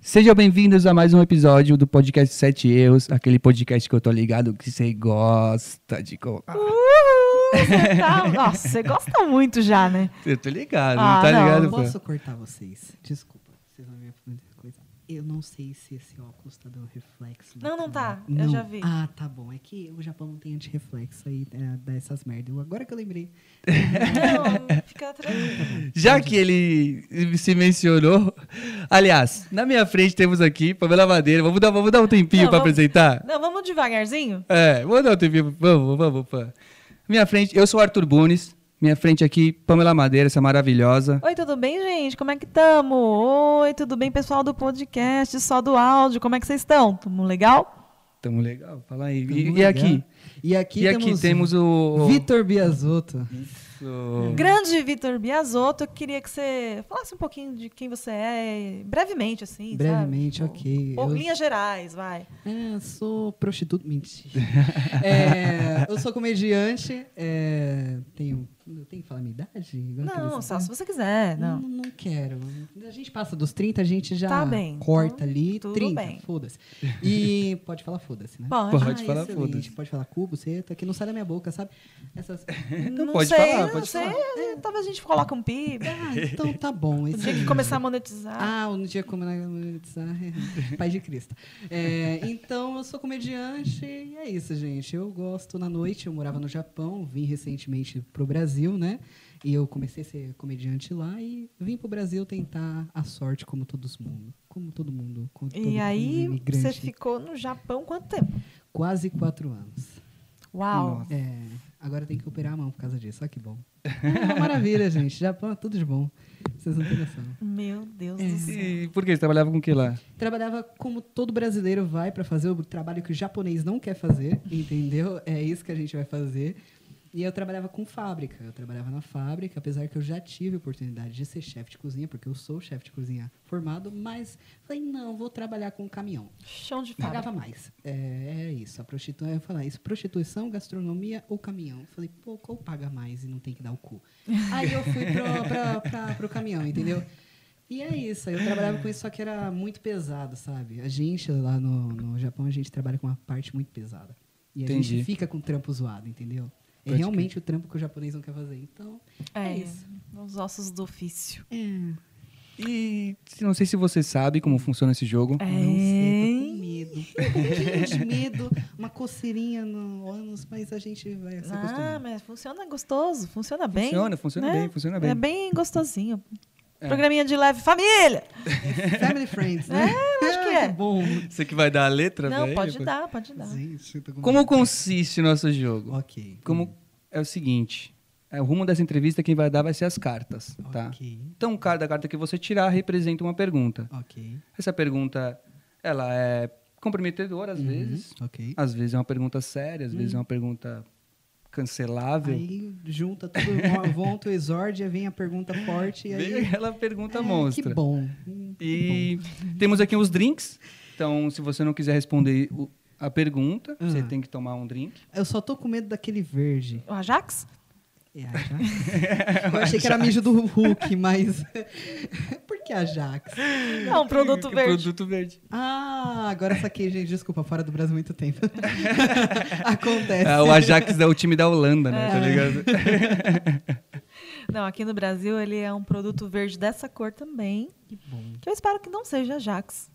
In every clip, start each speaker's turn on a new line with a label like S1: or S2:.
S1: Sejam bem-vindos a mais um episódio do podcast Sete Erros, aquele podcast que eu tô ligado que você gosta de colocar.
S2: Ah.
S3: Você tá- Nossa, você gosta muito já, né?
S1: Eu tô ligado,
S3: Ah,
S1: não tá
S3: não,
S1: ligado?
S3: não
S1: pô?
S2: Posso cortar vocês? Desculpa, vocês vão me responder coisa. Eu não sei se esse óculos tá dando reflexo. na
S3: Não, não
S2: câmera.
S3: tá. Eu já vi.
S2: Ah, tá bom. É que o Japão não tem antirreflexo aí é, dessas merdas. Eu- Agora que eu lembrei.
S3: Não, fica tranquilo.
S1: Já que ele se mencionou. Aliás, na minha frente temos aqui Pamela Madeira. Vamos dar, vamos dar um tempinho
S3: Não,
S2: Tá
S1: pra
S3: vamos-
S1: apresentar?
S3: Não, vamos devagarzinho?
S1: É, vamos dar um tempinho. Vamos, vamos, Pam. Minha frente, eu sou Arthur Bunes. Minha frente aqui, Pamela Madeira, essa maravilhosa.
S3: Oi, tudo bem, gente? Como é que estamos? Oi, tudo bem, pessoal do podcast, só do áudio? Como é que vocês estão? Tamo legal?
S1: Tamo legal, fala aí.
S2: Tamo
S1: E, e
S2: legal.
S1: aqui?
S2: E aqui
S1: e
S2: temos,
S1: aqui temos o.
S2: Vitor Biasotto.
S1: o-
S3: Grande Vitor Biasotto, eu queria que você falasse um pouquinho de quem você é, brevemente, assim,
S2: Brevemente,
S3: sabe?
S2: ok.
S3: Ou
S2: Eu-
S3: linhas gerais, vai.
S2: É, sou prostituto. Mentira. É, eu sou comediante. é, tenho. Eu tenho que falar minha idade? Agora que eu
S3: Não,
S2: me-
S3: só se você quiser,
S2: Não.
S3: não.
S2: não, quero. A gente passa dos 30, a gente já
S3: Tá bem,
S2: corta
S3: então,
S2: ali.
S3: tudo
S2: 30,
S3: bem.
S2: foda-se. E pode falar foda-se, né?
S3: Pode. Ah, é
S1: Pode falar
S2: excelente.
S1: foda-se.
S2: Pode falar cubo, seta, que não sai da minha boca, sabe? Essas...
S1: Então
S3: não
S1: pode
S3: sei,
S1: falar,
S3: não
S1: pode
S3: sei. É,
S1: falar.
S3: Talvez a gente coloque um pi.
S2: Ah, então tá bom. Esse...
S3: Tinha que começar a monetizar.
S2: Ah, um dia como na Pai de Cristo. É, então eu sou comediante e é isso, gente. Eu gosto na noite, eu morava no Japão, vim recentemente pro Brasil, né? E eu comecei a ser comediante lá e vim pro Brasil tentar a sorte como todos mundo, como todo mundo, como todo
S3: E aí,
S2: imigrante.
S3: você ficou no Japão quanto tempo?
S2: quase quatro anos.
S3: Uau!
S2: É, agora tem que operar a mão por causa disso. Olha que bom. É uma maravilha, gente. Japão é tudo de bom. Vocês não têm noção.
S3: Meu Deus
S1: É.
S3: do céu.
S1: E por que? Você trabalhava com o que lá?
S2: Trabalhava como todo brasileiro vai para fazer o trabalho que o japonês não quer fazer, entendeu? É isso que a gente vai fazer. E eu trabalhava com fábrica. Eu trabalhava na fábrica, apesar que eu já tive a oportunidade de ser chefe de cozinha, porque eu sou chefe de cozinha formado, mas falei, não, vou trabalhar com caminhão.
S3: Chão de fábrica.
S2: Pagava mais. É, é isso. A prostituição, eu ia falar isso. Prostituição, gastronomia ou caminhão? Eu Falei, pô, qual paga mais e não tem que dar o cu? Aí eu fui pro, pra, pra- pro caminhão, entendeu? E é isso. Aí Eu trabalhava com isso, só que era muito pesado, sabe? A gente, lá no, no Japão, a gente trabalha com uma parte muito pesada. E a
S1: Entendi.
S2: gente fica com o trampo zoado, entendeu? É
S1: Pode
S2: realmente o trampo que o japonês não quer fazer. Então, é,
S3: É,
S2: isso.
S3: os ossos do ofício.
S1: E não sei se você sabe como funciona esse jogo.
S3: É.
S2: Não sei, tô
S3: Hein?
S2: com medo. Um pouquinho de medo, uma coceirinha no ânus, mas a gente vai se
S3: Ah,
S2: acostumar.
S3: mas funciona gostoso, funciona É bem.
S1: Funciona, funciona bem, funciona bem.
S3: É bem gostosinho.
S1: É.
S3: Programinha de leve família!
S2: Family Friends,
S3: É,
S2: né?
S3: eu acho que
S2: Ah,
S3: é.
S2: bom.
S1: Você que vai dar a letra,
S3: Não,
S1: velho?
S3: pode dar, pode dar.
S2: Gente, eu tô com
S1: É. Como
S2: medo.
S1: consiste o nosso jogo?
S2: Ok.
S1: Como é o seguinte, é, o rumo dessa entrevista quem vai dar vai ser as cartas, tá?
S2: Ok.
S1: Então, cada carta que você tirar representa uma pergunta.
S2: Ok.
S1: Essa pergunta, ela é comprometedora às vezes,
S2: Uhum, Ok.
S1: às vezes é uma pergunta séria, às
S3: Hum.
S1: vezes é uma pergunta cancelável.
S2: Aí junta tudo, um volta o exórdia, vem a pergunta forte e
S1: Veio
S2: aí...
S1: aquela pergunta
S2: É,
S1: monstra.
S2: Que bom. Hum,
S1: E
S2: que
S1: temos aqui os drinks. Então, se você não quiser responder o- a pergunta,
S2: Ah.
S1: você tem que tomar um drink.
S2: bom. Eu só tô com medo daquele verde.
S3: O Ajax?
S2: É a Eu achei que era mijo do Hulk, mas... Por que a Jax?
S3: É um produto verde.
S1: Produto verde.
S2: Ah, agora saquei, gente. Desculpa, fora do Brasil há muito tempo. Acontece.
S1: Ah, o Ajax é o time da Holanda, né?
S2: É.
S1: Tá ligado?
S3: Não, aqui no Brasil ele é um produto verde dessa cor também.
S2: Que bom. Hum.
S3: Que eu espero que não seja Ajax.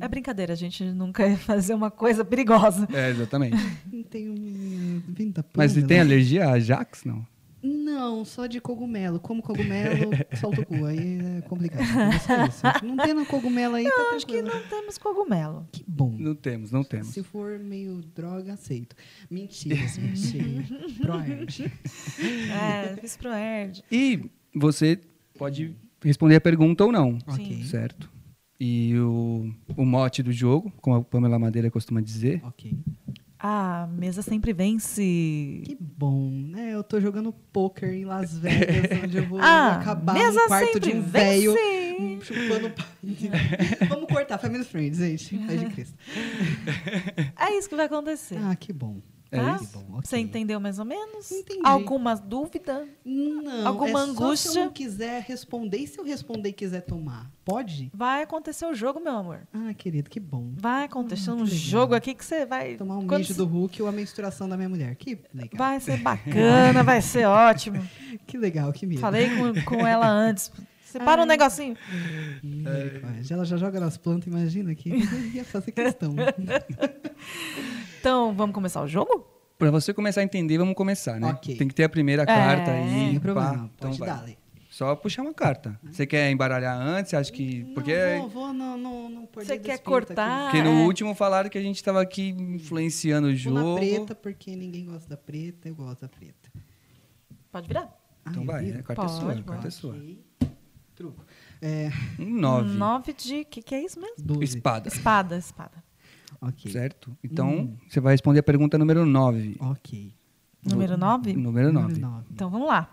S3: É brincadeira, a gente nunca ia fazer uma coisa perigosa.
S1: É, exatamente.
S2: Não tenho hum, vindo da
S1: Mas você
S2: Pamela.
S1: tem alergia a Ajax, não?
S2: Não, só de cogumelo. Como cogumelo, solta o cu. Aí é complicado. É só isso. Não tendo cogumelo aí, tá
S3: Acho que
S2: tranquilo.
S3: não temos cogumelo.
S2: Que bom.
S1: Não temos, não temos.
S2: Se for meio droga, aceito. Mentiras, mentira. Proerd.
S3: É, fiz pro Erd.
S1: E você pode responder a pergunta ou não,
S2: Ok.
S1: certo? E o, o mote do jogo, como a Pamela Madeira costuma dizer,
S2: Ok.
S3: A mesa sempre vence.
S2: Que bom, né? Eu tô jogando poker em Las Vegas, onde eu vou
S3: Ah,
S2: acabar
S3: mesa
S2: no quarto de
S3: sempre
S2: um velho
S3: vence.
S2: chupando pai. Vamos
S3: Ah,
S2: cortar, Family Friends, gente. Pai de Cristo.
S3: É isso que vai acontecer.
S2: Ah, que bom.
S1: É É
S3: Tá?
S1: isso.
S2: Que bom, ok.
S3: Você entendeu mais ou menos?
S2: Entendi.
S3: Alguma dúvida?
S2: Não,
S3: Alguma
S2: é só se
S3: angústia?
S2: eu não quiser responder, e se eu responder e quiser tomar, pode?
S3: Vai acontecer o jogo, meu amor.
S2: Ah, querido, que bom.
S3: Vai acontecer
S2: Ah, que
S3: um
S2: legal.
S3: jogo aqui que você vai.
S2: Tomar um
S3: quando
S2: mijo
S3: você-
S2: do Hulk ou a menstruação da minha mulher. Que legal.
S3: Vai ser bacana, vai ser ótimo.
S2: Que legal, que medo.
S3: Falei com, com ela antes. Separa um negocinho.
S2: Misericórdia. Ela já joga nas plantas, imagina que eu ia fazer questão.
S3: É. Então, vamos começar o jogo?
S1: Pra você começar a entender, vamos começar, né?
S2: Ok.
S1: Tem que ter a primeira carta
S3: É.
S1: aí.
S2: Sem
S1: pá.
S2: problema,
S1: Então
S2: pode
S1: vai.
S2: dar. Lê.
S1: Só puxar uma carta. Você quer embaralhar antes? Acha que. Porque, é
S2: Não, vou, vou no, no, no Poder
S3: Você
S2: do
S3: quer
S2: Espírito
S3: cortar?
S1: porque no
S3: é.
S1: último falaram que a gente tava aqui influenciando o
S2: Aqui. Vou
S1: jogo.
S2: na preta, porque ninguém gosta da preta, eu gosto da preta.
S3: Pode virar?
S1: Então
S2: eu
S1: vai,
S2: viro?
S1: né? Carta é
S3: Pode,
S1: sua,
S3: pode.
S1: carta é sua.
S2: Ok. Truco. É,
S1: Um nove.
S3: Nove de. O que, que é isso mesmo?
S2: 12.
S1: Espada.
S3: Espada, espada.
S2: Ok.
S1: Certo? Então, você vai responder a pergunta número 9.
S2: Ok.
S3: Número nove?
S1: Número 9.
S2: nove.
S3: Então vamos lá.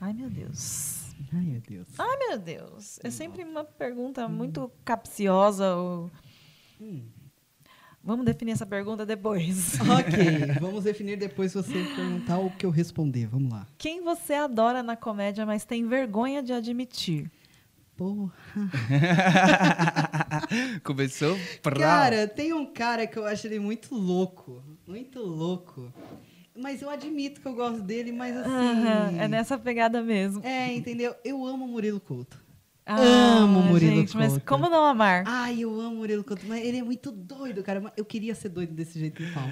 S3: Ai, meu Deus.
S2: Ai, meu Deus.
S3: Ai, meu Deus. É sempre uma pergunta muito capciosa. Ou...
S2: Hum.
S3: Vamos definir essa pergunta depois.
S2: Ok, vamos definir depois se você perguntar o que eu responder. Vamos lá.
S3: Quem você adora na comédia, mas tem vergonha de admitir?
S2: Porra.
S1: Começou pra.
S2: Cara, tem um cara que eu acho ele muito louco. Muito louco. Mas eu admito que eu gosto dele, mas assim.
S3: Aham, é nessa pegada mesmo.
S2: É, entendeu? Eu amo o Murilo Couto.
S3: Ah,
S2: Amo Murilo
S3: gente, mas
S2: Couto.
S3: como não amar?
S2: Ai, eu amo o Murilo Couto, mas ele é muito doido, cara. Mas Eu queria ser doido desse jeito em palco.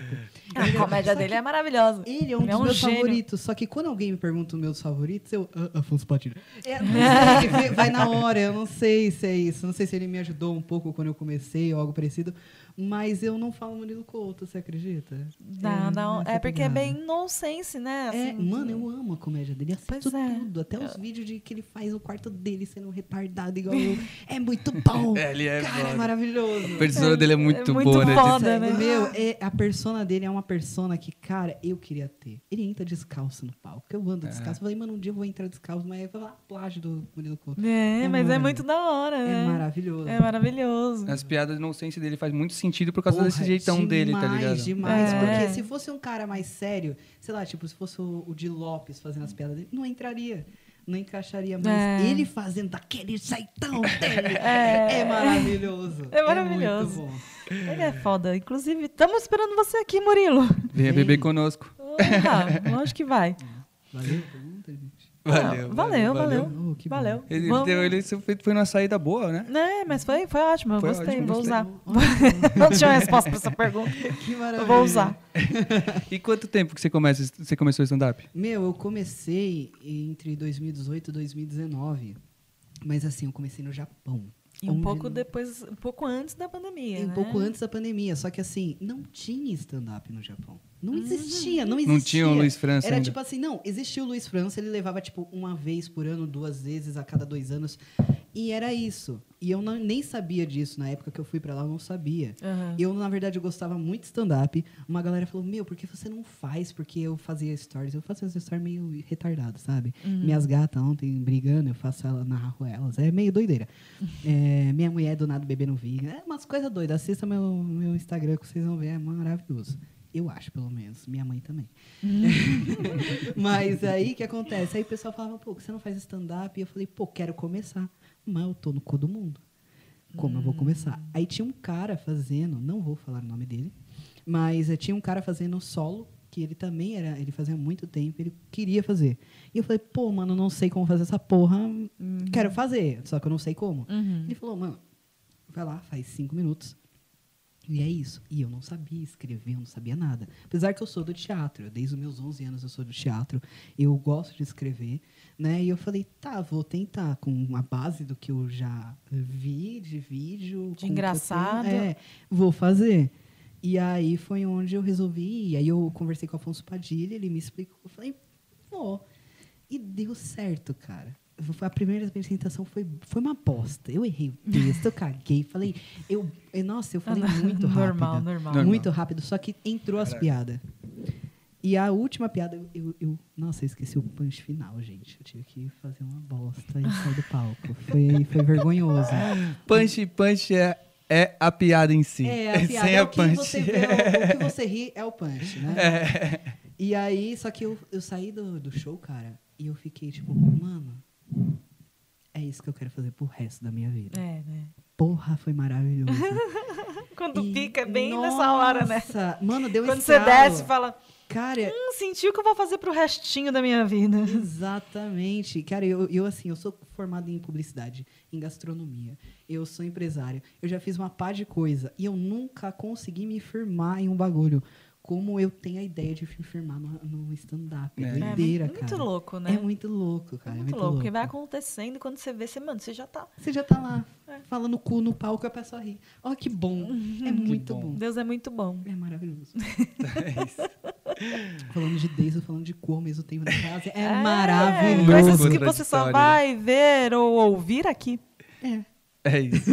S3: a comédia dele é maravilhosa.
S2: Ele é um dos meus favoritos, só que quando alguém me pergunta os meus favoritos, eu. "Ah, Afonso Padilha. É, não sei, vai- vai na hora, eu não sei se é isso. Não sei se ele me ajudou um pouco quando eu comecei ou algo parecido. Mas eu não falo um Murilo Couto, você acredita?
S3: Não, não,
S2: nessa
S3: é porque é
S2: pegada.
S3: bem nonsense, né?
S1: Tá
S2: É,
S3: Assim,
S2: mano, eu amo a comédia dele. Assisto
S3: Pois é.
S2: tudo. Até os vídeos de que ele faz no quarto dele sendo retardado igual eu. É muito bom.
S1: É, ele é
S2: Cara, é
S1: foda.
S2: maravilhoso.
S1: A persona dele é muito,
S3: muito
S1: boa, né?
S3: foda.
S2: Sério,
S3: né?
S2: Meu, é, a persona dele é uma persona que, cara, eu queria ter. Ele entra descalço no palco. Eu
S3: É.
S2: ando descalço. Eu falei, mano, um dia eu vou entrar descalço, mas vai lá, plágio do Murilo Couto.
S3: É, mas é
S2: mano,
S3: muito da hora,
S2: É
S3: né?
S2: maravilhoso.
S3: É maravilhoso.
S1: As piadas de inocência dele faz muito sentido por causa
S2: Porra, é
S1: desse jeitão
S2: demais,
S1: dele, tá ligado?
S2: Demais,
S3: É.
S2: porque se fosse um cara mais sério, sei lá, tipo, se fosse o, o de Lopes fazendo as piadas dele, não entraria. Não encaixaria, mas
S3: É.
S2: ele fazendo daquele jeitão dele é,
S3: É.
S2: maravilhoso.
S3: É maravilhoso.
S2: muito bom.
S3: Ele é foda. Inclusive, estamos esperando você aqui, Murilo.
S1: Venha beber conosco.
S3: Ah, acho que vai.
S2: Valeu a pergunta, gente.
S1: Valeu.
S3: Ah, valeu, valeu.
S2: Oh, que bom.
S3: Valeu.
S1: Ele,
S3: Vamos-
S1: deu- ele foi foi numa saída boa, né?
S3: É, mas foi, foi ótimo. Eu
S1: Foi
S3: gostei,
S1: ótimo,
S3: vou
S1: gostei.
S3: usar. Não tinha uma resposta para essa pergunta.
S2: Que maravilha.
S3: Eu vou usar.
S1: E quanto tempo que você, começa, você começou o stand-up?
S2: Meu, eu comecei entre 2018 e 2019. Mas assim, eu comecei no Japão.
S3: E um
S2: Onde
S3: pouco
S2: não-
S3: depois, um pouco antes da pandemia.
S2: um
S3: né?
S2: pouco antes da pandemia. Só que assim, não tinha stand-up no Japão.
S3: Uhum.
S2: Não existia, não existia.
S1: Não tinha o Luiz França
S2: Era
S1: ainda.
S2: tipo assim, não, existia o Luiz França, ele levava tipo uma vez por ano, duas vezes a cada dois anos. E era isso. E eu não- nem sabia disso na época que eu fui pra lá, eu não sabia.
S3: Aham.
S2: Eu, na verdade, eu gostava muito de stand-up. Uma galera falou, meu, por que você não faz? Porque eu fazia stories. Eu fazia as stories meio retardado, sabe? Minhas gatas ontem brigando, eu faço ela, narro elas. É meio doideira. É, minha mulher do nada bebendo vinho. É umas coisas doidas. Assista meu, meu Instagram que vocês vão ver. É maravilhoso. Eu acho, pelo menos. Minha mãe também. Mas aí o que acontece? Aí o pessoal falava, pô, você não faz stand-up? E eu falei, pô, quero começar. Mas eu tô no cu do mundo. Como eu vou começar? Aí tinha um cara fazendo, não vou falar o nome dele, mas eh, tinha um cara fazendo solo, que ele também era, ele fazia muito tempo, ele queria fazer. E eu falei, pô, mano, não sei como fazer essa porra, quero fazer, só que eu não sei como.
S3: Uhum.
S2: Ele falou, mano, vai lá, faz cinco minutos, e é isso. E eu não sabia escrever, eu não sabia nada. Apesar que eu sou do teatro, desde os meus 11 anos eu sou do teatro, eu gosto de escrever, né? E eu falei, tá, vou tentar com a base do que eu já vi de vídeo. com o que eu tenho.
S3: engraçado.
S2: É, vou fazer. E aí foi onde eu resolvi, e aí eu conversei com o Afonso Padilha, ele me explicou, eu falei, vou. E deu certo, cara. Foi- A primeira apresentação foi, foi uma bosta. Eu errei o texto, eu caguei, falei. Eu, eu- nossa, eu falei muito rápido.
S3: Ah, Normal, né? normal.
S1: Normal.
S2: Muito rápido, só que entrou as piadas. E a última piada, eu, eu, eu- Nossa, eu esqueci o punch final, gente. Eu tive que fazer uma bosta e sair do palco. Foi, foi vergonhoso.
S1: Punch, punch é, é a piada em si.
S2: É, a piada
S1: Sem
S2: é
S1: a
S2: o que você
S1: punch.
S2: vê, é o, o que você ri é o punch, né? E aí, só que eu, eu saí do, do show, cara, e eu fiquei tipo, mano, é isso que eu quero fazer pro resto da minha vida.
S3: É, né?
S2: Porra, foi maravilhoso.
S3: Quando
S2: E,
S3: pica, é bem nessa hora, né?
S2: Nossa, mano, deu
S3: Quando você
S2: estralo.
S3: desce e fala,
S2: Cara,
S3: hum, senti o que eu vou fazer pro restinho da minha vida.
S2: Exatamente. Cara, eu, eu assim, eu sou formado em publicidade, em gastronomia. Eu sou empresário. Eu já fiz uma pá de coisa e eu nunca consegui me firmar em um bagulho. Como eu tenho a ideia de me firmar no, no stand-up. É,
S1: É.
S2: doideira,
S3: é muito
S2: cara.
S3: louco, né?
S2: É muito louco, cara.
S3: É muito louco, porque vai acontecendo e quando você vê, você, mano, você já tá.
S2: Você já tá lá, falando cu no palco, a pessoa ri. Ó, que bom. É muito
S1: bom.
S2: bom.
S3: Deus é muito bom. É
S2: É maravilhoso. falando de Deus, eu falando de cu ao mesmo tempo na frase. É, maravilhoso.
S3: Coisas que
S1: Outra
S3: você
S1: história,
S3: só
S1: né?
S3: vai ver ou ouvir aqui.
S1: É isso.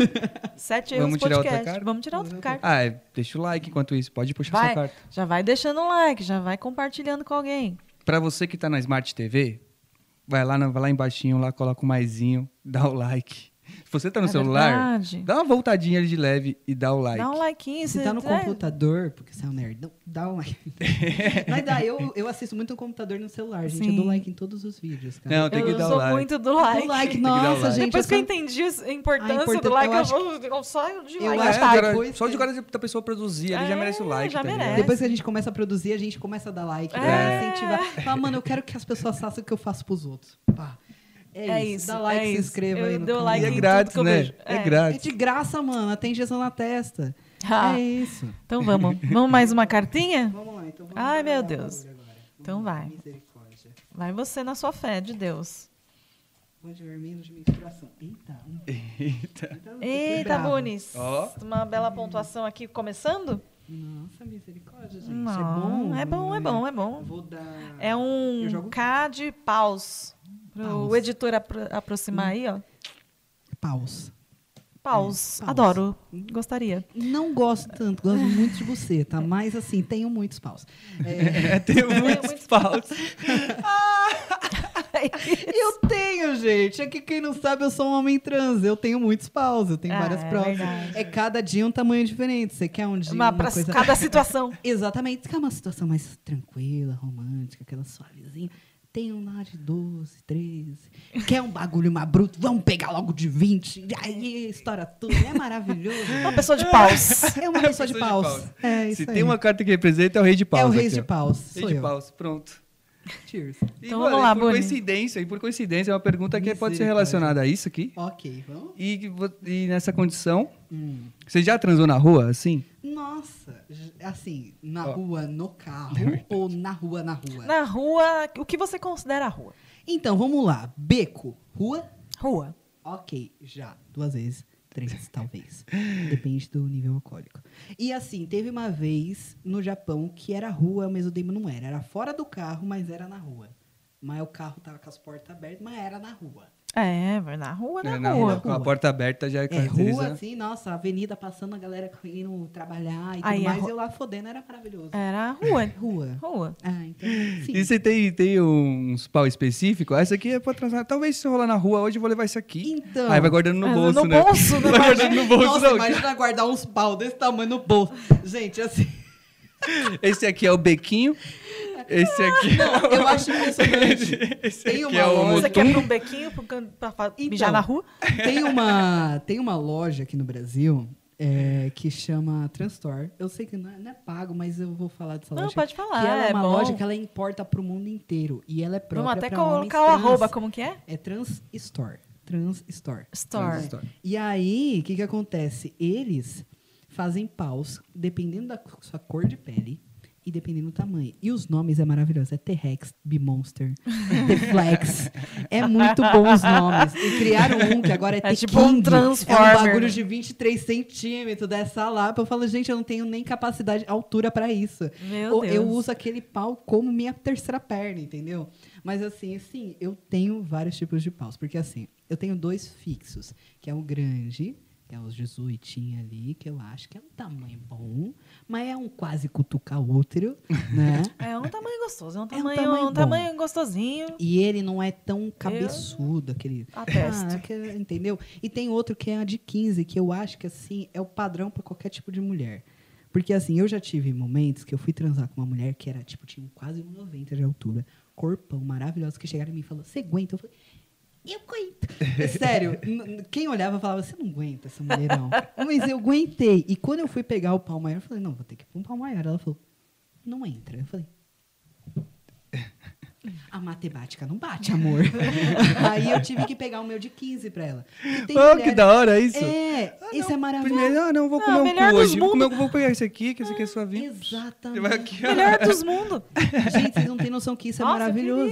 S3: Sete
S1: Vamos
S3: erros
S1: tirar outra
S3: podcast.
S1: carta?
S3: Vamos tirar outra carta.
S1: Ah, é, deixa o like enquanto isso. Pode puxar
S3: Vai.
S1: sua carta.
S3: Já vai deixando um like, já vai compartilhando com alguém.
S1: Pra você que tá na Smart TV, vai lá, na- vai lá embaixinho, lá coloca o maisinho, dá o like. Se você tá no
S3: É
S1: celular,
S3: verdade.
S1: dá uma voltadinha ali de leve e dá o like.
S3: Dá um likeinho.
S2: Se
S3: você-
S2: tá no
S3: é,
S2: computador, porque você é um nerd, não, dá um like. Mas dá, eu, eu assisto muito no computador e no celular, gente.
S3: Sim.
S2: Eu dou like em todos os vídeos, cara.
S1: Não, tem que
S3: eu
S1: dar o
S3: sou
S1: like.
S3: muito do
S2: Eu
S3: like.
S2: dou like,
S1: que dar o
S2: nossa,
S1: like.
S2: gente.
S3: Depois que eu
S2: sou-
S3: entendi a importância
S2: importância,
S3: do like,
S2: eu
S3: eu,
S2: acho
S3: vou, eu saio de
S2: Eu
S3: like.
S1: É,
S2: acho
S3: tá?
S2: que-
S1: cara,
S2: depois
S1: só de
S2: tem-
S1: cara da pessoa produzir ali já
S3: É,
S1: merece o like.
S3: já
S1: tá ligado?
S3: merece.
S2: Depois que a gente começa a produzir, a gente começa a dar like,
S3: É.
S2: pra incentivar. Fala, mano, eu quero que as pessoas façam o que eu faço pros outros. Pá. É, isso. Dá like,
S3: é
S2: se
S3: isso.
S2: inscreva
S3: eu
S2: aí no
S3: dou
S2: canal.
S3: like
S1: E é
S3: em
S1: grátis,
S3: tudo que eu
S1: né?
S3: vejo.
S1: É,
S2: É
S1: grátis.
S2: de graça, mano. Até injeção na testa.
S3: Ah,
S2: É isso.
S3: Então vamos. Vamos mais uma cartinha?
S2: Vamos lá, então. Vamos
S3: Ai, meu
S2: trabalhar o
S3: Deus.
S2: bagulho agora. Vamos
S3: Então
S2: lá,
S3: vai.
S2: Misericórdia.
S3: Vai você na sua fé de Deus.
S2: Onde vermelho de menstruação. Eita. um-
S1: Eita.
S2: Eita, eu fiquei
S3: Eita,
S2: bravo.
S3: Bonis.
S1: Ó.
S3: Uma bela pontuação aqui começando?
S2: Nossa, misericórdia, gente.
S3: Não,
S2: é bom.
S3: é bom, é
S2: né?
S3: bom, é bom.
S2: Eu vou dar.
S3: É
S2: Eu
S3: um
S2: jogo-
S3: K de paus. Pro
S2: Paus.
S3: o editor apro- aproximar aí, ó.
S2: Paus.
S3: Paus.
S2: Hum, paus.
S3: Adoro. Gostaria.
S2: Não gosto tanto, gosto muito de você, tá? Mas assim, tenho muitos paus. É,
S1: Tem
S3: muitos
S1: muitos paus.
S2: eu tenho, gente. É que quem não sabe, eu sou um homem trans. Eu tenho muitos paus, eu tenho
S3: Ah,
S2: várias
S3: é
S2: provas.
S3: verdade.
S2: É cada dia um tamanho diferente. Você quer um dia
S3: Uma
S2: uma,
S3: pra
S2: coisa...
S3: cada situação.
S2: Exatamente. Você quer uma situação mais tranquila, romântica, aquela suavezinha. Tem um lá de 12, 13. Quer um bagulho mais bruto? Vamos pegar logo de 20. E aí estoura tudo. É maravilhoso.
S3: Uma pessoa de paus.
S2: É uma pessoa de paus. É isso
S1: Se
S2: aí.
S1: tem uma carta que representa, é o rei de paus.
S2: é o rei
S1: aqui,
S2: de
S1: ó.
S2: paus.
S1: Rei
S2: Sou
S1: de
S2: eu.
S1: paus, pronto.
S2: Cheers.
S3: Então vamos lá,
S1: por
S3: Boni.
S1: coincidência, e por coincidência, é uma pergunta que pode ser
S2: Misericórdia.
S1: relacionada a isso aqui.
S2: Ok, vamos.
S1: E, que vo- e nessa condição, você já transou na rua, assim?
S2: Nossa, j- assim, na
S1: Ó.
S2: rua, no carro ou na rua, na rua?
S3: Na rua, o que você considera rua?
S2: Então, vamos lá. Beco, rua?
S3: Rua.
S2: Ok, já. Duas vezes. Três, talvez. Depende do nível alcoólico. E assim, teve uma vez no Japão que era rua, mas o demo não era. Era fora do carro, mas era na rua. Mas o carro tava com as portas abertas, mas era na rua.
S3: É, vai na rua, na,
S1: É, na
S3: rua.
S1: rua, com a
S2: Rua.
S1: porta aberta já
S2: É,
S1: caracteriza.
S2: rua, assim, nossa, avenida passando, a galera indo trabalhar e tudo
S3: Aí, a É.
S2: mais.
S3: ru-
S2: Eu lá fodendo, era maravilhoso.
S3: Era
S1: É.
S3: rua.
S2: Rua.
S3: Rua.
S2: Ah, então, sim.
S1: E você tem, tem uns pau específico? Ah, essa aqui é pra transar. Talvez se eu rolar na rua hoje, eu vou levar isso aqui.
S2: Então.
S1: Aí vai guardando no
S3: Ah,
S1: bolso,
S3: no
S1: né?
S3: bolso, né?
S1: vai guardando no bolso,
S2: Nossa,
S1: não.
S2: imagina guardar uns pau desse tamanho no bolso. Gente, assim,
S1: Esse aqui é o bequinho. Esse aqui
S2: Ah, eu acho impressionante.
S1: é, esse
S2: Tem
S1: aqui
S2: uma
S1: é o
S2: loja
S3: Você
S1: motor.
S3: quer ir pra um bequinho pro can- pra, fa-
S2: Então.
S3: mijar na rua?
S2: Tem uma, tem uma loja aqui no Brasil é, que chama Transstore. Eu sei que não é, não é pago, mas eu vou falar dessa
S3: Não,
S2: loja.
S3: pode falar,
S2: Que ela é,
S3: é
S2: uma
S3: bom.
S2: loja que ela importa pro mundo inteiro. E ela é própria
S3: Vamos até
S2: pra homens
S3: colocar o
S2: trans.
S3: arroba, como que é?
S2: É Transstore. Transstore.
S3: Store.
S1: Store.
S2: E aí, o que, que acontece? Eles fazem paus dependendo da cu- sua cor de pele e dependendo do tamanho. E os nomes é maravilhoso. É T-Rex, B-Monster, T-Flex. É muito bom os nomes. E criaram um que agora é,
S3: É
S2: T-King.
S3: tipo um Transformer.
S2: É um bagulho de 23 centímetros dessa lapa. Eu falo, gente, eu não tenho nem capacidade, altura pra isso.
S3: Meu
S2: Ou
S3: Deus.
S2: Eu uso aquele pau como minha terceira perna, entendeu? Mas assim, sim, eu tenho vários tipos de paus, porque assim, eu tenho dois fixos, que é o grande, que é os jesuitinhos ali, que eu acho que é um tamanho bom, mas é um quase cutucar útero, né?
S3: É um tamanho gostoso, é um
S2: tamanho
S3: tamanho, um
S2: bom.
S3: tamanho gostosinho.
S2: E ele não é tão cabeçudo, aquele.
S3: Atesto.
S2: Ah, aquele- entendeu? E tem outro que é a de 15, que eu acho que assim é o padrão para qualquer tipo de mulher. Porque assim, eu já tive momentos que eu fui transar com uma mulher que era tipo, tinha quase 1,90 de altura, corpão maravilhoso, que chegaram em mim e falaram: Você aguenta? Eu falei. Eu aguento. É Sério, n- n- quem olhava falava, você não aguenta essa mulherão. Mas eu aguentei. E quando eu fui pegar o pau maior, eu falei, não, vou ter que ir pra um pau maior. Ela falou, não entra. Eu falei, a matemática não bate, amor. Aí eu tive que pegar o meu de 15 pra ela. E tem
S1: Oh, que
S2: mulher-
S1: da hora isso!
S2: É,
S1: Ah,
S2: isso
S1: não,
S2: é maravilhoso.
S1: Primeiro, ah, não, vou
S3: Ah,
S1: comer um
S3: melhor
S1: cu
S3: dos
S1: hoje. Vou, comer,
S3: mundos.
S1: vou pegar esse aqui, que esse aqui é sua vida. Você vai
S2: Exatamente.
S1: aqui, ó.
S3: Melhor dos mundos.
S2: Gente, vocês não têm noção que isso é
S3: Nossa,
S2: maravilhoso.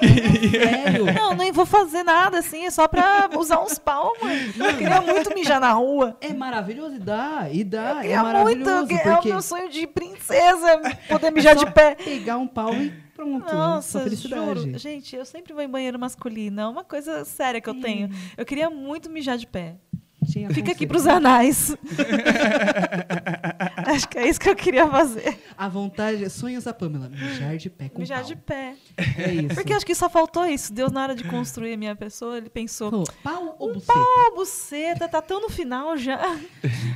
S3: que lindo.
S2: Sério.
S3: Não, nem vou fazer nada assim, é só pra usar uns pau, mãe. Eu queria muito mijar na rua.
S2: É maravilhoso e dá, e dá.
S3: Eu
S2: é
S3: queria muito,
S2: maravilhoso.
S3: eu queria- é o
S2: porque É
S3: meu sonho de princesa, poder mijar
S2: só
S3: de pé.
S2: Pegar um pau e pronto. só
S3: Nossa,
S2: felicidade.
S3: juro. Gente, eu sempre vou em banheiro masculino. É uma coisa séria que eu tenho. Eu queria muito mijar de pé.
S2: Tinha
S3: Fica aqui
S2: conceito.
S3: pros anais. Acho que é isso que eu queria fazer.
S2: A vontade, é sonhos da Pamela. Mijar de pé com
S3: mijar
S2: pau.
S3: de pé.
S2: É isso.
S3: Porque acho que só faltou isso. Deus, na hora de construir a minha pessoa, ele pensou.
S2: Falou, pau ou buceta?
S3: Um Pau, buceta, tá tão no final já.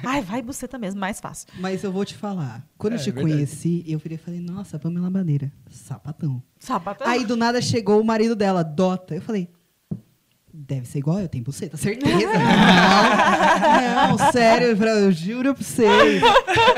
S3: Ai, vai buceta mesmo, mais fácil.
S2: Mas eu vou te falar. Quando
S1: É,
S2: eu te
S1: é verdade.
S2: conheci, eu virei e falei, nossa, Pamela Madeira, sapatão.
S3: Sapatão.
S2: Aí do nada chegou o marido dela, Dota. Eu falei, deve ser igual eu, tenho buceta, certeza. não, não, sério, eu falei, eu juro pra vocês.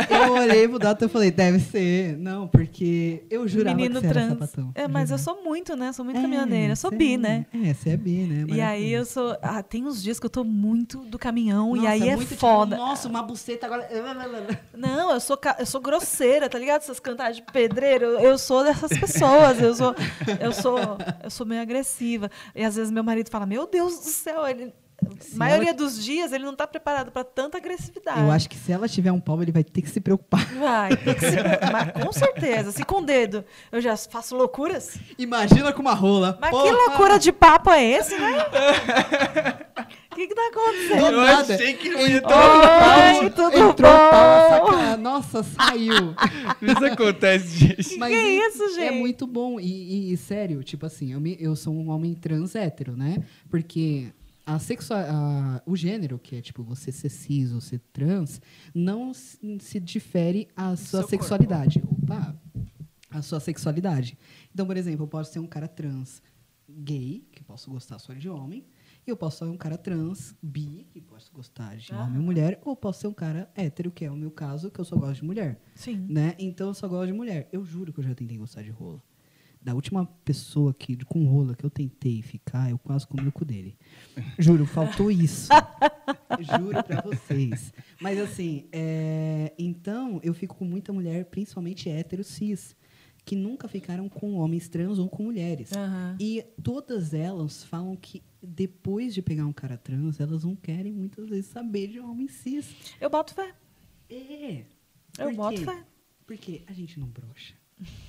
S2: Eu olhei pro Dota e falei, deve ser. Não, porque eu jurava
S3: menino
S2: que você
S3: trans.
S2: era sapatão.
S3: É, mas eu
S2: Jurava.
S3: sou muito, né? Sou muito
S2: É,
S3: caminhoneira. Eu sou
S2: você
S3: bi,
S2: é-
S3: né?
S2: É, você é bi, né?
S3: E aí eu sou. Ah, tem uns dias que eu tô muito do caminhão e aí é
S2: muito tipo,
S3: foda.
S2: nossa, uma buceta agora.
S3: Não, eu sou, ca- eu sou grosseira, tá ligado? Essas cantadas de pedreiro, eu, eu sou dessas pessoas, eu sou, eu sou, eu sou meio agressiva. E às vezes meu marido fala: "Meu Deus do céu, ele
S2: Se
S3: a maioria dos dias ele não tá preparado pra tanta agressividade".
S2: Eu acho que se ela tiver um pau, ele vai ter que se preocupar.
S3: Vai, tem que se preocupar, com certeza. Se com o dedo eu já faço loucuras.
S2: Imagina com uma rola.
S3: Mas
S2: Porra!
S3: que loucura de papo é esse, né? O que, que tá acontecendo?
S1: Eu
S2: nada.
S1: achei que não ia
S3: Oi,
S1: tão...
S3: tudo
S2: Entrou um
S3: bom?
S2: pau, saca- Nossa, saiu.
S1: Isso acontece, gente.
S2: Mas
S3: Que
S2: é-
S3: isso, gente?
S2: É muito bom. E, e, sério, tipo assim, eu, me- eu sou um homem trans hétero, né? Porque a sexua, a- o gênero, que é tipo você ser cis ou ser trans, não se, se difere a sua
S3: seu
S2: sexualidade. Opa! A sua sexualidade. Então, por exemplo, eu posso ser um cara trans gay, que posso gostar só de homem, e eu posso ser um cara trans bi, que posso gostar de
S3: Ah.
S2: homem e mulher, ou posso ser um cara hétero, que é o meu caso, que eu só gosto de mulher
S3: Sim.
S2: né? Então eu só gosto de mulher. Eu juro que eu já tentei gostar de rola. Da última pessoa que, com rola que eu tentei ficar, eu quase comi o cu dele. Juro, faltou isso. Juro pra vocês. Mas assim, é, então eu fico com muita mulher, principalmente hétero cis, que nunca ficaram com homens trans ou com mulheres.
S3: Aham.
S2: E todas elas falam que depois de pegar um cara trans, elas não querem muitas vezes saber de homem cis.
S3: Eu boto fé.
S2: É.
S3: Eu
S2: Por
S3: boto
S2: quê?
S3: fé.
S2: Porque a gente não brocha.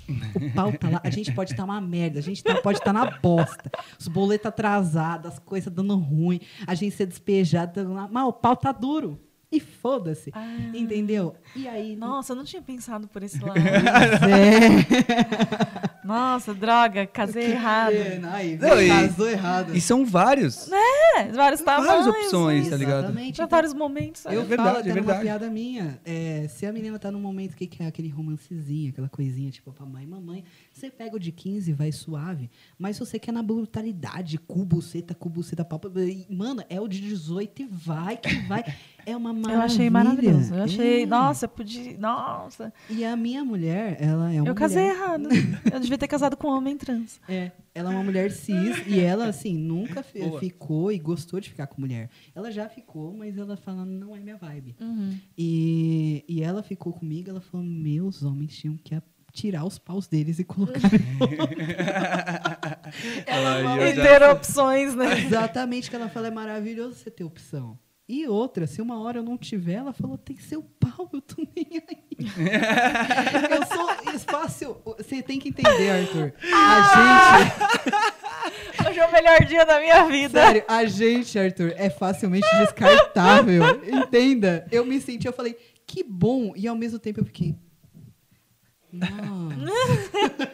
S2: O pau tá lá, a gente pode estar uma merda, a gente tá- pode estar na bosta, os boletos atrasados, as coisas dando ruim, a gente ser despejado, dando lá, mas o pau tá duro. E foda-se.
S3: Ah.
S2: Entendeu? E aí.
S3: Nossa, eu não tinha pensado por esse lado.
S2: É.
S3: Nossa, droga, casei errado.
S2: É, não, aí,
S1: Não, e-
S2: casou errado.
S1: E são vários.
S3: É, vários tamanhos.
S1: várias opções, tá ligado?
S2: Exatamente.
S3: Pra
S2: Então,
S3: vários momentos.
S2: Eu
S1: É verdade,
S2: falo até
S1: é
S2: numa
S1: verdade.
S2: piada minha. é, se a menina tá num momento que quer aquele romancezinho, aquela coisinha tipo papai e mamãe, você pega o de 15 e vai suave. Mas se você quer na brutalidade, cu, buceta, cu, buceta, pau, pau, e, mano, é o de 18 e vai que vai. É uma maravilha.
S3: Eu achei maravilhoso. Eu achei,
S2: É.
S3: nossa, eu podia. Nossa.
S2: E a minha mulher, ela é uma
S3: eu casei
S2: mulher-
S3: errado. Eu devia ter casado com um homem trans.
S2: É, ela é uma mulher cis e ela, assim, nunca fi-
S1: Boa.
S2: ficou e gostou de ficar com mulher. Ela já ficou, mas ela fala, não é minha vibe. E, e ela ficou comigo, ela falou, meus homens tinham que a- tirar os paus deles e colocar.
S1: Ai, eu
S3: E
S1: já-
S3: ter opções, né?
S2: Exatamente, que ela fala, é maravilhoso você ter opção. E outra, se uma hora eu não tiver, ela falou, tem seu pau, eu tô nem aí. eu sou espaço... Você tem que entender, Arthur. A gente...
S3: Hoje é o melhor dia da minha vida.
S2: Sério, a gente, Arthur, é facilmente descartável. Entenda. Eu me senti, eu falei, que bom. E ao mesmo tempo eu fiquei. Nossa.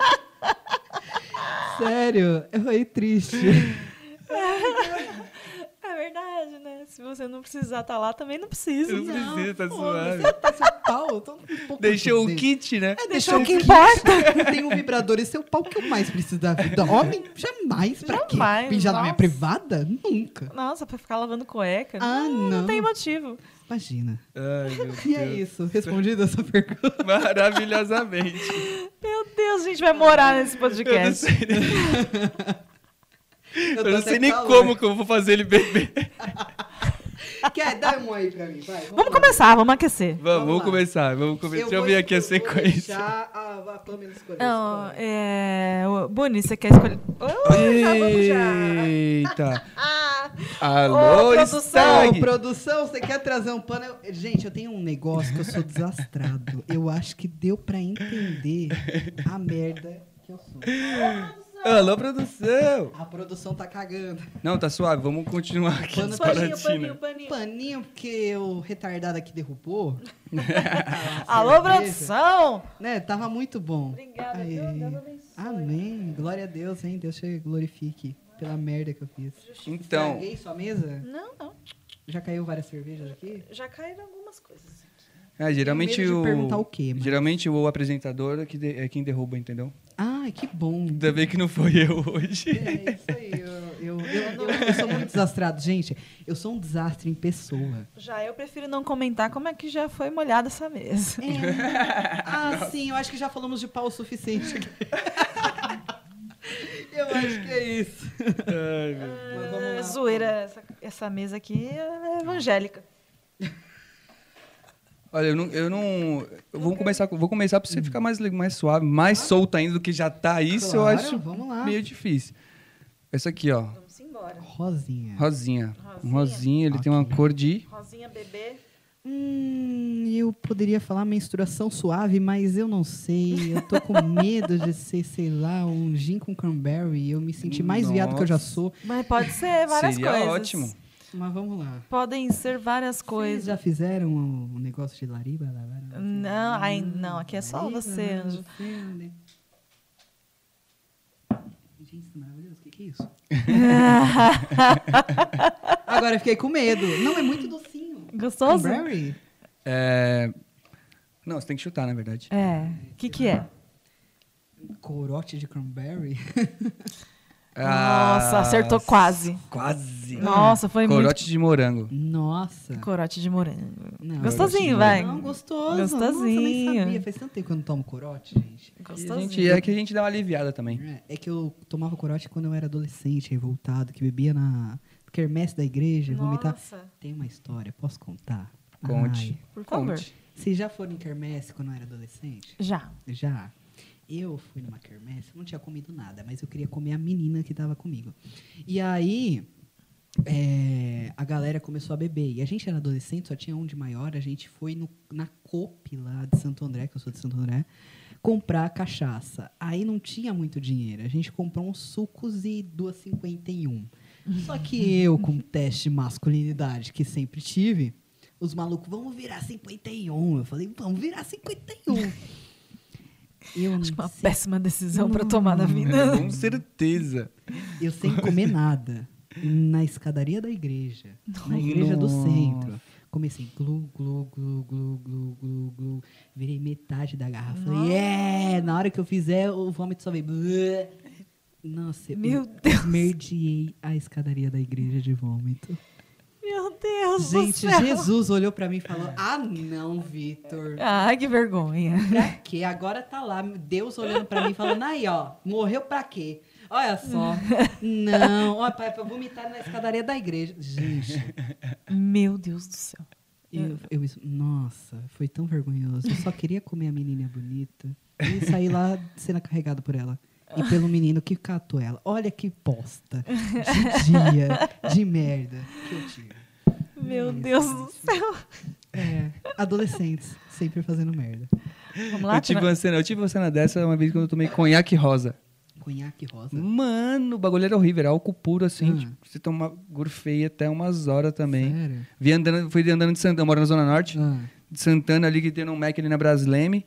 S2: Sério, eu falei triste.
S3: É verdade, né? Se você não precisar estar lá, também não precisa.
S1: Não precisa, tá suave.
S2: Seu pau, eu tô um pouco
S1: Deixou o
S2: fudendo.
S1: kit, né?
S2: É,
S3: deixou o que
S2: importa. Tem um vibrador, esse é o pau que eu mais preciso da vida. Homem, jamais. Pra quê?
S3: Jamais,
S2: Mijar na minha
S3: nossa.
S2: privada? Nunca.
S3: Nossa, pra ficar lavando cueca?
S2: Ah,
S3: Não
S2: não.
S3: tem motivo.
S2: Imagina.
S1: Ai, meu
S2: E é
S1: Deus.
S2: isso. Respondida a sua pergunta.
S1: Maravilhosamente.
S3: Meu Deus, a gente vai morar nesse
S1: Eu não
S3: podcast.
S1: sei nem,
S2: Eu,
S1: eu
S2: tô
S1: não
S2: até
S1: sei nem
S2: calor.
S1: como que eu vou fazer ele beber.
S2: Quer dar um aí pra mim? Vai.
S3: Vamos
S2: lá.
S3: começar, vamos aquecer.
S1: Vamos,
S2: Vamos
S1: vamos
S2: lá.
S1: começar, vamos começar. Deixa eu
S2: vou
S1: ver aqui a
S2: escolher- vou
S1: sequência.
S2: deixar a, a Pamela escolher.
S3: Não,
S2: escolhe.
S3: é... o- Boni, você quer escolher... Oh, já vamos já.
S1: Eita!
S3: Ah,
S1: Alô,
S3: produção,
S1: Stag!
S2: Ô, produção, você quer trazer um pano? Eu- Gente, eu tenho um negócio que eu sou desastrado. Eu acho que deu pra entender a merda que eu sou.
S1: Alô, produção!
S2: A produção tá cagando.
S1: Não, tá suave, vamos continuar aqui.
S2: Pano-
S1: as
S3: paninho, paninho,
S1: paratinas.
S3: paninho.
S2: Paninho, porque o retardado aqui derrubou.
S3: Alô, produção!
S2: Né, tava muito bom.
S3: Obrigada,
S2: Aê.
S3: viu? Deus abençoe.
S2: Amém. Glória a Deus, hein? Deus te glorifique pela merda que eu fiz.
S1: Então,
S2: Estraguei sua mesa?
S3: Não, não.
S2: Já caiu várias cervejas aqui?
S3: Já caíram algumas coisas.
S1: é, geralmente
S2: medo de
S1: o.
S2: perguntar o quê, mas-
S1: Geralmente o apresentador é que de- é quem derruba, entendeu?
S2: Ah, que bom.
S1: Ainda bem que não foi eu hoje.
S2: É isso aí. Eu, eu, eu, não- eu sou muito desastrado. Gente, eu sou um desastre em pessoa.
S3: Já eu prefiro não comentar como é que já foi molhada essa mesa.
S2: É. Ah, sim, eu acho que já falamos de pau o suficiente aqui. Eu acho que é isso.
S1: Ai, meu.
S2: Mas vamos
S3: É
S2: lá.
S3: zoeira, essa, essa mesa aqui é evangélica.
S1: Olha, eu não. Eu não eu vou, começar, com- vou começar pra você ficar mais, le- mais suave, mais solta ainda do que já tá. Isso eu
S2: Claro,
S1: acho
S2: vamos lá.
S1: meio difícil. Essa aqui, ó.
S3: Vamos embora.
S2: Rosinha.
S1: Rosinha. Um
S3: Rosinha.
S1: rosinha, ele tem uma cor de.
S3: Rosinha, bebê.
S2: Hum, eu poderia falar menstruação suave, mas eu não sei. Eu tô com medo de ser, sei lá, um gin com cranberry. Eu me senti mais viado que eu já sou.
S3: Mas pode ser várias
S1: Seria
S3: coisas.
S1: ótimo.
S2: Mas vamos lá.
S3: Podem ser várias
S2: Vocês
S3: coisas.
S2: já fizeram um negócio de lariba?
S3: Não, ai, não, aqui é só você, Anjo.
S2: Gente, maravilhoso. O que, que é isso? Agora eu fiquei com medo. Não, é muito docinho.
S3: Gostoso?
S2: Cranberry?
S1: É... Não, você tem que chutar, na verdade.
S3: É. O que, que é?
S2: Corote de cranberry?
S3: Nossa, acertou quase.
S1: Ah, Quase.
S3: Nossa, foi
S1: Corote
S3: muito.
S1: de morango.
S2: Nossa.
S3: Corote de morango.
S2: Não,
S1: Corotinho.
S3: Gostosinho, vai.
S2: Não, gostoso. Nossa, eu nem
S3: Gostosinho.
S2: sabia. Faz tanto tempo que eu não tomo corote, gente.
S1: E
S3: Gostosinho.
S1: a gente, é que a gente dá uma aliviada também.
S2: É que eu tomava corote quando eu era adolescente, revoltado, que bebia na quermesse da igreja, vomitar.
S3: Nossa.
S2: Tem uma história, posso contar?
S1: Conte.
S2: Ai,
S3: Por favor.
S1: Conte.
S2: vocês já foram em quermesse quando eu era adolescente?
S3: Já.
S2: Já. Eu fui numa quermesse, não tinha comido nada, mas eu queria comer a menina que tava comigo. E aí, é, a galera começou a beber. E a gente era adolescente, só tinha um de maior. A gente foi no- na COP lá de Santo André, que eu sou de Santo André, comprar cachaça. Aí não tinha muito dinheiro. A gente comprou uns sucos e duas 51. Só que eu, com teste de masculinidade que sempre tive, os malucos, vamos virar 51. Eu falei, vamos virar 51. Eu
S3: Acho que é uma
S2: sem-
S3: péssima decisão pra tomar na vida.
S1: Com certeza.
S2: Eu sem comer nada. Na escadaria da igreja. Na igreja do
S1: Nossa.
S2: centro. Comecei glu, glu, glu, glu, glu, glu, glu. Virei metade da garrafa. Falei, é! Na hora que eu fizer, o vômito só veio. Blé. Nossa, eu
S3: Meu Deus.
S2: esmerdiei a escadaria da igreja de vômito.
S3: Meu Deus do
S2: Gente,
S3: céu.
S2: Jesus olhou pra mim e falou:
S3: É.
S2: Ah, não, Vitor.
S3: Ai, que vergonha.
S2: Pra quê? Agora tá lá, Deus olhando pra mim, falando, aí, ó, morreu pra quê? Olha só. Não, ó, pai, pra vomitar na escadaria da igreja. Gente,
S3: Meu Deus do céu.
S2: eu, eu isso- nossa, foi tão vergonhoso. Eu só queria comer a menina bonita e sair lá sendo carregado por ela. E pelo menino que catou ela. Olha que bosta de dia, de merda que eu tive.
S3: Meu Deus do céu.
S2: É, adolescentes, sempre fazendo merda.
S3: Vamos lá,
S1: Eu tive,
S3: Tira-
S1: uma cena, eu tive uma cena dessa uma vez quando eu tomei conhaque rosa.
S2: Conhaque rosa.
S1: Hum, Mano, o bagulho era horrível, era álcool puro, assim.
S2: Ah.
S1: Tipo, você toma gorfeia até umas horas também.
S2: Sério?
S1: Vi andando, fui andando de Santana, eu moro na Zona Norte.
S2: Ah.
S1: De Santana ali, que tem um Mac ali na Brasleme.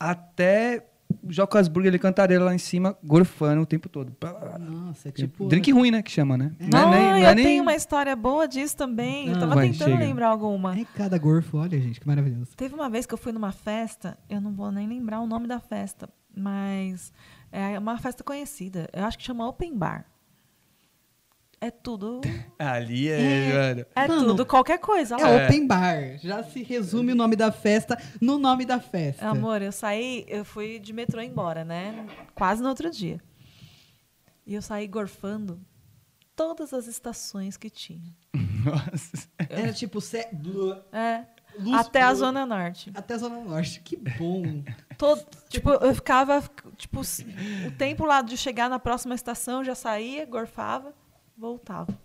S1: Até Jocasburg ali, Cantareira lá em cima, gorfando o tempo todo. Blá, blá, blá.
S2: Nossa, é
S1: Tipo,
S2: tipo.
S1: drink ruim, né? Que chama, né?
S3: Não,
S1: é nem- é
S3: eu
S1: nem-
S3: tenho uma história boa disso também. eu
S2: Não,
S3: tava
S1: vai,
S3: tentando
S1: chega.
S3: lembrar alguma.
S2: É cada gorfo, olha, gente, que maravilhoso.
S3: Teve uma vez que eu fui numa festa, eu não vou nem lembrar o nome da festa, mas é uma festa conhecida. Eu acho que chama Open Bar. É tudo.
S1: Ali é, mano.
S3: É
S2: Mano,
S3: tudo, qualquer coisa.
S2: É,
S3: Lá.
S2: open bar. Já se resume o nome da festa no nome da festa.
S3: É, Amor, eu saí, eu fui de metrô embora, né? Quase no outro dia. E eu saí gorfando todas as estações que tinha.
S1: Nossa.
S2: Era tipo cé- blu-
S3: É.
S2: Luz
S3: até a
S2: pura.
S3: Zona Norte.
S2: até a Zona Norte. Que bom.
S3: Todo, tipo, eu ficava, tipo, s- o tempo lá de chegar na próxima estação, já saía, gorfava, voltava.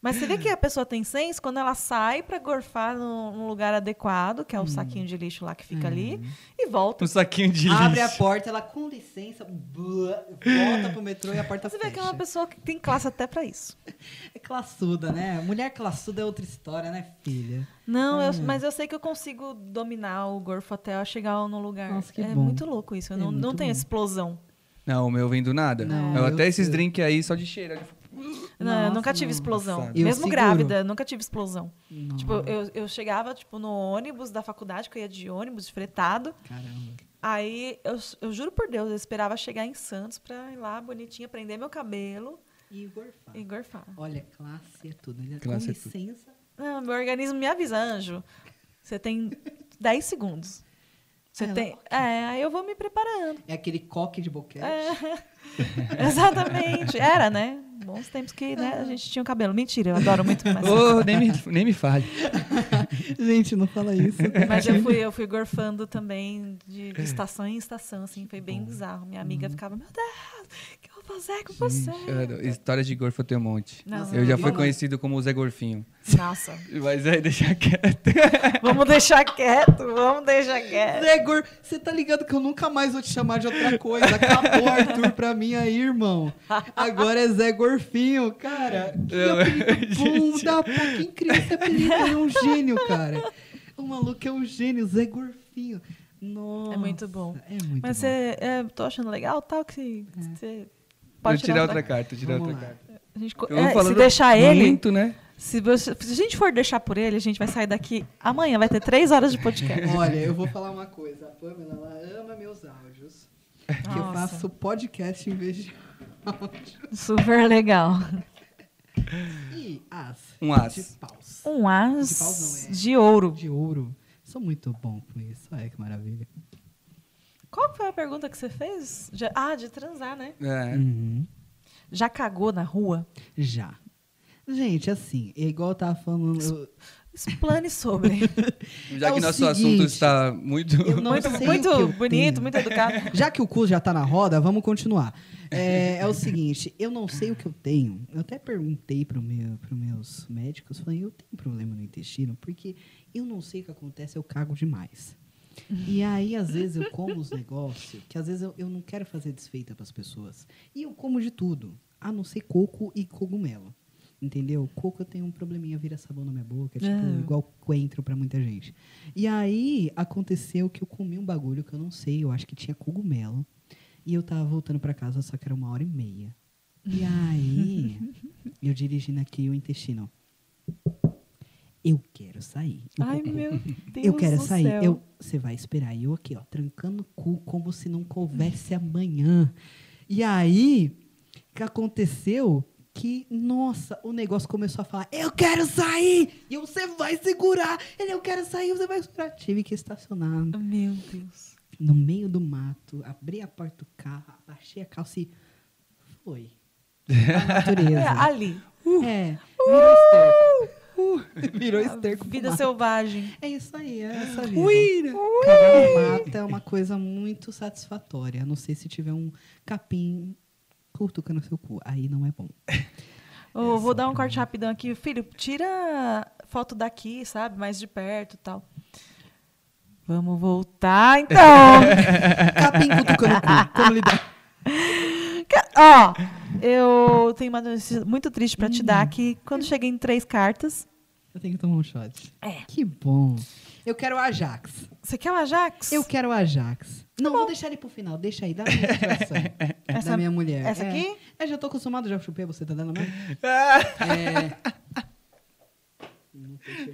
S3: Mas você vê que a pessoa tem senso quando ela sai pra gorfar num, num lugar adequado, que é o
S2: Hum.
S3: saquinho de lixo lá que fica ali, e volta.
S1: Um saquinho de lixo.
S2: Abre a porta, ela com licença, blu- volta pro metrô e a porta
S3: Você
S2: fecha.
S3: vê que é uma pessoa que tem classe até pra isso.
S2: É classuda, né? Mulher classuda é outra história, né, filha?
S3: Não,
S2: É.
S3: eu- mas eu sei que eu consigo dominar o gorfo até eu chegar num lugar.
S2: Nossa, que
S3: é
S2: bom.
S3: muito louco isso. Eu
S2: É
S3: não, não
S2: muito
S3: tenho
S2: bom.
S3: explosão.
S1: Não, o meu vem do nada.
S2: Não,
S1: eu
S2: eu
S1: até esses
S2: sei.
S1: drinks aí só de cheiro. ali.
S3: Não, eu
S2: Nossa,
S3: nunca tive
S2: não.
S3: explosão.
S1: Engraçado.
S2: Eu
S3: Mesmo
S2: seguro.
S3: grávida, nunca tive explosão.
S2: Não.
S3: Tipo, eu, eu chegava, tipo, no ônibus da faculdade, que eu ia de ônibus, de fretado.
S2: Caramba.
S3: Aí, eu, eu juro por Deus, eu esperava chegar em Santos pra ir lá, bonitinha, prender meu cabelo
S2: Igor Fá.
S3: e gorfar.
S2: Olha, classe é tudo. Ele-
S1: Classe
S2: com
S1: é tudo.
S2: licença.
S3: Não, Ah, meu organismo me avisa, anjo. Você tem 10 segundos. Você
S2: Ah,
S3: tem... É, aí eu vou me preparando.
S2: É aquele coque de boquete.
S3: É. Exatamente. Era, né? Bons tempos que né, a gente tinha o cabelo. Mentira, eu adoro muito mais.
S1: Ô, nem, me, nem me fale.
S2: Gente, não fala isso.
S3: Mas eu fui, eu fui gorfando também de, de estação em estação, assim, foi bem bizarro. Minha amiga
S1: Uhum.
S3: ficava, meu Deus, o que eu vou fazer com você?
S1: Mano, História de gorfo eu tenho um monte.
S3: Não.
S1: Eu já fui
S2: Fala.
S1: conhecido como o Zé Gorfinho.
S3: Nossa,
S1: Mas aí deixa quieto.
S3: vamos deixar quieto, vamos deixar quieto.
S2: Zegor, você tá ligado que eu nunca mais vou te chamar de outra coisa. Acabou, Arthur, pra mim aí, irmão. Agora é Zé Gorfinho, cara. Que
S1: Eu-
S2: apelido bom da porra. Quem criou esse apelido aí é um gênio, cara. O maluco é um gênio, Zé Gorfinho. Nossa.
S3: É muito bom.
S2: É muito
S3: Mas
S2: bom. É.
S3: você, é, tô achando legal, tal, que você
S1: Vou
S3: pode
S1: tirar outra carta, tirar
S2: Vamos
S1: outra
S2: lá.
S1: carta.
S3: A gente, co-
S1: Eu
S3: é,
S1: vou
S3: se
S1: falando
S3: deixar ele,
S1: Muito, né?
S3: se, você- se a gente for deixar por ele, a gente vai sair daqui amanhã, vai ter três horas de podcast.
S2: Olha, eu vou falar uma coisa. A Pamela, ela ama meus áudios. Que eu
S3: Nossa.
S2: faço podcast em vez de áudio.
S3: Super legal.
S2: E as
S1: Um as.
S2: de paus.
S3: Um
S2: paus
S3: as
S2: não, é.
S3: de ouro.
S2: De ouro. Sou muito bom com isso. Olha que maravilha.
S3: Qual foi a pergunta que você fez? Já- ah, de transar, né?
S1: É.
S2: hum.
S3: Já cagou na rua?
S2: Já. Gente, assim, é igual eu tava falando. Eu,
S3: Explane sobre.
S1: Já
S2: É
S1: que
S2: o
S1: nosso
S2: seguinte,
S1: assunto está muito.
S2: eu não
S3: muito
S2: sei
S3: muito
S2: o que eu
S3: bonito,
S2: tenho.
S3: muito educado.
S2: Já que o curso já tá na roda, vamos continuar. É, é o seguinte, eu não sei o que eu tenho. Eu até perguntei para meu, os meus médicos, falei, eu tenho problema no intestino, porque eu não sei o que acontece, eu cago demais. E aí, às vezes, eu como os negócios, que às vezes eu, eu não quero fazer desfeita para as pessoas. E eu como de tudo, a não ser coco e cogumelo. Entendeu? Coco eu tenho um probleminha, vira sabão na minha boca, é tipo
S3: Ah.
S2: igual coentro pra muita gente. E aí aconteceu que eu comi um bagulho que eu não sei, eu acho que tinha cogumelo. E eu tava voltando pra casa, só que era uma hora e meia. E aí, eu dirigindo aqui o intestino. Eu quero sair. O
S3: Ai,
S2: cocô.
S3: meu Deus
S2: eu quero
S3: do
S2: sair.
S3: céu.
S2: Eu, você vai esperar. E eu aqui, ó, trancando o cu como se não houvesse amanhã. E aí, o que aconteceu? Que, nossa, o negócio começou a falar: Eu quero sair! E eu, você vai segurar! Ele, eu quero sair, você vai segurar. Tive que estacionar
S3: Meu Deus.
S2: no meio do mato, abri a porta do carro, abaixei a calça e foi. A natureza.
S3: É, ali.
S2: É, virou esterco. virou esterco.
S3: Uh! Vida
S2: pro mato.
S3: selvagem.
S2: É isso aí, é essa vida. Cagar no mato é uma coisa muito satisfatória. A não ser se tiver um capim cutucando seu cu. Aí não é bom.
S3: Ô, vou dar um corte rapidão aqui. Filho, tira foto daqui, sabe? Mais de perto e tal. Vamos voltar, então.
S2: Capim cutucando o cu. Como lidar?
S3: Ca- Ó, eu tenho uma notícia muito triste pra
S2: Hum.
S3: te dar, que quando cheguei em três cartas...
S2: Eu tenho que tomar um shot.
S3: É.
S2: Que bom. Eu quero o Ajax.
S3: Você quer o Ajax?
S2: Eu quero o Ajax. Não, vou deixar ele pro final. Deixa aí, dá a minha explicação.
S3: Essa-
S2: da minha mulher.
S3: essa
S2: É.
S3: aqui?
S2: É, já tô acostumado, já chupei, você tá dando É. mesmo?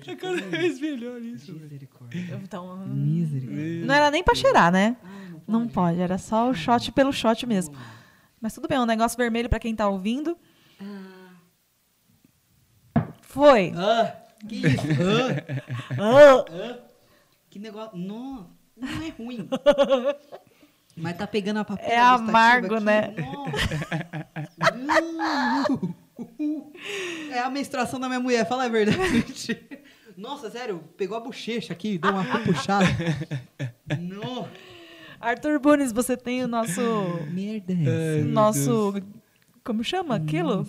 S1: A cara é melhor isso.
S2: Misericórdia.
S3: Então,
S2: Misericórdia.
S3: não era nem pra cheirar, né?
S2: Ah,
S3: Não pode, era só o shot pelo shot mesmo. Mas tudo bem, é um negócio vermelho pra quem tá ouvindo. Foi.
S2: Ah, que isso? Ah,
S3: Ah,
S2: que negócio. Não, não é ruim. Mas tá pegando a papel.
S3: É amargo, né?
S2: É a menstruação da minha mulher, fala a verdade. Nossa, sério, pegou a bochecha aqui, deu uma puxada. Não.
S3: Arthur Bunes, você tem o nosso.
S2: Merda. é
S3: o
S1: Ai, meu Hum.
S3: nosso. Como chama aquilo?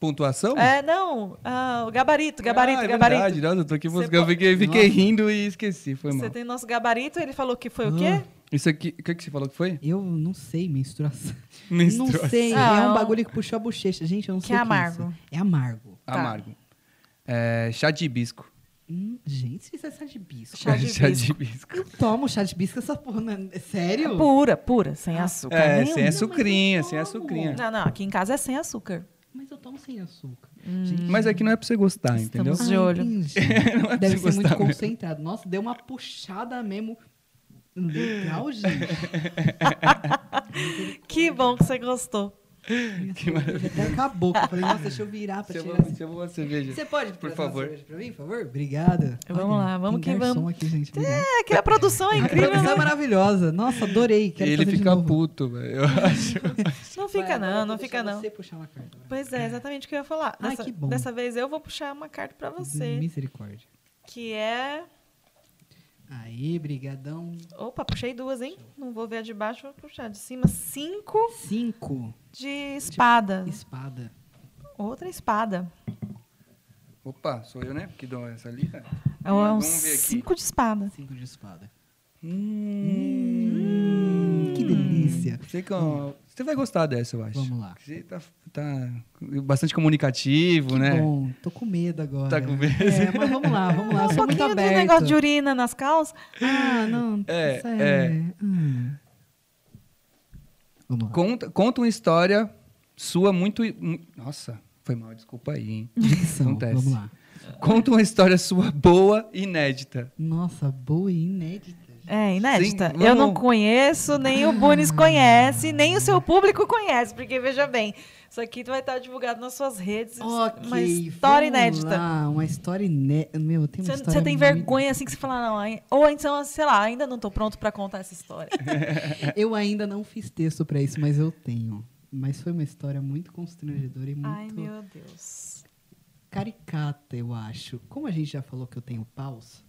S1: Pontuação?
S3: É, não. ah, o gabarito, gabarito,
S1: Ah, é
S3: gabarito.
S1: Verdade. Nossa, eu tô aqui
S3: Você
S1: buscando.
S3: po-
S1: Fiquei, fiquei
S2: Nossa.
S1: rindo e esqueci. Foi mal.
S3: Você tem o nosso gabarito, ele falou que foi o quê?
S1: Isso aqui, o que, que você falou que foi?
S2: Eu não sei, menstruação.
S1: Menstruação.
S2: Não sei,
S3: Ah,
S2: é
S3: é um-
S2: um bagulho que puxou a bochecha. Gente, eu não
S3: Que
S2: sei o
S3: é amargo.
S2: Que é, isso. é amargo.
S3: Tá.
S1: Amargo. É, chá de hibisco.
S2: Hum, gente, se fizer chá de bisco.
S3: Chá de hibisco.
S1: hibisco.
S2: Eu tomo chá de bisco, essa porra, né? É Sério?
S3: Pura, pura, sem
S2: Tá
S3: açúcar.
S1: É,
S3: nenhum.
S1: sem
S2: mas eu
S1: açucrinha, sem
S2: tomo.
S1: açucrinha.
S3: Não, não, aqui em casa é sem açúcar.
S2: Mas eu tomo sem açúcar. Gente, Ah,
S1: Mas aqui não é pra você gostar, entendeu?
S3: Estamos- de olho.
S2: entendi.
S1: Não é pra
S2: Deve
S1: você
S2: ser muito
S1: gostar mesmo.
S2: concentrado. Nossa, deu uma puxada mesmo. Legal, gente.
S3: Que bom que você gostou.
S1: Que maravilha.
S2: Até acabou. Eu falei, nossa, deixa eu virar pra
S1: Chama,
S2: tirar. esse-
S1: chama uma cerveja.
S2: Você pode
S1: Por
S2: trazer uma
S1: favor.
S2: cerveja pra mim, por favor? Obrigada.
S3: Vamos lá, vamos
S2: tem
S3: que
S2: garçom
S3: vamos.
S2: aqui, gente. Obrigado.
S3: É, que a produção é
S2: A
S3: incrível.
S2: produção
S3: né?
S2: é maravilhosa. Nossa, adorei. Quero
S1: Ele
S2: fazer de
S1: fica
S2: novo.
S1: puto, velho. Eu acho. é
S3: Não fica,
S2: Vai, agora eu
S3: não,
S2: vou
S3: não
S2: deixar
S3: fica, não.
S2: Você puxar uma carta. agora.
S3: Pois é, exatamente o que eu ia falar.
S2: Ai,
S3: Dessa,
S2: que bom.
S3: dessa vez eu vou puxar uma carta pra você,
S2: Misericórdia.
S3: que é...
S2: Aí, brigadão.
S3: Opa, puxei duas, hein? Não vou ver a de baixo, vou puxar de cima. Cinco
S2: Cinco.
S3: de espada.
S2: Espada.
S3: Outra espada.
S1: Opa, sou eu, né? Que dou essa ali. né?
S3: É um é um
S1: Vamos ver aqui.
S3: cinco de espada.
S2: Cinco de espada.
S1: Hum,
S2: que delícia.
S1: Você, que é um- você vai gostar dessa, eu acho.
S2: Vamos lá.
S1: Você tá, tá bastante comunicativo, né?
S2: Bom, tô com medo agora.
S1: Tá com medo?
S2: É, mas vamos lá, vamos lá. Eu
S3: um
S2: sou
S3: pouquinho
S2: muito
S3: de
S2: aberta.
S3: negócio de urina nas calças.
S2: Ah, não.
S1: É,
S2: isso é. hum. Vamos lá.
S1: Conta, conta uma história sua muito. mu- Nossa, foi mal, desculpa aí, hein?
S2: Dicção,
S1: Acontece.
S2: Vamos lá.
S1: Conta uma história sua boa e inédita.
S2: Nossa, boa e inédita.
S3: É, inédita.
S1: Sim,
S3: eu não
S1: vamos.
S3: conheço, nem o Bunis conhece, nem o seu público conhece, porque veja bem, isso aqui vai estar divulgado nas suas redes. é
S2: Ok.
S3: uma história
S2: vamos
S3: inédita.
S2: Lá, uma história inédita. Meu, tem uma história
S3: Você tem
S2: muito-
S3: vergonha assim que você fala, não, ai- ou então, sei lá, ainda não tô pronto pra contar essa história.
S2: Eu ainda não fiz texto pra isso, mas eu tenho. Mas foi uma história muito constrangedora e muito
S3: Ai, meu Deus.
S2: caricata, eu acho. Como a gente já falou que eu tenho paus,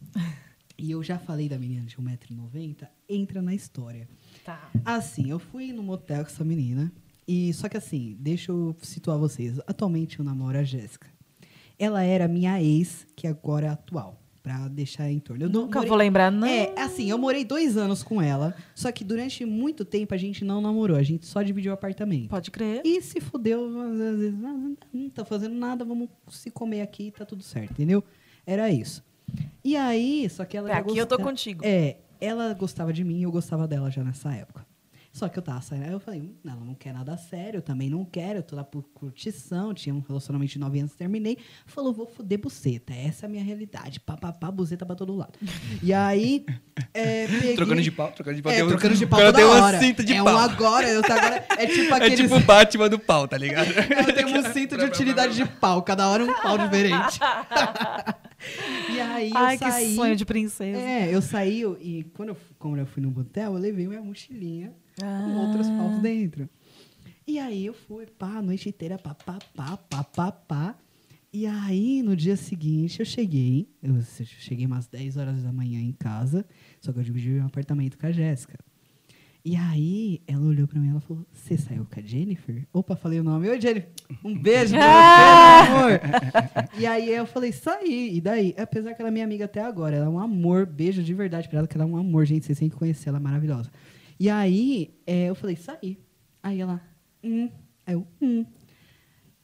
S2: e eu já falei da menina de 1,90m, entra na história.
S3: Tá.
S2: Assim, eu fui no motel com essa menina. E só que assim, deixa eu situar vocês. Atualmente eu namoro a Jéssica. Ela era minha ex, que agora é atual. Pra deixar em torno. Eu não-
S3: Nunca
S2: morei-
S3: vou lembrar, né? não.
S2: É, assim, eu morei dois anos com ela. Só que durante muito tempo a gente não namorou. A gente só dividiu o apartamento.
S3: Pode crer.
S2: E se fudeu, às vezes, ah, não tá fazendo nada, vamos se comer aqui e tá tudo certo, entendeu? Era isso. E aí, só que ela.
S3: Tá,
S2: já
S3: aqui eu tô
S2: gosta-
S3: contigo.
S2: É, ela gostava de mim e eu gostava dela já nessa época. Só que eu tava saindo, aí eu falei, "Hum, ela não quer nada sério, eu também não quero, eu tô lá por curtição, tinha um relacionamento de nove anos, terminei. Falou, vou foder buceta, essa é a minha realidade, pá, pá, pá, buceta pra todo lado. E aí, é, peguei-
S1: Trocando de pau, trocando de pau.
S2: É,
S1: Tem um-
S2: trocando de
S1: o
S2: pau
S1: cara
S2: toda
S1: tem uma
S2: hora.
S1: cinta de
S2: é
S1: pau.
S2: um agora, eu tô agora, é tipo
S1: É
S2: aqueles...
S1: tipo o Batman do pau, tá ligado?
S2: Eu tenho um cinto de utilidade de pau, cada hora um pau diferente. e aí eu
S3: Ai, que
S2: saí.
S3: sonho de princesa.
S2: É, eu saí eu- e quando eu, fu- como eu fui no botel, eu levei minha mochilinha com
S3: Ah.
S2: outros paus dentro. E aí eu fui, pá, a noite inteira, pá, pá, pá, pá, pá, pá. E aí, no dia seguinte, eu cheguei, eu eu cheguei umas 10 horas da manhã em casa, só que eu dividi um apartamento com a Jéssica. E aí, ela olhou pra mim e ela falou, você saiu com a Jennifer? Opa, falei o nome. Oi, Jennifer. Um beijo pra você, meu amor. E aí eu falei, saí. E daí? Apesar que ela é minha amiga até agora, ela é um amor. Beijo de verdade pra ela, que ela é um amor, gente. Vocês têm que conhecer, ela é maravilhosa. E aí é, eu falei, saí. Aí ela, hum. Aí eu, hum.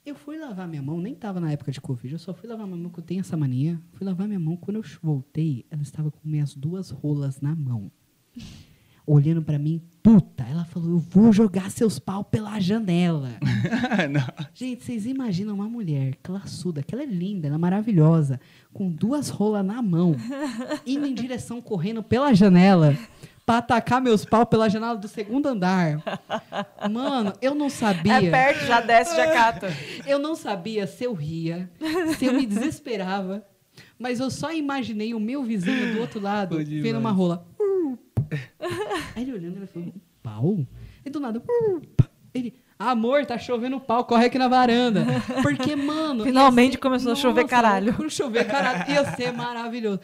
S2: Eu fui lavar minha mão, nem estava na época de Covid, eu só fui lavar minha mão, que eu tenho essa mania. Fui lavar minha mão, quando eu voltei, ela estava com minhas duas rolas na mão. Olhando para mim, puta, ela falou, eu vou jogar seus pau pela janela.
S1: Ah, Não.
S2: Gente, vocês imaginam uma mulher classuda, que ela é linda, ela é maravilhosa, com duas rolas na mão, indo em direção correndo pela janela pra atacar meus pau pela janela do segundo andar. Mano, eu não sabia.
S3: É perto, já desce, já cata.
S2: Eu não sabia se eu ria, se eu me desesperava, mas eu só imaginei o meu vizinho do outro lado
S1: Foi
S2: vendo
S1: demais.
S2: uma rola. Aí ele olhando, ele falou, pau? E do nada, ele, amor, tá chovendo pau, corre aqui na varanda. Porque, mano... ia
S3: Finalmente
S2: ser-
S3: começou a chover caralho.
S2: quando chover caralho, ia ser maravilhoso.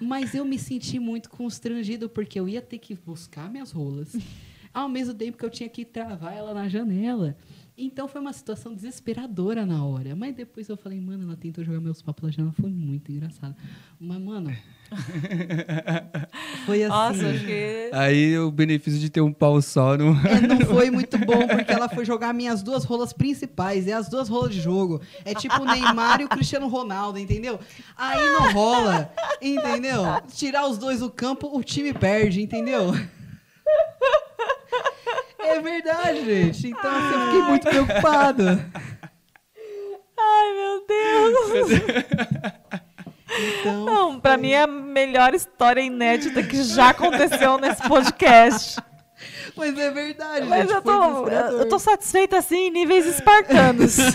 S2: Mas eu me senti muito constrangido, porque eu ia ter que buscar minhas rolas, ao mesmo tempo que eu tinha que travar ela na janela. Então foi uma situação desesperadora na hora. Mas depois eu falei, mano, ela tentou jogar meus papos na janela, foi muito engraçado. Mas, mano. Foi assim.
S3: Nossa, acho que.
S1: Aí o benefício de ter um pau só não.
S2: É, não foi muito bom, porque ela foi jogar minhas duas rolas principais. É as duas rolas de jogo. É tipo o Neymar e o Cristiano Ronaldo, entendeu? Aí não rola, entendeu? Tirar os dois do campo, o time perde, entendeu? É verdade, gente. Então assim, eu fiquei muito preocupado.
S3: Ai, meu Deus!
S2: Então,
S3: Não, pra mim é a melhor história inédita que já aconteceu nesse podcast.
S2: mas é verdade,
S3: Mas
S2: gente.
S3: eu
S2: foi
S3: tô, eu,
S2: desesperador.
S3: eu tô satisfeita assim em níveis espartanos.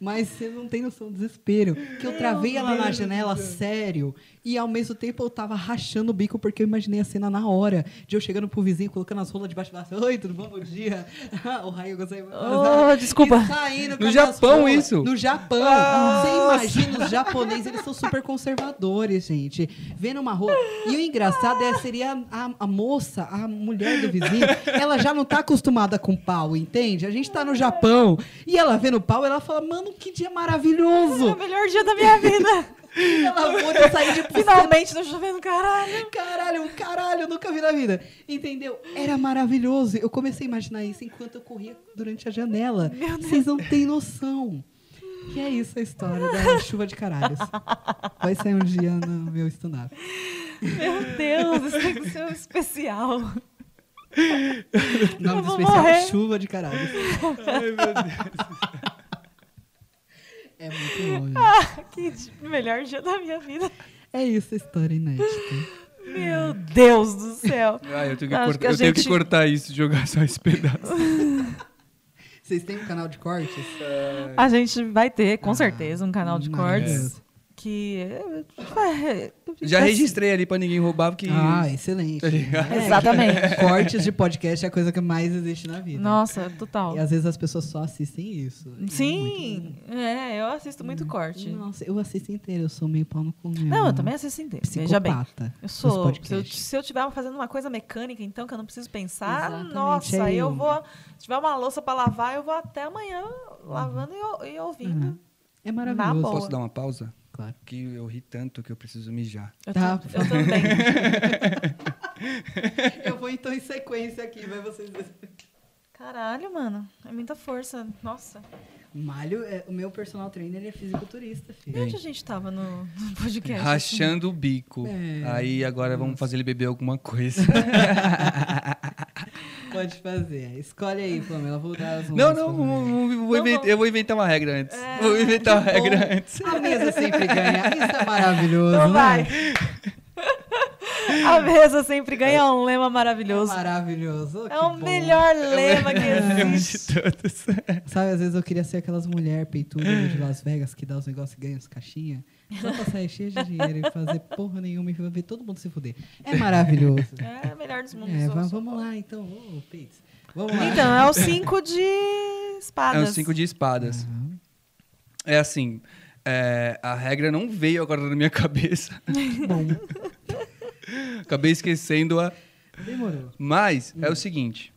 S2: Mas você não tem noção do desespero. Que eu travei ela na janela, sério. E ao mesmo tempo eu tava rachando o bico porque eu imaginei a cena na hora. De eu chegando pro vizinho, colocando as rolas debaixo da. Oi, tudo bom? Bom dia. o raio gozei.
S3: Oh, desculpa.
S2: E saindo com
S1: No
S2: as
S1: Japão,
S2: rolas.
S1: isso?
S2: No Japão. Você imagina os japoneses, eles são super conservadores, gente. Vendo uma rola. E o engraçado é, seria a, a- a moça, a mulher do vizinho, ela já não tá acostumada com pau, entende? A gente tá no Japão e ela vendo pau, ela fala, mano, que dia
S3: É o
S2: maravilhoso.
S3: melhor dia da minha vida.
S2: Ela pode sair de piscina.
S3: Finalmente, tá chovendo, caralho.
S2: Caralho, caralho, eu nunca vi na vida. Entendeu? Era maravilhoso. Eu comecei a imaginar isso enquanto eu corria durante a janela. Vocês não têm noção. Que é isso a história da chuva de caralhos. Vai sair um dia no meu stand-up.
S3: Meu Deus, isso tem que ser um especial.
S2: O
S3: Eu
S2: nome do
S3: vou
S2: especial é
S3: morrer.
S2: Chuva de Caralhos.
S1: Ai, meu Deus.
S2: É muito bom.
S3: Ah, que di- melhor dia da minha vida.
S2: É isso a história inédita.
S3: Meu Deus do céu.
S1: Ai, Ah, eu tenho que,
S3: Acho
S1: cortar,
S3: que a
S1: eu tenho que
S3: gente-
S1: cortar isso e jogar só esse pedaço.
S2: Vocês têm um canal de cortes?
S1: É.
S3: A gente vai ter, com
S2: Ah,
S3: certeza, um canal de
S2: maravilhoso.
S3: cortes. Que. é-
S1: Já registrei ali pra ninguém roubar, porque.
S2: Ah, excelente. É,
S1: Tá ligado?
S3: Exatamente.
S2: Cortes de podcast é a coisa que mais existe na vida.
S3: Nossa, total.
S2: né? E às vezes as pessoas só assistem isso. É muito- Hum.
S3: Sim, é, eu assisto muito corte.
S2: Nossa, eu assisto inteiro, eu sou meio pau no cu mesmo.
S3: Não, eu também assisto inteiro. Veja bem.
S2: Psicopata.
S3: Eu
S2: dos
S3: sou. Se eu,
S2: podcasts.
S3: se eu tiver fazendo uma coisa mecânica, então, que eu não preciso pensar,
S2: Exatamente,
S3: nossa,
S2: é
S3: aí eu
S2: eu.
S3: vou. Se tiver uma louça pra lavar, eu vou até amanhã lavando e ou- e, ouvindo.
S2: Uhum. É
S3: Na
S2: maravilhoso.
S3: boa.
S1: Posso dar uma pausa?
S2: Claro.
S1: Que eu ri tanto que eu preciso mijar.
S3: Eu,
S2: Tá,
S3: tô-
S2: por
S3: eu também.
S2: Eu vou então em sequência aqui, vai vocês.
S3: Caralho, mano. É muita força. Nossa.
S2: Malho, é- o meu personal trainer ele é fisiculturista, filho.
S3: E onde a gente tava no, no podcast?
S1: Rachando o bico.
S2: É.
S1: Aí agora vamos fazer ele beber alguma coisa.
S2: Pode fazer. Escolhe aí, Pamela. Vou dar as
S1: não,
S2: honras
S1: não,
S2: pra você.
S1: vou- vou- vou
S3: Não,
S1: inven-
S3: não.
S1: eu vou inventar uma regra antes.
S3: É,
S1: vou inventar uma
S2: que
S1: regra
S2: bom.
S1: antes.
S2: A mesa sempre ganha. Isso é maravilhoso.
S3: Então
S2: né?
S3: vai. a mesa sempre ganha um lema
S2: É
S3: maravilhoso.
S2: um maravilhoso.
S3: É
S2: que
S3: o
S2: bom.
S3: melhor lema que
S1: Lembro
S3: existe.
S1: de todos.
S2: Sabe, às vezes eu queria ser aquelas mulher peitudas de Las Vegas que dá os negócios e ganha os caixinha. Só pra sair cheia de dinheiro e fazer porra nenhuma e ver todo mundo se fuder. É maravilhoso.
S3: É o melhor dos mundos.
S2: É,
S3: eu
S2: va-
S3: sou.
S2: vamos lá então. Ô, Peitz. Vamos lá.
S3: Então, é o 5 de
S1: É um
S3: espadas.
S1: cinco de espadas.
S2: Aham.
S1: É assim, é, a regra não veio agora na minha cabeça.
S2: Que bom.
S1: Acabei esquecendo-a.
S2: Demorou.
S1: Mas é o seguinte.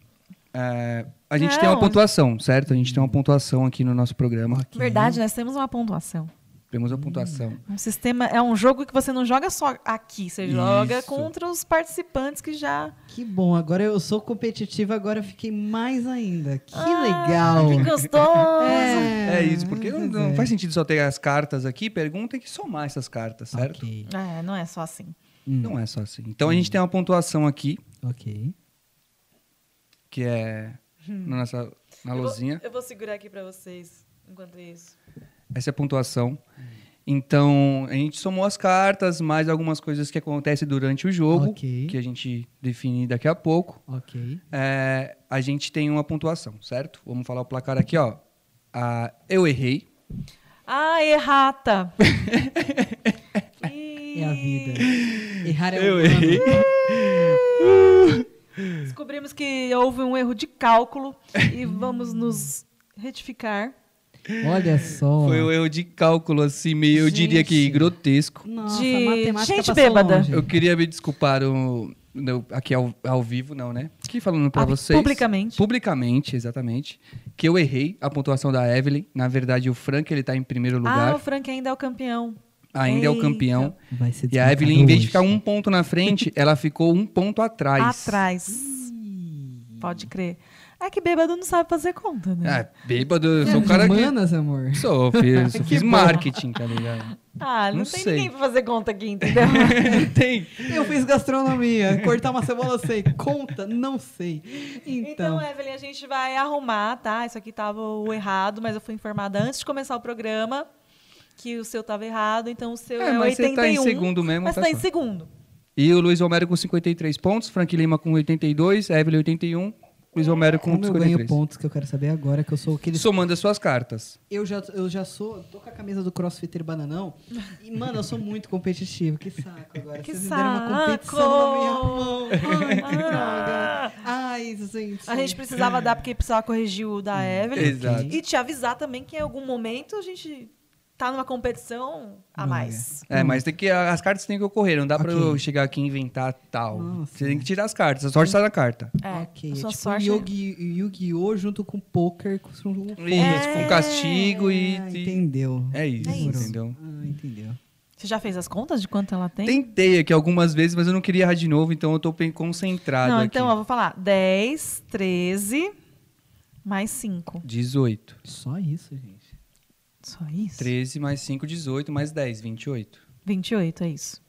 S1: é, a gente tem
S3: Não.
S1: uma pontuação, certo? A gente tem uma pontuação aqui no nosso programa.
S3: Verdade, nós temos uma pontuação.
S1: Temos a pontuação.
S3: Um sistema é um jogo que você não joga só aqui, você
S1: Isso.
S3: joga contra os participantes que já
S2: Que bom, agora eu sou competitiva, agora eu fiquei mais ainda. Que
S3: Ah,
S2: legal.
S3: que gostoso.
S2: É,
S1: É isso, porque não, não
S2: é.
S1: faz sentido só ter as cartas aqui, pergunta tem que somar essas cartas, certo?
S2: Ok, Hum,
S3: É, não é só assim.
S1: Não é só assim. Então a gente tem uma pontuação aqui,
S2: ok.
S1: que é na nossa na luzinha.
S3: Eu vou segurar aqui para vocês enquanto isso.
S1: Essa é a pontuação. Então, a gente somou as cartas, mais algumas coisas que acontecem durante o jogo,
S2: Ok.
S1: que a gente define daqui a pouco.
S2: Ok.
S1: É, a gente tem uma pontuação, certo? Vamos falar o placar aqui, ó. Ah, eu errei.
S3: Ah, errata. Ih,
S2: É a vida. Errar é
S1: Eu
S2: humano.
S1: errei.
S3: Descobrimos que houve um erro de cálculo e vamos nos retificar.
S2: Olha só.
S1: Foi um erro de cálculo, assim, meio, eu diria que
S2: Gente.
S1: grotesco.
S2: Nossa,
S3: De
S2: a matemática
S3: gente
S2: passou
S3: bêbada.
S2: longe.
S1: Eu queria me desculpar o- no- aqui ao, ao vivo, não, né? Aqui falando pra
S3: Ah,
S1: vocês.
S3: publicamente.
S1: Publicamente, exatamente. Que eu errei a pontuação da Evelyn. Na verdade, o Frank, ele tá em primeiro
S3: Ah, o
S1: lugar.
S3: Frank ainda é o campeão.
S1: ainda é o
S3: Eita.
S1: campeão.
S2: Vai ser
S1: E a Evelyn,
S2: desbancado
S1: em vez de
S2: hoje.
S1: ficar um ponto na frente, ela ficou um ponto atrás.
S3: Atrás. Pode crer. É que bêbado não sabe fazer conta, né?
S1: Ah, bêbado. Eu
S3: É,
S1: sou um cara que...
S2: É, Humanas, amor.
S1: Sou, fiz,
S2: Que
S1: fiz
S2: bom.
S1: marketing, tá ligado?
S3: Ah, não,
S1: não
S3: tem
S1: sei.
S3: ninguém pra fazer conta aqui, entendeu?
S1: Tem.
S2: Eu fiz gastronomia. Cortar uma cebola eu sei. Conta, não sei. Então,
S3: então, Evelyn, a gente vai arrumar, tá? Isso aqui tava o errado, mas eu fui informada antes de começar o programa que o seu tava errado, então o seu é,
S1: É, mas você
S3: 81.
S1: tá em segundo mesmo,
S3: Mas
S1: tá
S3: tá, em
S1: só.
S3: segundo.
S1: E o Luiz Romero com 53 pontos, Frank Lima com 82, Evelyn 81, Luiz Romero com
S2: como eu ganho
S1: 53.
S2: pontos que eu quero saber agora, que eu sou aquele...
S1: Somando as suas cartas.
S2: Eu já, eu já sou, tô com a camisa do crossfiteiro bananão. E, mano, eu sou muito competitivo. Que saco agora.
S3: Que
S2: Vocês me deram uma competição na minha mão. Ai, que droga. Ai, gente.
S3: Ah! A gente precisava dar, porque precisava corrigir o
S2: Hum,
S3: da Evelyn.
S1: Exato.
S3: E te avisar também que em algum momento a gente tá numa competição a mais.
S2: Hum.
S1: É, mas tem que, as cartas têm que ocorrer, não dá pra
S2: Ok.
S1: eu chegar aqui e inventar tal.
S2: Nossa.
S1: Você tem que tirar as cartas, a sorte está na carta.
S3: É,
S2: Ok,
S3: a
S2: é
S3: sua
S2: tipo
S3: sorte.
S2: Yogi- Yu-Gi-Oh! junto com poker. Com... um
S3: É.
S2: com-
S1: Isso, com castigo e...
S2: Ah,
S1: e-
S2: entendeu.
S1: É isso,
S3: É isso.
S1: entendeu?
S2: Ah, entendeu.
S3: Você já fez as contas de quanto ela tem?
S1: Tentei aqui algumas vezes, mas eu não queria errar de novo, então eu tô bem concentrado
S3: Não,
S1: aqui.
S3: então, ó, vou falar. 10, 13, mais 5.
S1: 18.
S2: Só isso, gente.
S3: Só isso?
S1: 13 mais 5, 18, mais 10, 28.
S3: 28, é isso.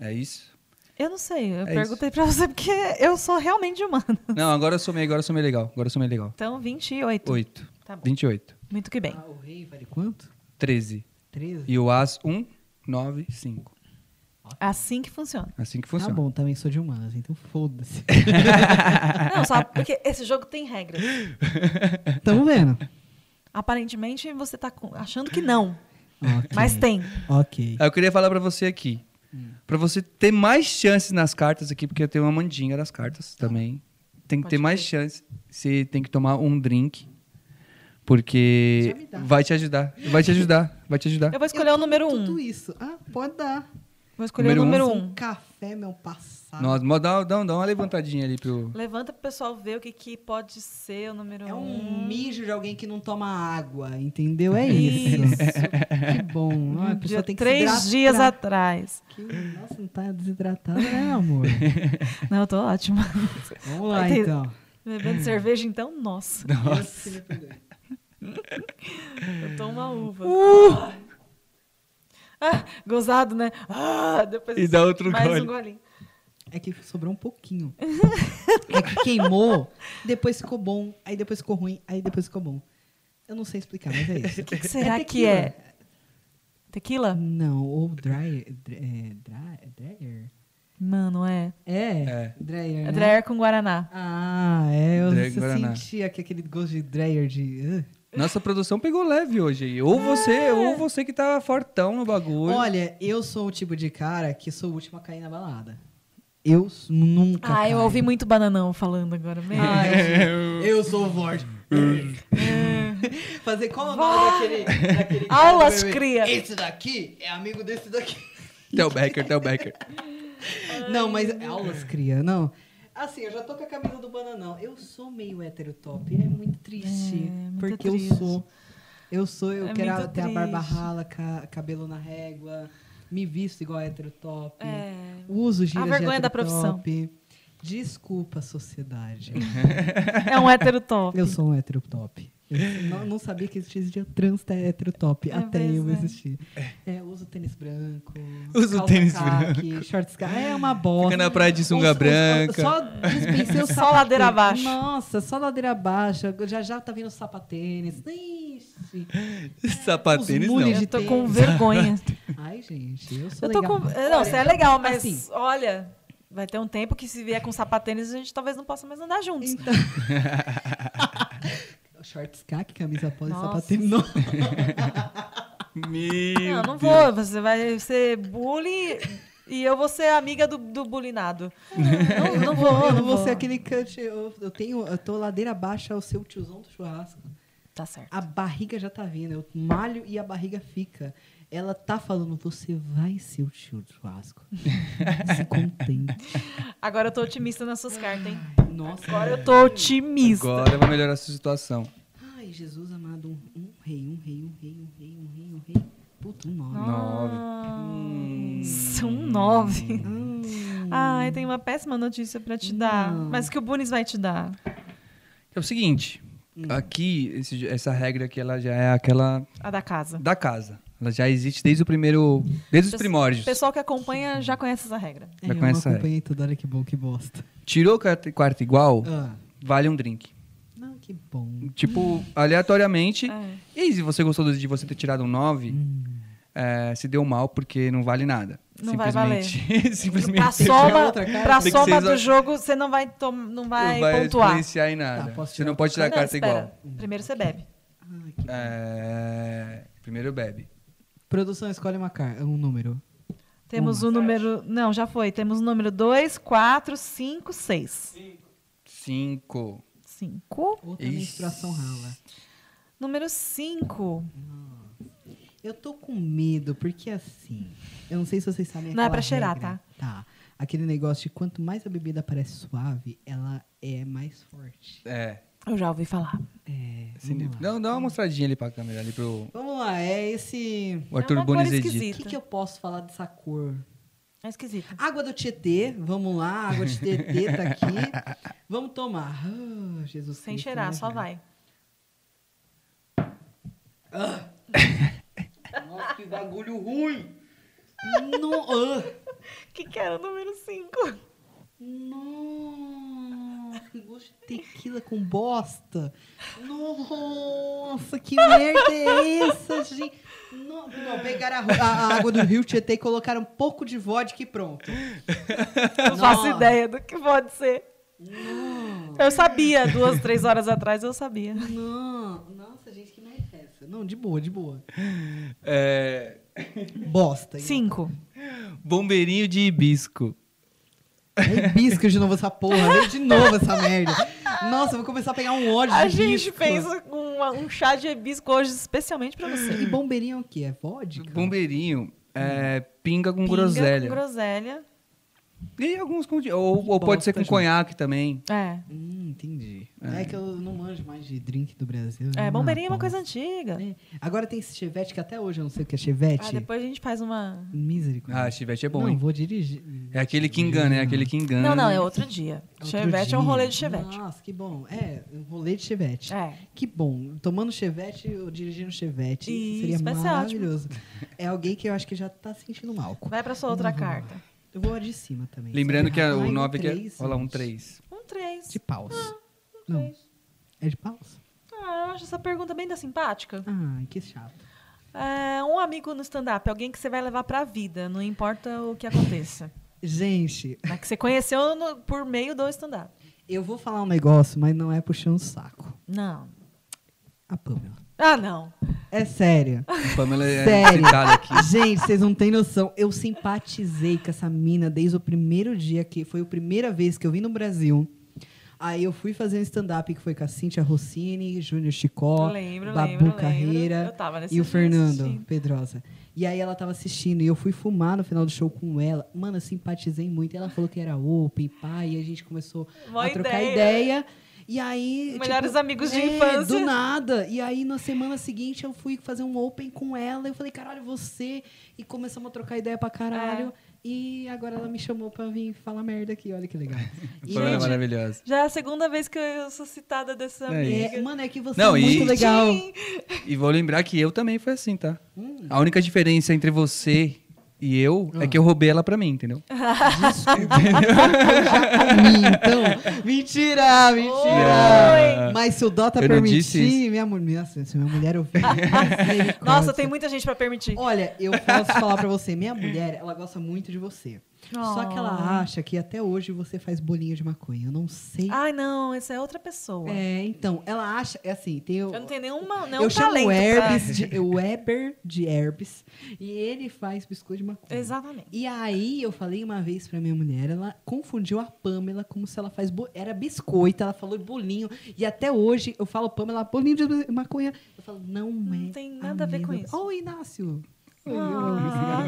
S1: É isso?
S3: Eu não sei, eu
S1: É
S3: perguntei pra você porque eu sou realmente humana.
S1: Não, agora eu somei, agora eu somei legal. Agora eu somei legal.
S3: Então, 28.
S1: 8.
S3: Tá bom.
S1: 28.
S3: Muito que bem.
S2: Ah, o rei vale quanto?
S1: 13.
S2: 13?
S1: E o As 1, 9, 5.
S3: Assim que funciona.
S1: Assim que
S2: Tá
S1: funciona.
S2: bom, também sou de humanas, então foda-se.
S3: Não, só porque esse jogo tem regras.
S2: Tamo vendo.
S3: Aparentemente, você tá com- achando que não,
S2: Ok,
S3: mas tem.
S2: Ok.
S1: Aí eu queria falar pra você aqui.
S3: Hum.
S1: Pra você ter mais chances nas cartas aqui, porque eu tenho uma mandinga das cartas também. Tem que
S3: Tá. Pode
S1: ter mais
S3: crer.
S1: chance. Você tem que tomar um drink. Porque
S2: Já me dá.
S1: vai te ajudar. Vai te ajudar. Vai te ajudar.
S3: Eu vou escolher o número
S2: Tudo
S3: 1.
S2: isso. Ah, pode dar.
S3: Vou escolher o
S1: Número
S3: número
S1: um.
S3: 1.
S2: Café, meu passado.
S1: Nossa, mó- dá, dá, dá uma levantadinha ali pro.
S3: um. Levanta pro pessoal ver o que, que pode ser o número 1.
S2: É um mijo de alguém que não toma água, entendeu? É isso. que bom. Ah, a pessoa tem que se
S3: Três dias
S2: hidratar.
S3: atrás.
S2: Que- Nossa, não tá desidratada, né, amor?
S3: Não, eu tô ótima.
S2: Vamos lá,
S3: Tem-
S2: então.
S3: Bebendo cerveja, então, nossa.
S2: Nossa.
S3: Eu tô uma uva.
S1: Uh!
S3: Ah, gozado, né? Ah, depois
S1: E dá outro
S3: mais
S1: gole.
S3: um golinho.
S2: É que sobrou um pouquinho. É que queimou, depois ficou bom, aí depois ficou ruim, aí depois ficou bom. Eu não sei explicar, mas é isso. O
S3: que será que é? Tequila?
S2: Não, ou dryer. dr- É, dry- dryer?
S3: Mano, é.
S2: É,
S1: É.
S2: dryer.
S3: É
S2: né?
S3: dryer com Guaraná.
S2: Ah, é, eu
S1: Dryer
S2: se-
S1: Guaraná.
S2: sentia que aquele gosto de dryer de. ah.
S1: Nossa produção pegou leve hoje. aí. Ou você, ou você que tá fortão no bagulho.
S2: Olha, eu sou o tipo de cara que sou o último a cair na balada. Eu s- nunca.
S3: Ah, eu
S2: caio.
S3: ouvi muito bananão falando agora mesmo.
S2: Ah, eu, eu sou o Vorge. Fazer como o nome daquele, daquele cara
S3: Aulas
S2: do BBB?
S3: cria.
S2: Esse daqui é amigo desse daqui.
S1: Theo Becker, Theo Becker.
S2: não, mas é aulas cria, não. Assim, eu já tô com a camisa do bananão. Eu sou meio hétero top, é muito triste.
S3: É, muito
S2: porque
S3: triste.
S2: eu sou Eu sou, eu
S3: É
S2: quero
S3: muito
S2: ter a barba
S3: triste.
S2: rala, ca- cabelo na régua, me visto igual hétero top.
S3: É.
S2: Uso gírias de
S3: vergonha da
S2: hétero
S3: profissão.
S2: top. Desculpa, sociedade.
S3: É um hétero top.
S2: Eu sou um hétero top. Eu não, não sabia que existia trans tá hétero top,
S3: É
S2: até eu
S3: verdade.
S2: existir. É, uso tênis branco.
S1: Uso
S2: calça
S1: tênis
S2: khaki, Shorts ca- É uma bosta.
S1: Fica na praia de sunga
S2: Os- os-
S1: branca.
S2: Só dispensei o
S3: Só
S2: sapato-
S3: ladeira abaixo.
S2: Nossa, só ladeira abaixo. Já já tá vindo o sapatênis. Ixi.
S1: Sapatênis
S2: os mules
S1: não.
S2: de-
S3: Eu tô
S2: tênis.
S3: com vergonha.
S2: Ai, gente, eu sou
S3: Eu tô com...
S2: legal.
S3: Não, você é legal, mas
S2: Assim.
S3: olha, vai ter um tempo que se vier com sapatênis, a gente talvez não possa mais andar juntos.
S2: Então... Shorts caque, camisa polo e
S3: Nossa.
S2: sapatênis. Não.
S1: Meu
S3: não, não
S1: Deus.
S3: vou. Você vai ser bully e eu vou ser amiga do, do bulinado. não, não vou,
S2: Eu
S3: não
S2: não vou
S3: vou.
S2: ser aquele cut. Eu, eu tenho, eu tô ladeira abaixo ao seu tiozão do churrasco.
S3: Tá certo.
S2: A barriga já tá vindo. Eu malho e a barriga fica. Ela tá falando, você vai ser o tio do churrasco. Se contente.
S3: Agora eu tô otimista nas suas cartas, hein?
S2: Nossa.
S3: Agora eu tô otimista.
S1: Agora eu vou melhorar essa situação.
S2: Ai, Jesus amado, um, um rei, um rei, um rei, um rei, um rei, um rei. Puta, um nome.
S3: Nove. Ah. São nove.
S1: Hum.
S3: Ai, tem uma péssima notícia pra te dar.
S2: Não.
S3: Mas que o Bunis vai te dar.
S1: É o seguinte, aqui, esse- essa regra aqui, ela já é aquela
S3: A da casa.
S1: da casa. Ela já existe desde o primeiro, desde os
S3: Pesso- O
S1: primórdios.
S3: pessoal que acompanha já conhece essa regra.
S2: É,
S1: Vai
S2: eu não
S1: conhecer.
S2: acompanhei tudo, olha que bom, que bosta.
S1: Tirou quarta, quarta igual,
S2: Ah,
S1: vale um drink.
S2: não, que bom.
S1: Tipo, aleatoriamente.
S3: É.
S1: E aí, se você gostou do- de você ter tirado um 9,
S2: Hum.
S1: é, se deu mal porque não vale nada.
S3: Não vai Tá
S1: Simplesmente. Simplesmente
S3: Pra soma,
S2: outra cara.
S3: pra
S1: Tem que
S3: soma
S1: ser
S3: do
S1: exa-
S3: jogo, você não vai, tom- não vai,
S1: não vai
S3: pontuar.
S1: influenciar em nada.
S2: Tá, posso
S1: você
S2: tirar
S1: não pode tirar a
S3: Não,
S1: carta
S3: espera.
S1: igual. Um.
S3: Primeiro você bebe.
S2: Ai, Ah, que...
S1: É, Primeiro bebe.
S2: Produção, escolhe uma car... um número.
S3: Temos o número. Não, já foi. Temos o número 2, 4, 5, 6.
S1: Cinco.
S3: 5.
S2: Outra
S1: Ixi.
S2: menstruação rala.
S3: Número 5.
S2: Eu tô com medo, porque assim. Eu não sei se vocês sabem.
S3: Não é
S2: aquela
S3: pra cheirar,
S2: regra. Tá. Aquele negócio de quanto mais a bebida parece suave, ela é mais forte.
S1: É.
S3: Eu já ouvi falar.
S2: É.
S1: Assim,
S2: vamos, lá.
S1: dá, dá uma mostradinha ali pra câmera, ali pro
S2: Vamos lá, é esse.
S1: o Arthur
S3: uma cor
S1: Bones edita.
S2: O que, que eu posso falar dessa cor?
S3: É esquisito.
S2: Água do Tietê, vamos lá, água de Tietê tá aqui. Vamos tomar. Ah, Jesus
S3: Sem
S2: Cristo,
S3: cheirar,
S2: né,
S3: só
S2: gente?
S3: vai.
S2: Nossa, que bagulho ruim! No... ah.
S3: Que que era o número 5?
S2: Nossa, que gosto de tequila com bosta. Nossa, que merda é essa, gente? No- não, pegaram a, ru- a- a água do rio Tietê e colocaram um pouco de vodka e pronto.
S3: Não faço
S2: Nossa.
S3: ideia do que pode ser.
S2: Não,
S3: Eu sabia, duas, três horas atrás eu sabia.
S2: não. Nossa, gente, que merda é essa? Não, de boa, de boa.
S1: É,
S2: Bosta. hein?
S3: Cinco.
S1: bombeirinho de hibisco.
S2: É hibisco de novo essa porra. Veio de novo essa merda. Nossa, eu vou começar a pegar um ódio
S3: A
S2: de
S3: gente
S2: hibisco.
S3: fez um, um chá de hibisco hoje especialmente pra você.
S2: E bombeirinho é o quê? É vodka?
S1: Bombeirinho é
S2: Hum.
S1: pinga com
S3: Pinga
S1: groselha.
S3: Com groselha.
S1: E alguns com. Ou, ou
S2: Bosta,
S1: pode ser com
S2: gente.
S1: conhaque também.
S3: É.
S2: Hum, entendi. É. que eu não manjo mais de drink do Brasil.
S3: É,
S2: né?
S3: bombeirinho é uma
S2: Ah,
S3: coisa
S2: pô.
S3: antiga.
S2: É. Agora tem esse chevette que até hoje eu não sei o que é chevette.
S3: Ah, depois a gente faz uma.
S2: Misericórdia.
S1: Ah, chivete é bom,
S2: não,
S1: hein?
S2: vou dirigir.
S1: É aquele que engana, é aquele que engana.
S3: Não, não, é outro dia.
S2: Outro
S3: chevette é um
S2: dia.
S3: rolê de chevette.
S2: Nossa, que bom. É, um rolê de chevette.
S3: É.
S2: Que bom. Tomando chevette ou dirigindo chevette
S3: Isso,
S2: seria
S3: vai ser
S2: maravilhoso. É alguém que eu acho que já tá sentindo mal.
S3: Vai pra sua outra
S2: Vamos lá.
S3: carta.
S2: Eu vou a de cima também.
S1: Lembrando que é
S2: Ai,
S1: o
S2: um
S1: 9 que é.
S2: três,
S1: Olha lá, um
S2: gente.
S1: 3.
S3: Um três.
S2: De paus.
S3: um
S2: não.
S3: três.
S2: É de paus?
S3: Ah, eu acho essa pergunta bem da simpática.
S2: Ai, que chato.
S3: É, um amigo no stand-up, alguém que você vai levar pra vida, não importa o que aconteça.
S2: Gente,
S3: Mas que você conheceu no- por meio do stand-up.
S2: Eu vou falar um negócio, mas não é puxando o saco.
S3: Não.
S2: A Pamela.
S3: Ah, não.
S2: É sério.
S1: A Pamela é
S2: Sério.
S1: citada aqui.
S2: Gente, vocês não têm noção. Eu simpatizei com essa mina desde o primeiro dia que foi a primeira vez que eu vim no Brasil. Aí eu fui fazer um stand-up que foi com a Cíntia Rossini, Júnior Chicó,
S3: lembro,
S2: Babu
S3: lembro, lembro.
S2: Carreira
S3: Eu tava nesse
S2: e o
S3: dia
S2: Fernando
S3: assistindo.
S2: Pedrosa. E aí ela tava assistindo e eu fui fumar no final do show com ela. Mano, eu simpatizei muito. Ela falou que era open, pai, e a gente começou
S3: Mó
S2: a trocar
S3: ideia.
S2: ideia. E aí. tipo
S3: Melhores amigos de infância.
S2: É, Do nada. E aí, na semana seguinte, eu fui fazer um open com ela. Eu falei, caralho, você. E começamos a trocar ideia pra
S3: É.
S2: caralho. E agora ela me chamou pra vir falar merda aqui. Olha que legal. E,
S1: Foi
S3: Gente,
S1: maravilhosa.
S3: Já é a segunda vez que eu sou citada dessa
S1: É
S3: amiga.
S2: é, mano, é que você
S1: Não,
S2: é
S1: e-
S2: muito legal.
S3: Sim.
S1: E vou lembrar que eu também foi assim, tá? A única diferença entre você e eu é que eu roubei ela pra mim, entendeu?
S2: Mim, então. Mentira, mentira.
S1: Oi.
S2: Mas se o Dota
S1: Eu não disse
S2: permitir,
S1: isso.
S2: minha, mu- nossa, se minha mulher ouvir. misericórdia.
S3: Nossa, tem muita gente pra permitir.
S2: Olha, eu posso falar pra você, minha mulher, ela gosta muito de você. Só que
S3: Oh.
S2: ela acha que até hoje você faz bolinho de maconha. Eu não sei.
S3: Ai, não, essa Ah, é outra pessoa.
S2: É, então, ela acha, é assim, tem o
S3: Eu não tenho nenhuma, não
S2: eu chamo
S3: talento
S2: o
S3: pra-
S2: Herbes de, o Weber de Herbes e ele faz biscoito de maconha.
S3: Exatamente.
S2: E aí eu falei uma vez pra minha mulher, ela confundiu a Pamela como se ela faz bo- era biscoito, ela falou bolinho e até hoje eu falo Pamela bolinho de maconha. Eu falo não, é.
S3: tem nada a ver com
S2: mesma-
S3: isso.
S2: Ó, o Inácio.
S3: Ah,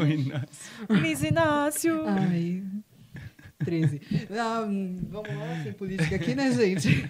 S3: Luiz Inácio.
S2: Ai. 13. Ah, hum, vamos lá, sem política aqui, né, gente?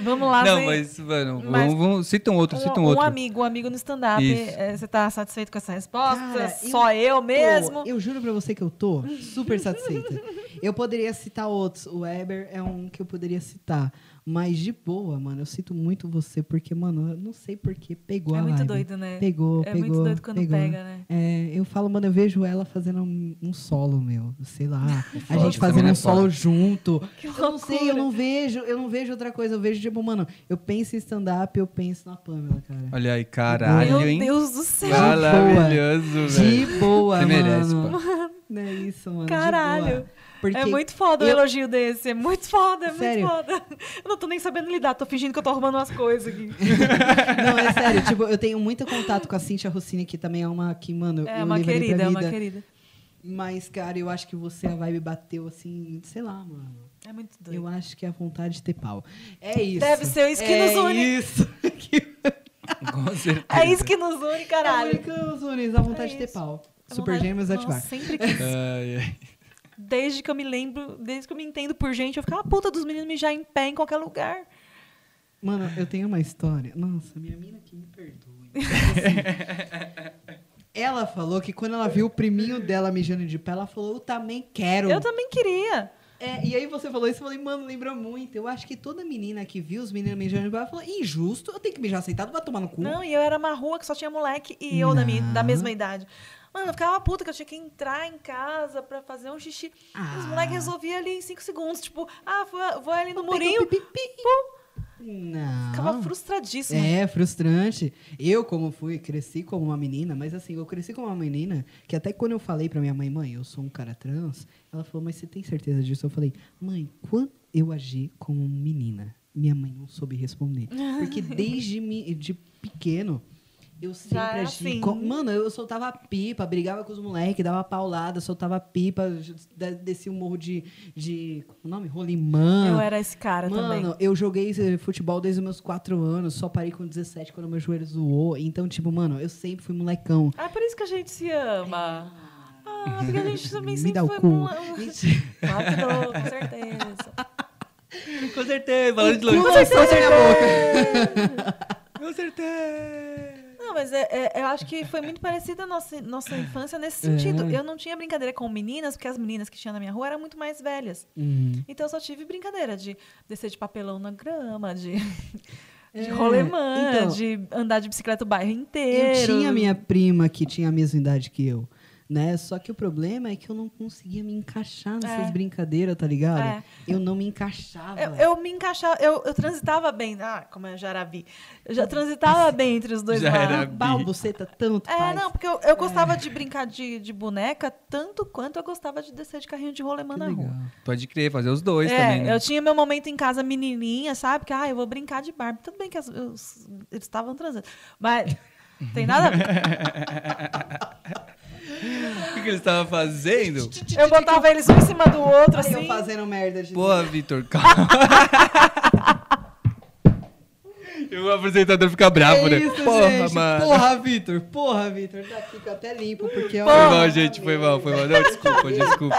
S3: Vamos lá,
S1: Não,
S3: Zé.
S1: mas, mano,
S3: Mas-
S1: vamos, vamos, cita um outro,
S3: um,
S1: cita um,
S3: um
S1: outro.
S3: amigo, um amigo no stand-up.
S1: Isso.
S3: É, Você tá satisfeito com essa resposta?
S2: Cara, eu
S3: Só eu, mesmo?
S2: Tô, eu juro pra você que eu tô super satisfeita. Eu poderia citar outros. O Weber é um que eu poderia citar. Mas de boa, mano, eu sinto muito você, porque, mano, eu não sei porque pegou
S3: é
S2: a
S3: muito
S2: vibe.
S3: doido, né?
S2: Pegou,
S3: é
S2: pegou.
S3: muito doido quando
S2: pegou.
S3: pega, né?
S2: É, eu falo, mano, eu vejo ela fazendo um, um solo meu, sei lá, a
S1: foda,
S2: gente
S1: essa mina
S2: fazendo
S1: é
S2: um solo junto.
S3: Que
S2: eu não sei,
S3: loucura.
S2: eu não vejo, eu não vejo outra coisa, eu vejo tipo, mano, eu penso em stand up, eu penso na Pamela, cara.
S1: Olha aí, caralho,
S3: Meu
S1: hein?
S3: Deus é do céu.
S2: Cara,
S1: Maravilhoso,
S2: De
S1: Hum, velho.
S2: boa,
S1: Você
S2: mano.
S1: merece, pô.
S2: Não é isso, mano. de
S3: Caralho.
S2: boa. Porque,
S3: é muito foda
S2: eu-
S3: um elogio desse. É muito foda, é
S2: Sério.
S3: muito foda. Eu não tô nem sabendo lidar, tô fingindo que eu tô arrumando umas coisas aqui.
S2: Não, é sério. tipo, eu tenho muito contato com a Cintia Rossini, que também é uma que, mano,
S3: É
S2: eu
S3: uma
S2: levaria
S3: querida,
S2: pra
S3: é uma
S2: vida.
S3: querida.
S2: Mas, cara, eu acho que você, a vibe bateu assim, sei lá, mano.
S3: É muito doido.
S2: Eu acho que é a vontade de ter pau. É isso.
S3: Deve ser o isso que
S2: é
S3: nos une.
S2: Isso.
S1: Com certeza.
S3: É isso que nos une, caralho.
S2: Caralho. que nos une, a vontade
S3: É
S2: de ter
S3: isso.
S2: pau.
S3: A
S2: Super
S3: vontade-
S2: Gêmeos
S3: Nossa,
S2: ativar.
S3: Sempre quis.
S1: Ai, ai.
S3: Desde que eu me lembro, desde que eu me entendo por gente, eu ficava a puta dos meninos mijar em pé em qualquer lugar.
S2: Mano, eu tenho uma história. Nossa, minha mina que me perdoe. Mas, assim, ela falou que quando ela viu o priminho dela mijando de pé, ela falou, eu também quero.
S3: Eu também queria.
S2: É, e aí você falou isso, eu falei, mano, lembra muito. Eu acho que toda menina que viu os meninos mijando de pé, ela falou, injusto, eu tenho que mijar sentado, vai tomar no cu.
S3: Não, e eu era uma rua que só tinha moleque e eu da, minha, da
S2: Não.
S3: mesma idade. Mano, eu ficava puta que eu tinha que entrar em casa pra fazer um xixi.
S2: Ah.
S3: Os moleques resolviam ali em cinco segundos. Tipo, ah, vou, vou ali no
S2: Tem que
S3: murinho.
S2: pipi, pipi. Não.
S3: Ficava frustradíssima.
S2: É, frustrante. Eu, como fui, cresci como uma menina, mas assim, eu cresci como uma menina que até quando eu falei pra minha mãe, mãe, eu sou um cara trans, ela falou, mas você tem certeza disso? Eu falei, mãe, quando eu agi como menina, minha mãe não soube responder. Porque desde mi- de pequeno. Eu sempre
S3: Já é
S2: agi.
S3: assim.
S2: co- Mano, eu soltava pipa, brigava com os moleques, dava paulada, soltava pipa, de- descia um morro de. de como é o nome? Rolimã.
S3: Eu era esse cara também.
S2: Mano, eu joguei eh, futebol desde os meus 4 anos, só parei com 17 quando meu joelho zoou. Então, tipo, mano, eu sempre fui molecão.
S3: Ah, por isso que a gente se ama. Ah, porque a gente também
S2: É. Me
S3: sempre
S2: dá o
S3: foi
S2: cu.
S3: mula- Claro, com certeza.
S1: Com certeza, falando de
S2: Não
S1: longe.
S2: vai ser na boca.
S1: Com certeza.
S3: Não, mas é- é- eu acho que foi muito parecida a nossa, nossa infância nesse
S2: É.
S3: sentido. Eu não tinha brincadeira com meninas, porque as meninas que tinha na minha rua eram muito mais velhas.
S2: Uhum.
S3: Então eu só tive brincadeira de descer de papelão na grama, de, de é rolemã,
S2: É. então.
S3: de andar de bicicleta o bairro inteiro.
S2: Eu tinha minha prima que tinha a mesma idade que eu. Né? Só que o problema é que eu não conseguia me encaixar nessas
S3: É.
S2: brincadeiras, tá ligado?
S3: É.
S2: Eu não me encaixava.
S3: Eu, eu me encaixava, eu, eu transitava bem. Ah, como eu já era bi. Eu já
S2: Assim,
S3: transitava bem entre os dois
S1: Já
S3: lados.
S1: era
S2: Bal,
S1: bi.
S2: você tá tanto.
S3: É,
S2: faz.
S3: não, porque eu, eu gostava de brincar de, de boneca tanto quanto eu gostava de descer de carrinho de rolemã
S2: Que
S3: na
S2: legal.
S3: rua.
S1: Pode crer, fazer os dois
S3: é,
S1: também, né?
S3: eu tinha meu momento em casa menininha, sabe? Que, ah, eu vou brincar de Barbie. Tudo bem que as- os- eles estavam transando. Mas tem nada a ver.
S1: O que, que eles estavam fazendo?
S3: Eu botava eles um em cima do outro,
S2: Aí eu
S3: assim.
S2: fazendo merda de
S1: Pô, Vitor, calma. Eu
S4: o apresentador fica bravo,
S2: é
S4: né?
S2: isso,
S4: Porra,
S2: gente.
S4: mano.
S2: Porra, Vitor. Porra, Vitor. Tá Já fica até limpo, porque...
S4: Foi mal, gente, foi mal, foi mal. Não, desculpa, desculpa.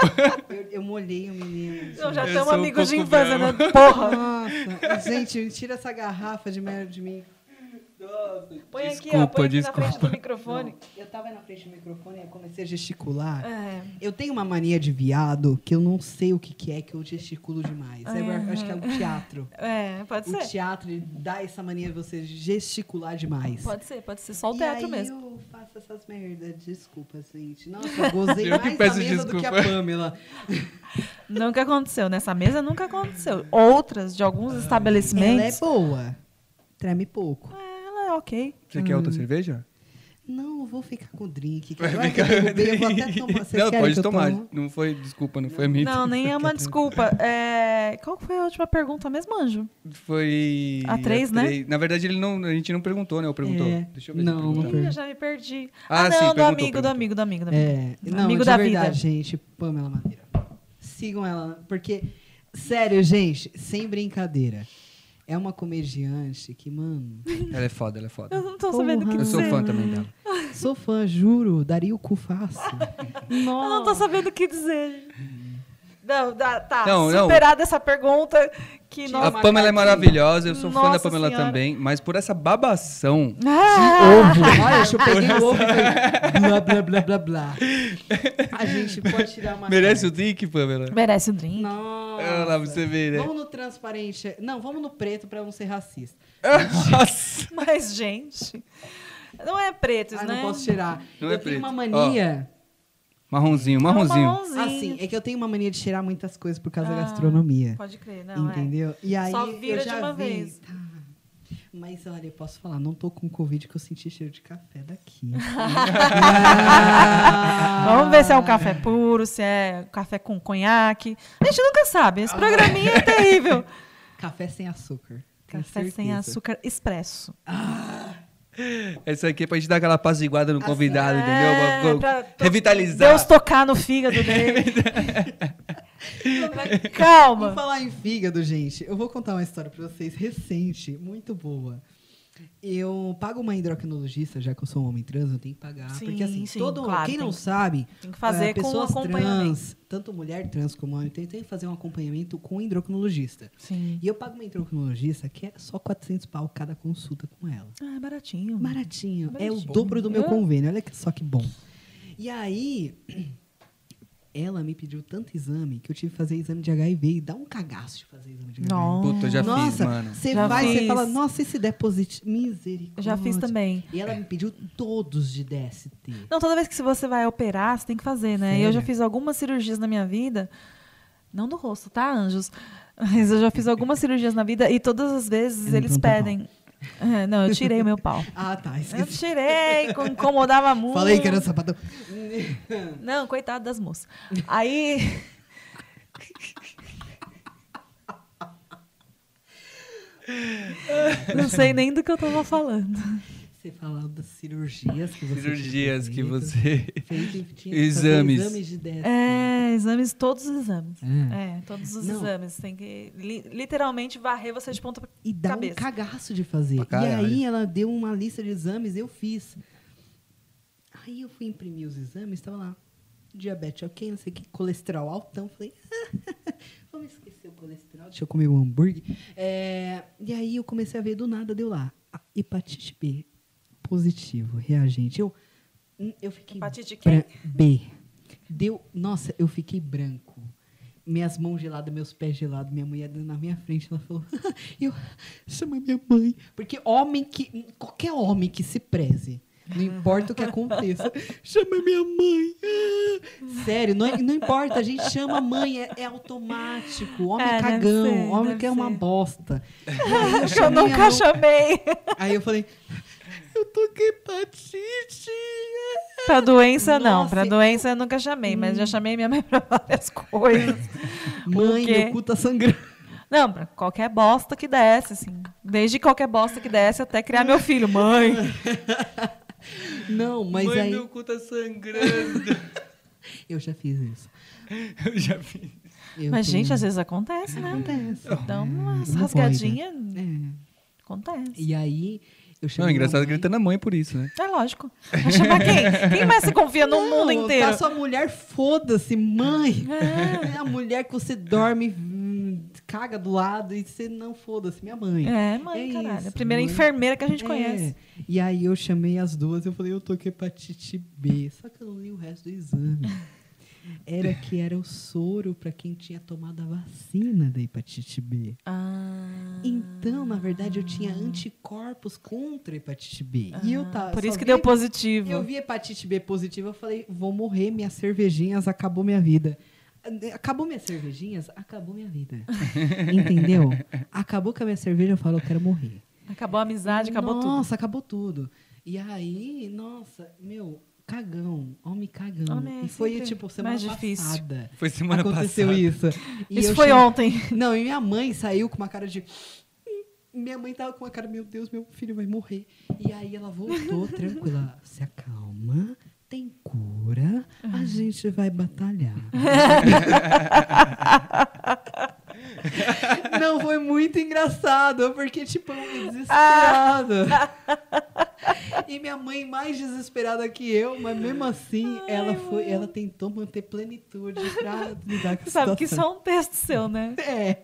S2: Eu, eu molhei o menino.
S3: Não, já
S4: Eu
S3: estamos
S4: sou um
S3: amigos de
S4: pouco
S3: infância,
S4: bravo.
S3: né? Porra.
S2: Nossa, gente, tira essa garrafa de merda de mim.
S3: Põe aqui, ó.
S4: Desculpa,
S3: Põe aqui na frente
S4: desculpa.
S3: do microfone.
S2: Eu tava na frente do microfone e comecei a gesticular.
S3: É.
S2: Eu tenho uma mania de viado que eu não sei o que, que é que eu gesticulo demais. Eu acho que é o teatro.
S3: É, pode
S2: O
S3: ser.
S2: teatro ele dá essa mania de você gesticular demais.
S3: Pode ser, pode ser. Só o
S2: E
S3: teatro
S2: aí
S3: mesmo.
S2: eu faço essas merdas. Desculpa, gente. Nossa, eu gozei
S4: Eu que
S2: mais
S4: peço
S2: a mesa do que a
S4: desculpa.
S2: Pamela.
S3: Nunca aconteceu. Nessa mesa nunca aconteceu. Outras, de alguns
S2: Ela é
S3: estabelecimentos.
S2: boa. Treme pouco.
S3: é... Ela é ok.
S1: Você quer outra cerveja?
S2: Não, eu vou ficar com o drink. Que agora que eu derrubei, eu vou até tomar. Vocês
S4: Não,
S2: querem que
S4: pode
S2: eu
S4: tomar.
S2: tomo?
S4: Não foi, desculpa, não foi a minha.
S3: Não, nem é uma desculpa. É, Qual que foi a última pergunta mesmo, Anjo?
S1: Foi.
S3: A três, né?
S1: Na verdade, ele não, a gente não perguntou, né? Eu perguntou.
S2: É.
S1: Deixa eu ver. se
S2: Não,
S1: eu perguntar.
S2: não
S3: Ih, eu já me perdi.
S1: Ah, sim,
S3: Ah, não, do,
S1: perguntou,
S3: amigo, do
S1: perguntou.
S3: amigo, do amigo, do amigo.
S2: É, não,
S3: Amigo
S2: de
S3: da
S2: verdade,
S3: vida.
S2: gente, Pamela Madeira. Sigam ela, porque, sério, gente, sem brincadeira. É uma comediante que, mano,
S1: Ela é foda, ela é
S3: Eu
S1: foda.
S3: não tô
S2: Porra.
S3: sabendo o que
S1: Eu
S3: dizer.
S1: sou fã também dela.
S2: sou fã, juro, daria o cu fácil.
S3: Eu não tô sabendo o que dizer. Não, dá- tá.
S1: Não, não.
S3: Superada essa pergunta que
S2: Tinha
S1: A
S3: nós.
S2: uma
S1: Pamela é
S2: cartinha.
S1: maravilhosa, eu sou fã da
S3: Nossa
S1: Pamela
S3: Senhora.
S1: também, mas por essa babação.
S3: Ah!
S2: Ovo, olha, eu peguei o ovo e falei, blá, blá, blá, blá, blá. A gente pode tirar uma...
S4: Merece o drink, Pamela?
S3: Merece um drink.
S2: Nossa.
S4: Olha lá pra você ver, né?
S2: Vamos no transparente. Não, vamos no preto pra não ser racista.
S4: Nossa!
S3: Mas, gente. Não é pretos,
S2: Ah,
S3: né?
S2: não posso tirar.
S4: Não
S2: eu
S4: é
S2: tenho uma
S4: preto.
S2: mania...
S1: Marronzinho,
S3: É um
S1: marronzinho. Ah,
S3: marronzinho.
S2: Assim, é que eu tenho uma mania de cheirar muitas coisas por causa da
S3: Ah,
S2: gastronomia.
S3: Pode crer, não. é.
S2: Assim, entendeu? E aí
S3: Só vira
S2: eu
S3: de
S2: já
S3: uma
S2: vi,
S3: vez.
S2: tá. Mas olha, eu posso falar, não tô com Covid que eu senti cheiro de café daqui. Ah.
S3: Vamos ver se é um café puro, se é café com conhaque. A gente nunca sabe.
S1: Ah.
S3: Esse programinha é terrível.
S2: Café sem açúcar. tenho
S3: Café sem
S2: certeza.
S3: açúcar expresso.
S1: Essa aqui é pra gente dar aquela apaziguada no convidado,
S3: É,
S1: entendeu?
S3: pra to-
S1: Revitalizar.
S3: Deus tocar no fígado
S2: É
S3: dele. Mas
S2: Vamos
S3: Calma.
S2: falar em fígado, gente. Eu vou contar uma história pra vocês recente, muito boa. Eu pago uma endocrinologista, já que eu sou um homem trans, eu tenho que pagar.
S3: Sim,
S2: porque assim,
S3: sim,
S2: todo
S3: claro,
S2: quem
S3: tem
S2: não
S3: que-
S2: sabe,
S3: tem que fazer
S2: eh,
S3: com
S2: pessoas
S3: acompanhamento.
S2: trans, tanto mulher trans como homem, tem, tem que fazer um acompanhamento com o endocrinologista.
S3: Sim.
S2: E eu pago uma endocrinologista que é só 400 pau cada consulta com ela.
S3: Ah, é baratinho.
S2: Baratinho. É o
S3: Baratinho.
S2: dobro do meu
S3: É.
S2: convênio. Olha que- só que bom. E aí, ela me pediu tanto exame que eu tive que fazer exame de HIV e dá um cagaço de fazer exame de HIV.
S3: Não.
S1: Puta, eu já fiz,
S2: Nossa,
S1: mano.
S2: você
S3: Já
S2: vai, você
S3: fiz.
S2: fala, nossa, esse depósito, misericórdia.
S3: Já fiz também.
S2: E ela me pediu todos de DST.
S3: Não, toda vez que você vai operar, você tem que fazer, né? E Eu já
S2: Sério?
S3: fiz algumas cirurgias na minha vida. Não do rosto, tá, anjos? Mas eu já fiz algumas cirurgias na vida e todas as vezes
S2: não
S3: eles
S2: tenho pau.
S3: pedem. É, não, eu tirei o meu pau.
S2: Ah, tá,
S3: Eu
S2: esqueci.
S3: tirei, com- incomodava muito.
S2: Falei que era sapatão.
S3: Não, coitado das moças. Aí. Não sei nem do que eu tava falando.
S2: Você falou das cirurgias que você tinha
S4: Cirurgias que
S2: feito.
S4: você.
S2: Feito e tinha que fazer
S4: Exames.
S2: Exames de DST.
S3: É, exames, todos os exames.
S2: É.
S3: É, todos os
S2: Não.
S3: exames. Tem que li- literalmente varrer você de ponta
S2: E dá
S3: cabeça.
S2: um cagaço de fazer.
S1: Pra
S2: E
S1: caralho.
S2: aí ela deu uma lista de exames, eu fiz. Aí eu fui imprimir os exames, estava lá. Diabetes ok, não sei o que, colesterol altão. Falei, vamos esquecer o colesterol, deixa eu comer um hambúrguer. É, e aí eu comecei a ver do nada, deu lá. a hepatite B, positivo, reagente. Eu, hum, eu fiquei.
S3: Hepatite
S2: bran-
S3: quem?
S2: B. É. Deu. Nossa, eu fiquei branco. Minhas mãos geladas, meus pés gelados, minha mulher na minha frente, ela falou. eu chamei minha mãe. Porque homem que. Qualquer homem que se preze. Não importa o que aconteça. Chama minha mãe. Ah. Sério, não, não importa. A gente chama a mãe. É, é automático. Homem
S3: É, deve
S2: cagão.
S3: ser,
S2: homem
S3: deve
S2: que é uma
S3: ser.
S2: bosta.
S3: Eu
S2: chamei a
S3: nunca
S2: mão.
S3: chamei.
S2: Aí eu falei, eu tô com hepatite.
S3: Pra doença, não.
S2: Nossa,
S3: Pra doença eu nunca chamei, mas já chamei minha mãe pra várias coisas.
S2: Mãe,
S3: O quê?
S2: meu cu tá sangrando.
S3: Não, pra qualquer bosta que desce, assim. Desde qualquer bosta que desce até criar meu filho. Mãe.
S2: Não, mas
S4: Mãe,
S2: aí
S4: meu cu tá sangrando.
S2: eu já fiz isso.
S4: eu já vi.
S2: Eu
S3: Mas,
S2: tenho-
S3: gente, às vezes acontece, né?
S2: acontece.
S3: Dá uma
S2: não
S3: rasgadinha.
S2: É.
S3: Acontece.
S2: E aí eu cheguei.
S1: Não, é
S2: na
S1: engraçado
S2: mãe-
S1: gritando a mãe por isso, né?
S3: É lógico. Vai chamar quem? Quem mais se confia no
S2: Não,
S3: mundo inteiro?
S2: Tá sua mulher, foda-se, mãe. É a mulher que você dorme, hum, caga do lado e você não foda-se, minha mãe.
S3: É, mãe,
S2: É
S3: caralho. A
S2: isso,
S3: primeira
S2: mãe.
S3: enfermeira que a gente
S2: É.
S3: conhece.
S2: E aí eu chamei as duas, eu falei, eu tô com hepatite B, só que eu não li o resto do exame. Era que era o soro pra quem tinha tomado a vacina da hepatite B.
S3: Ah.
S2: Então, na verdade, eu tinha anticorpos contra a hepatite B. e eu tava,
S3: Ah, Por
S2: Ah, só
S3: isso que
S2: vi a
S3: deu positivo.
S2: eu vi hepatite B positiva, eu falei, vou morrer, minhas cervejinhas, acabou minha vida. Acabou minhas cervejinhas, acabou minha vida. Entendeu? Acabou com a minha cerveja, eu falo, eu quero morrer.
S3: Acabou a amizade, acabou
S2: nossa,
S3: tudo.
S2: Nossa, acabou tudo. E aí, nossa, meu, cagão, homem cagão.
S3: Homem é
S2: e foi,
S3: sempre
S2: tipo, semana
S3: mais difícil.
S2: passada.
S1: Foi semana
S2: aconteceu
S1: passada.
S2: isso. E
S3: isso
S2: eu
S3: foi
S2: che-
S3: ontem.
S2: Não, e minha mãe saiu com uma cara de. Minha mãe tava com uma cara, meu Deus, meu filho vai morrer. E aí ela voltou tranquila. Se acalma, tem cura, a gente vai batalhar. Não, foi muito engraçado, porque, tipo, eu desesperado. E minha mãe mais desesperada que eu, mas mesmo assim, ela foi, ela tentou manter plenitude pra lidar com a
S3: Você sabe que isso é
S2: situação.
S3: um texto seu, né?
S2: É.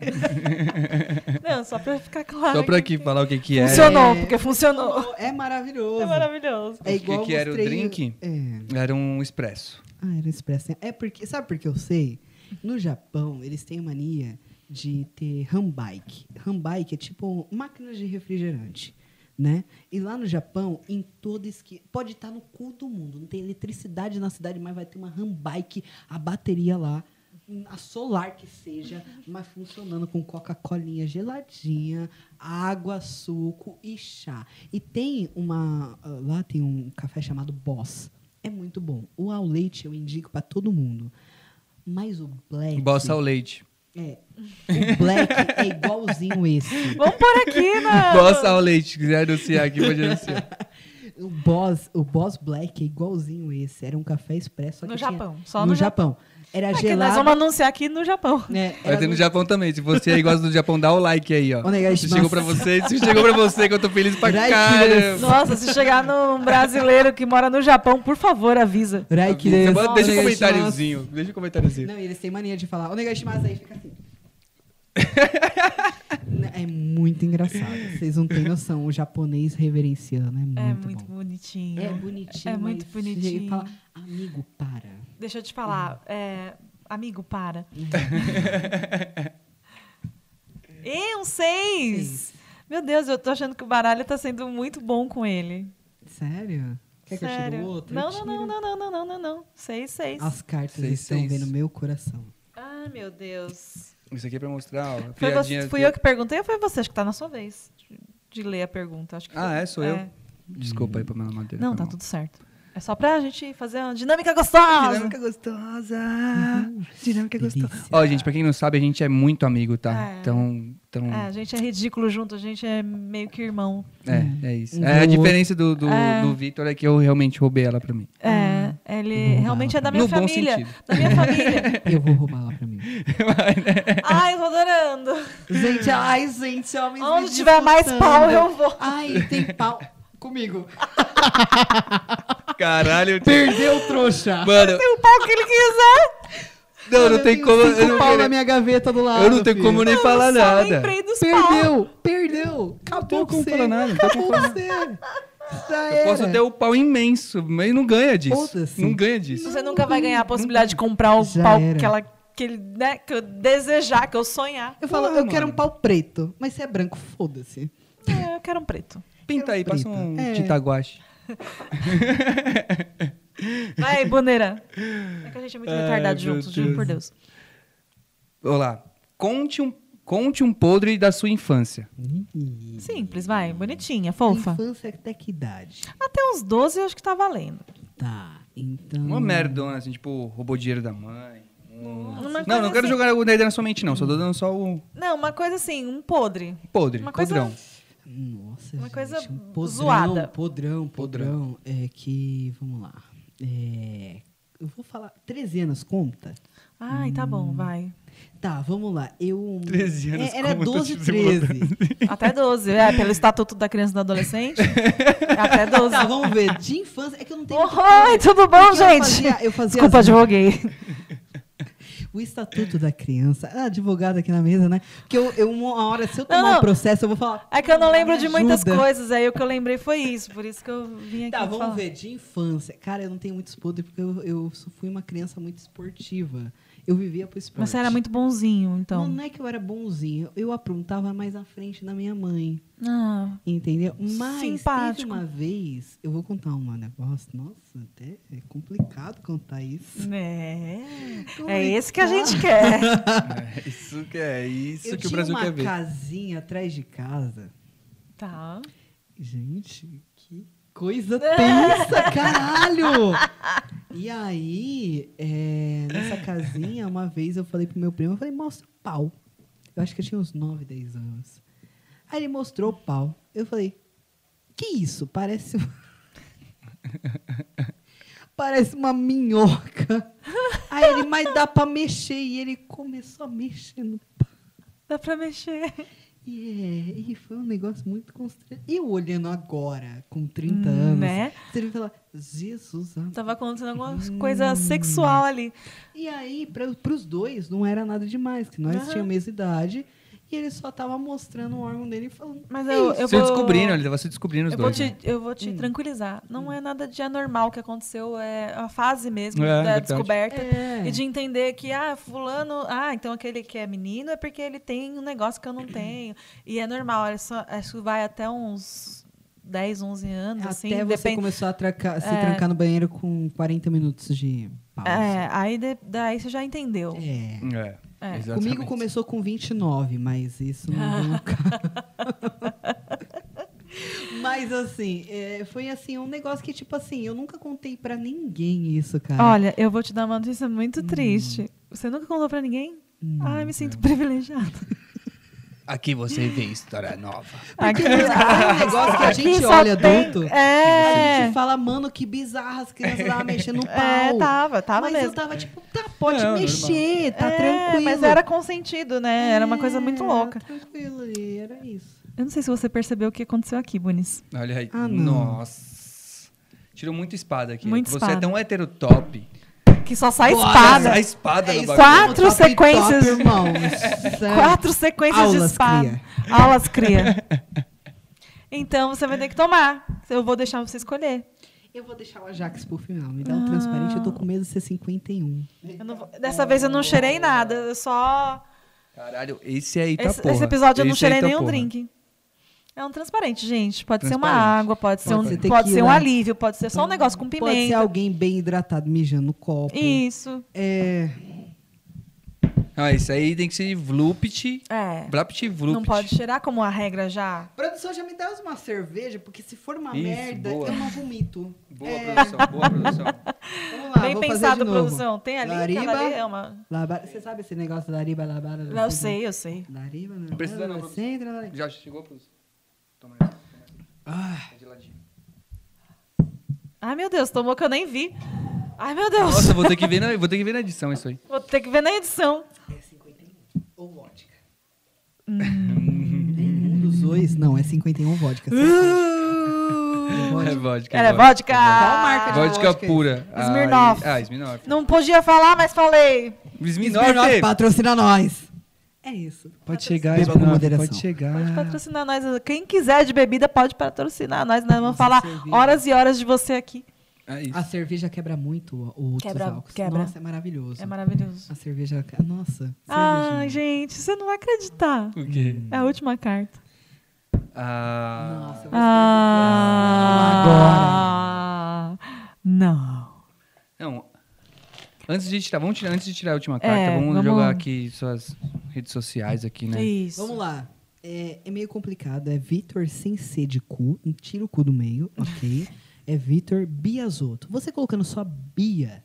S3: Não, só pra ficar claro.
S1: Só pra
S3: que-
S1: aqui falar o que que é.
S3: Funcionou,
S2: É.
S3: porque funcionou.
S2: É maravilhoso.
S3: É maravilhoso.
S1: O que que
S2: eu
S1: era o
S2: mostrei-
S1: drink?
S2: É.
S1: Era um expresso.
S2: Ah, era expresso. É porque, sabe por que eu sei? No Japão, eles têm mania de ter handbike. Handbike é tipo máquina de refrigerante, né? E lá no Japão, em toda esquina, pode estar no cu do mundo, não tem eletricidade na cidade, mas vai ter uma handbike, a bateria lá, a solar que seja, mas funcionando com Coca-Colinha geladinha, água, suco e chá. E tem uma, ah, lá tem um café chamado Boss. É muito bom. O ao leite eu indico para todo mundo. Mas o black.
S1: Bossa ao leite.
S2: É. O black é igualzinho esse.
S3: Vamos por aqui, né?
S1: Bossa ao leite. Se quiser anunciar aqui, pode anunciar.
S2: O Boss, o Boss Black é igualzinho esse. Era um café expresso. só
S3: No
S2: que tinha-
S3: Japão, só
S2: no
S3: no
S2: Japão. Era
S3: Aqui, nós
S2: gelado.
S3: vamos anunciar aqui no Japão.
S2: né,
S1: Vai
S2: era
S1: ter no Japão também. Se você aí gosta do Japão, dá o like aí, ó.
S2: Ô, nega,
S1: Se
S2: nossa.
S1: chegou pra você, se chegou pra você, que eu tô feliz pra
S2: Like
S1: caramba.
S3: Nossa, se chegar num brasileiro que mora no Japão, por favor, avisa.
S1: Você
S2: Raiki desu.
S1: bota- deixa um
S2: Onegaishimasu.
S1: comentáriozinho. Deixa um comentáriozinho.
S2: Não, e eles têm mania de falar. O Negastimasu aí fica assim. Não, é muito engraçado. Vocês não têm noção. O japonês reverenciando é muito,
S3: é muito
S2: bom.
S3: bonitinho.
S2: É bonitinho.
S3: É muito
S2: mas chega e
S3: bonitinho.
S2: fala, amigo, para.
S3: Deixa eu te falar, é, amigo, para. e um seis.
S2: Seis.
S3: Meu Deus, eu tô achando que o baralho tá sendo muito bom com ele.
S2: Sério? Quer que eu
S3: Sério.
S2: tire o outro?
S3: Não,
S2: Eu
S3: não,
S2: tiro.
S3: não, não, não, não, não, não, não. Seis, seis.
S2: As cartas
S1: Seis,
S2: estão
S1: seis.
S2: vendo meu coração.
S3: Ah, meu Deus.
S1: Isso aqui é pra mostrar, ó.
S3: Foi
S1: piadinha
S3: você, fui
S1: de-
S3: eu que perguntei ou foi você? Acho que tá na sua vez de- de ler a pergunta. Acho que
S1: Ah,
S3: foi-
S1: é? Sou eu? Desculpa aí, Pamela Madeira.
S3: Não,
S1: foi
S3: tá
S1: mal.
S3: tudo certo. É só pra gente fazer uma dinâmica é gostosa.
S1: Dinâmica gostosa. Dinâmica
S2: delícia.
S1: gostosa. Uhum. Ó, gente, pra quem não sabe, a gente é muito amigo, tá?
S3: É.
S1: Então, então
S3: É, a gente é ridículo junto, a gente é meio que irmão.
S1: é, é isso.
S2: Um
S1: É, a
S2: do
S1: diferença do, do,
S3: Hum. É.
S1: do Vitor é que eu realmente roubei ela pra mim.
S3: É, ele
S2: Não,
S3: realmente é da minha
S1: Hum. no bom
S3: família.
S1: sentido. né?
S3: Da minha família.
S2: Eu vou roubar lá pra mim.
S3: Ai, eu tô adorando.
S2: Gente, ai, gente, homens. me
S3: Onde tiver mais pau,
S2: disputando.
S3: eu vou.
S2: Ai, tem pau. Comigo.
S1: Caralho, eu
S2: Perdeu, trouxa.
S1: Mano,
S3: Tem o pau que ele quiser.
S1: não,
S2: Eu
S1: não tem
S2: tenho
S1: como.
S2: cinco
S1: Eu não,
S2: pau
S1: quero-
S2: na minha gaveta do lado.
S1: eu não tenho
S2: filho.
S1: como nem
S3: Eu
S1: falar
S3: só
S1: nada.
S3: lembrei dos pau.
S2: Perdeu, perdeu. Acabou
S1: Não tem
S2: com
S1: como
S2: você.
S1: falar nada, não tem
S2: Acabou
S1: como
S2: com
S1: falar
S2: você. Já
S1: Eu posso
S2: era.
S1: ter o pau imenso, mas não ganha disso.
S2: Foda-se.
S1: Não ganha disso.
S3: Você nunca vai ganhar a possibilidade de comprar o
S2: Já
S3: pau
S2: era.
S3: que ela que, ele, né, que eu desejar, que eu sonhar.
S2: Eu falo, eu
S1: Porra,
S2: quero um
S1: mano.
S2: pau preto, mas se é branco, foda-se.
S3: É, eu quero um preto.
S1: Pinta aí, passa um
S2: É.
S1: tinta guache.
S3: Vai, Boneira. É que a gente é muito
S1: Ai,
S3: retardado
S1: meu
S3: juntos, juro por Deus.
S1: Olá. Conte um, conte um podre da sua infância.
S3: Simples, vai. Bonitinha, fofa.
S2: Infância é até que idade?
S3: Até uns 12 eu acho que tá valendo.
S2: Tá, então.
S1: Uma merdona, assim, tipo, roubou dinheiro da mãe. Um-
S3: Uma
S1: Não,
S3: coisa
S1: não quero
S3: assim.
S1: jogar o dedo na sua mente, não. Só tô dando só o
S3: Não, uma coisa assim, um podre.
S1: podre,
S3: Uma coisa- assim.
S1: podrão.
S2: Nossa,
S3: Uma
S2: gente, um
S3: coisa
S2: podrão,
S3: zoada.
S2: Podrão, podrão, É que, vamos lá. É, Eu vou falar. Trezenas, conta?
S3: Ai, tá bom, vai.
S2: Tá, vamos lá. Eu.
S4: 13 anos.
S2: É, era
S4: como eu tô
S2: 12,
S4: te
S2: 13.
S3: Até 12. É, pelo estatuto da criança e do adolescente. É até 12.
S2: Tá, vamos ver. De infância. É que eu não tenho.
S3: Oi, tudo bom,
S2: Porque eu
S3: gente?
S2: fazia- eu fazia
S3: Desculpa,
S2: as-
S3: advoguei.
S2: O Estatuto da Criança. Ah, advogado aqui na mesa, né? Porque eu, eu, uma hora, se eu tomar
S3: Não, não.
S2: um processo, eu vou falar.
S3: É que eu não
S2: "Pô,
S3: lembro
S2: me
S3: de muitas
S2: ajuda."
S3: coisas, aí o que eu lembrei foi isso, por isso que eu vim aqui
S2: Tá, vamos
S3: falar.
S2: ver. De infância. Cara, eu não tenho muitos podres porque eu, eu só fui uma criança muito esportiva. Eu vivia pro esporte.
S3: Mas você era muito bonzinho,
S2: Não,
S3: então.
S2: não é que eu era bonzinho. Eu aprontava mais à frente da minha mãe.
S3: Ah,
S2: Entendeu? Mas teve
S3: Simpático.
S2: uma vez. Eu vou contar um negócio. Nossa, até é complicado contar isso.
S3: é.
S2: Como
S3: É
S2: é
S3: esse que
S2: que
S3: a gente quer.
S4: É isso que é isso
S2: eu
S4: que o
S2: tinha
S4: Brasil
S2: uma
S4: quer ver.
S2: casinha atrás de casa.
S3: Tá.
S2: Gente, que coisa tensa, caralho! E aí, é, nessa casinha, uma vez eu falei pro meu primo, eu falei, mostra o pau. Eu acho que eu tinha uns 9, 10 anos. Aí ele mostrou o pau. Eu falei, que isso? Parece um- Parece uma minhoca. Aí ele, mas dá pra mexer. E ele começou a mexer no pau.
S3: Dá pra mexer.
S2: E é, e foi um negócio muito constrangedor. Eu olhando agora, com 30 anos,
S3: Né?
S2: você vai falar, Jesus amado.
S3: Tava acontecendo alguma coisa sexual ali.
S2: E aí, pra, pros dois, não era nada demais, que nós
S3: Aham.
S2: tínhamos a mesma idade, e ele só tava mostrando o órgão dele e falando,
S3: Mas eu, eu
S1: Você
S3: vou...
S1: descobrindo, ele tava se descobrindo os
S3: Eu vou,
S1: dois.
S3: te,
S1: né?
S3: eu vou te tranquilizar. Não é nada de anormal que aconteceu. É a fase mesmo
S1: É,
S3: da
S1: verdade.
S3: descoberta.
S2: É.
S3: E de entender que, ah, fulano... Ah, então aquele que é menino é porque ele tem um negócio que eu não tenho. E é normal. é só- Acho que vai até uns 10, 11 anos,
S2: até
S3: assim.
S2: você
S3: depende-
S2: começou a atracar- se
S3: É.
S2: trancar no banheiro com 40 minutos de pausa.
S3: É, aí de- daí você já entendeu.
S2: É.
S1: É,
S3: É.
S1: exatamente.
S2: Comigo começou com 29, mas isso não vem ao caso. Mas assim, é, foi assim, um negócio que, tipo assim, eu nunca contei pra ninguém isso, cara.
S3: Olha, eu vou te dar uma notícia muito triste. Você nunca contou pra ninguém? Ai, me sinto privilegiada.
S4: Aqui você vê história nova.
S3: Aqui,
S2: é um negócio que a gente
S3: só
S2: olha
S3: tem-
S2: adulto. tá A
S3: É.
S2: gente fala, mano, que bizarra as crianças estavam mexendo no pau.
S3: É, tava, tava
S2: mas
S3: mesmo.
S2: eu tava tipo, tá, pode
S1: Não,
S2: mexer, tá
S3: É,
S2: tranquilo.
S3: Mas era consentido, né? Era uma coisa muito
S2: É,
S3: louca.
S2: Tranquilo, e era isso.
S3: Eu não sei se você percebeu o que aconteceu aqui, Bunis.
S1: Olha aí.
S2: Ah, não.
S1: Nossa. Tirou muita espada aqui.
S3: Muita
S1: Você
S3: espada.
S1: é tão heterotop.
S3: Que só sai
S2: Bora,
S3: espada.
S1: A espada
S2: É
S1: no
S2: isso,
S1: bagulho.
S3: Quatro
S2: top, top,
S3: sequências.
S2: irmão.
S3: Quatro sequências de
S2: Aulas
S3: espada. Aulas cria. Então você vai ter que tomar. Eu vou deixar você escolher.
S2: Eu vou deixar o Ajax pro final. Me dá
S3: Ah.
S2: um transparente, eu tô com medo de ser 51.
S3: Eu não vou- dessa vez eu não cheirei nada. Eu só.
S1: Caralho, esse é Ita
S3: Esse,
S1: porra.
S3: esse episódio eu não
S1: Esse é
S3: cheirei
S1: Ita
S3: nenhum
S1: porra.
S3: drink. É um transparente, gente. Pode ser uma
S1: Transparente.
S3: água, pode, ser um,
S2: Pode ser
S3: pode ser um
S2: tequila.
S3: alívio, pode ser só um negócio com pimenta.
S2: Pode ser alguém bem hidratado mijando no copo.
S3: Isso.
S2: É,
S1: Ah, isso aí tem que ser Vlupt.
S3: É.
S1: Vlapt Vlupt.
S3: Não pode cheirar como a regra já.
S2: Produção, já me dá uma cerveja, porque se for uma
S1: Isso,
S2: merda,
S1: boa.
S2: eu não vomito.
S1: Boa
S2: É,
S1: produção, boa produção.
S2: Vamos lá,
S3: Bem
S2: vou fazer
S3: pensado,
S2: de novo.
S3: produção. Tem ali,
S2: Lariba.
S3: cada ali é uma.
S2: Laba- Você sabe esse negócio da lariba, labara?
S3: Não, eu sei, eu sei.
S2: Lariba, labara,
S1: Não precisa não,
S2: você entra lá-
S1: Já chegou, produção? Toma aí. toma aí.
S2: Ah,
S1: É de ladinho.
S3: Ai, meu Deus, tomou que eu nem vi. Ai, meu Deus.
S1: Nossa, vou ter que ver na, vou ter que ver na edição isso aí.
S3: Vou ter que ver na edição.
S2: é 51 ou vodka?
S3: Hum.
S2: Nenhum dos dois. Não, é 51
S3: Uh!
S2: vodka. um
S1: É vodka.
S3: Era vodka.
S2: Qual marca de
S1: Vodka
S2: vodka?
S1: pura. Ai,
S3: Smirnoff.
S1: Ah, Smirnoff.
S3: Não podia falar, mas falei.
S1: Smirnoff.
S2: Smirnoff patrocina nós. É isso.
S1: Pode chegar,
S2: Beba com
S1: Smirnoff,
S2: moderação.
S1: Pode chegar.
S3: Pode patrocinar nós. Quem quiser de bebida pode patrocinar nós. Nós vamos falar
S2: cerveja.
S3: horas e horas de você aqui.
S1: É isso.
S2: A cerveja quebra muito o- o outros
S3: Quebra-
S2: álcools.
S3: quebra.
S2: Nossa, é maravilhoso.
S3: É maravilhoso.
S2: A cerveja... ca- Nossa.
S3: Ai,
S2: cervejinha.
S3: gente, você não vai acreditar.
S1: O quê?
S3: É a última carta.
S1: Ah,
S2: Nossa, eu vou
S3: Ah, agora. Não.
S1: Não. Antes de tirar, vamos tirar, antes de tirar a última carta,
S3: É,
S1: vamos,
S3: vamos-
S1: jogar aqui suas redes sociais aqui, né?
S3: Isso.
S2: Vamos lá. É, é meio complicado. É Vitor sem C de cu. um Tira o cu do meio, ok? É Vitor Biasoto. Você colocando só Bia,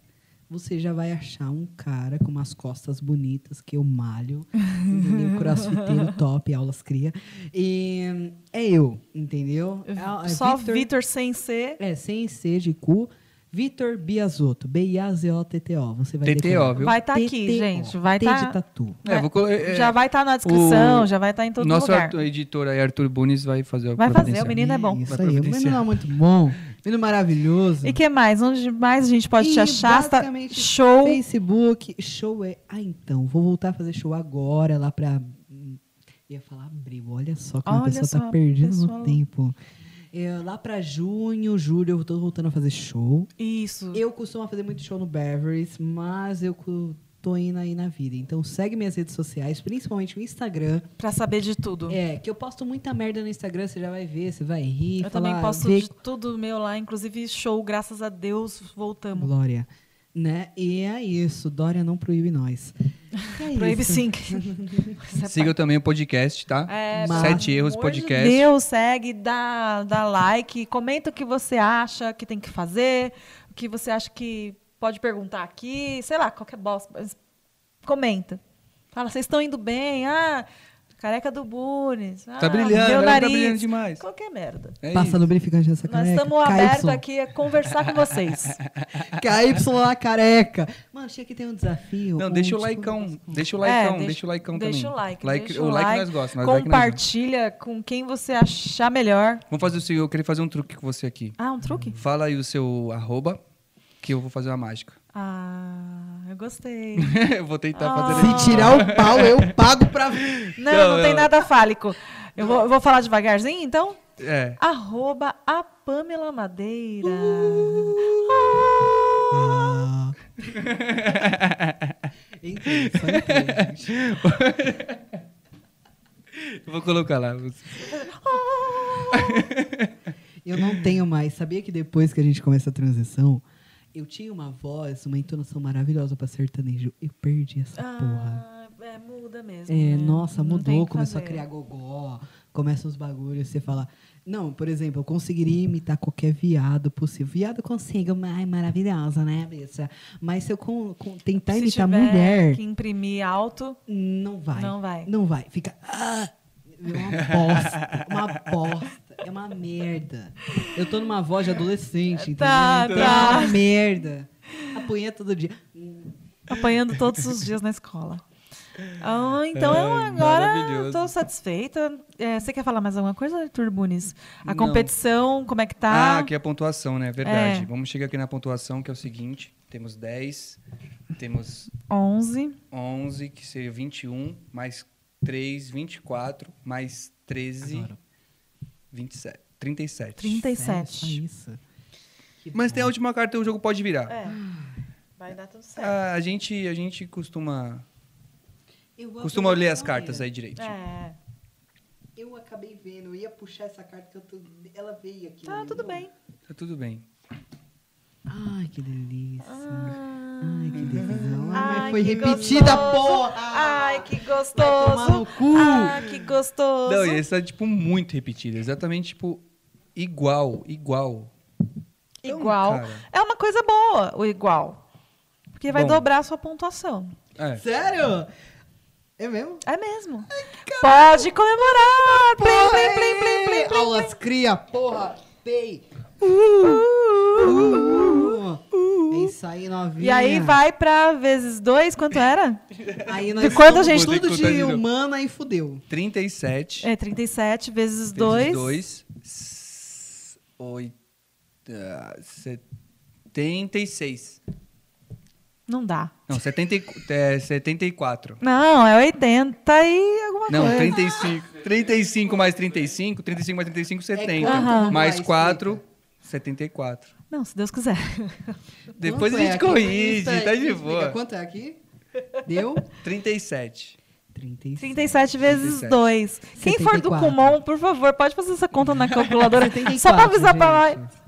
S2: você já vai achar um cara com umas costas bonitas, que eu malho. Entendeu? Crossfiteiro top, aulas cria. E é eu, entendeu? É, é
S3: Só Vitor sem ser.
S2: É, sem C de cu. Vitor Biazotto, B-I-A-Z-O-T-T-O. Você vai
S1: TTO,
S2: decorar.
S1: viu?
S3: Vai estar Tá aqui,
S2: TTO,
S3: gente. Vai tá-
S2: T
S3: estar.
S2: de tatu.
S1: É, vou colo- é,
S3: já
S1: é,
S3: vai estar na descrição,
S1: o-
S3: já vai estar em todo
S1: Nosso
S3: lugar.
S1: Arthur- editor aí, Arthur Bunes, vai fazer a
S3: Vai fazer,
S1: providência.
S3: o menino é bom.
S2: Isso
S1: Vai
S2: aí, o menino
S1: providenciar.
S2: é muito bom. Menino maravilhoso.
S3: E que mais? Onde mais a gente pode
S2: E
S3: te achar? Você tá-
S2: basicamente,
S3: Show.
S2: Facebook, show é. Ah, então, vou voltar a fazer show agora lá pra. hum, Ia falar abril, olha só como a
S3: Olha
S2: pessoa
S3: só,
S2: tá perdida
S3: pessoal.
S2: no tempo. É, lá pra junho, julho, eu tô voltando a fazer show.
S3: Isso.
S2: Eu costumo fazer muito show no Beverys, mas eu cu- tô indo aí na vida. Então segue minhas redes sociais, principalmente o Instagram.
S3: Pra saber de tudo.
S2: É, que eu posto muita merda no Instagram, você já vai ver, você vai rir.
S3: eu
S2: falar,
S3: também posto
S2: ver
S3: de tudo meu lá, inclusive show, graças a Deus, voltamos.
S2: Glória. Né? E é isso. Dória não proíbe nós. E é
S3: Proíbe
S2: isso.
S3: sim.
S1: Siga também o podcast, tá?
S3: É,
S2: Mas-
S1: Sete Erros
S3: Amor de
S1: Podcast.
S3: Deus, segue, dá, dá like, comenta o que você acha que tem que fazer, o que você acha que pode perguntar aqui, sei lá, qualquer bosta. mas Comenta. Fala, vocês estão indo bem? Ah, careca do Bunes. Ah,
S1: Tá brilhando,
S3: meu
S1: ela tá
S3: nariz.
S1: brilhando demais.
S3: Qualquer merda.
S1: É
S2: Passa
S1: isso.
S2: lubrificante nessa
S3: Nós
S2: careca.
S3: estamos abertos
S2: KY.
S3: aqui a conversar com vocês.
S1: é
S2: KY lá, careca. Mano, achei que tem um desafio.
S1: Não,
S2: um
S1: deixa o
S2: tipo-
S1: likeão. Deixa o
S3: É,
S1: likeão, deixa o likeão também.
S3: Deixa o like. deixa
S1: o like nós gostamos. nós like nós gostamos.
S3: Compartilha com quem você achar melhor.
S1: Vamos fazer o seguinte, eu queria fazer um truque com você aqui.
S3: Ah, um truque?
S1: Fala aí o seu arroba, que eu vou fazer uma mágica.
S3: Ah, eu gostei.
S1: eu vou tentar
S3: Ah.
S1: fazer...
S2: Se tirar o pau, eu pago pra ver.
S3: Não,
S1: Não,
S3: não, tem
S1: não.
S3: nada fálico. Eu vou, eu vou falar devagarzinho, então.
S1: É.
S3: Arroba a Pamela Madeira.
S2: Uh! Ah. Entrei, só entrei, gente.
S1: Eu vou colocar lá.
S2: Eu não tenho mais. Sabia que depois que a gente começa a transição, eu tinha uma voz, uma entonação maravilhosa pra sertanejo. Eu perdi essa porra.
S3: Ah, é, muda mesmo. né?
S2: É, nossa,
S3: Não tem o
S2: mudou,
S3: que
S2: começou a
S3: fazer.
S2: criar gogó, começa os bagulhos, você fala. Não, por exemplo, eu conseguiria imitar qualquer viado possível. Viado eu consigo, ai, maravilhosa, né, bicha? Mas se eu con- con- tentar
S3: Se
S2: imitar
S3: tiver
S2: Tá, mulher,
S3: que imprimir alto,
S2: não vai.
S3: Não vai.
S2: Não vai. Fica. "Ah!" É uma bosta. Uma bosta. É uma merda. Eu tô numa voz de adolescente, entendeu?
S3: Tá,
S2: Então
S3: tá.
S2: É uma merda. A punheta todo dia.
S3: apanhando todos os dias na escola. Ah, então eu
S1: Ai,
S3: agora
S1: maravilhoso.
S3: estou satisfeita. É, você quer falar mais alguma coisa, Arthur Bunes? A
S1: Não.
S3: competição, como é que tá?
S1: Ah, aqui é a pontuação, né? Verdade.
S3: É.
S1: Vamos chegar aqui na pontuação, que é o seguinte. Temos 10, temos
S3: 11.
S1: 11, que seria 21, mais 3, 24, mais 13,
S2: Agora.
S1: 27, 37.
S3: 37.
S2: Sério, É, só isso. Que
S1: Mas tem a
S2: bom.
S1: última carta e o jogo pode virar. Ah,
S3: É. Vai dar tudo certo.
S1: A, a gente, a gente costuma,
S2: Eu vou
S1: costuma
S2: abrir
S1: ler
S2: uma
S1: as cartas aí
S2: maneira.
S1: direito.
S3: É.
S2: Eu acabei vendo, eu ia puxar essa carta que eu tô... ela veio aqui.
S3: Tá
S2: eu
S3: tudo
S2: não-
S3: bem.
S1: Tá tudo bem.
S2: Ai, que delícia.
S3: Ai,
S2: Ai, que decisão. Ai,
S3: Ah. Ai,
S2: mas foi
S3: que
S2: repetida,
S3: gostoso.
S2: porra!
S3: Ai, que
S2: Vai tomar
S3: gostoso. Ah.
S2: no cu.
S3: Ai, que gostoso.
S1: Não, e essa é, tipo, muito repetida. Exatamente, tipo, igual, igual. Então,
S3: Igual.
S1: cara,
S3: É uma coisa boa, o igual. Porque vai
S1: Bom.
S3: dobrar a sua pontuação.
S1: é.
S2: Sério? É mesmo?
S3: É mesmo. Pode comemorar. Plim,
S2: Porra,
S3: plim, plim, plim, plim, plim.
S2: Aulas cria, porra, pei. Uh, É isso aí, novinha.
S3: E aí vai pra vezes dois, quanto era?
S2: Aí
S3: De
S2: nós
S3: quando a
S2: somos
S3: gente-
S1: Vou
S2: tudo
S1: ter que contar de
S2: de
S1: novo.
S2: humana e fudeu.
S1: 37
S3: É 37 vezes
S1: vezes
S3: 2.
S1: 2, 8, ah, 76.
S3: Não dá.
S1: Não, 70, e- é, 74.
S3: Não, é 80 e alguma
S1: Não,
S3: coisa.
S1: 35. 35 mais 35, 35 mais 35, 70.
S2: Aham.
S1: Mais
S2: Mais
S1: 4, 74.
S3: Não, se Deus quiser.
S1: Depois a
S2: Quanto é
S1: gente
S2: aqui?
S1: corrige,
S2: Isso aí,
S1: tá de
S2: explica,
S1: boa.
S2: Quanto é aqui? Deu?
S1: 37.
S2: 35.
S3: 37 vezes
S1: 37.
S3: 2. Quem for do
S2: 74.
S3: Kumon, por favor, pode fazer essa conta na calculadora.
S2: 74,
S3: Só pra avisar pra lá.
S2: gente.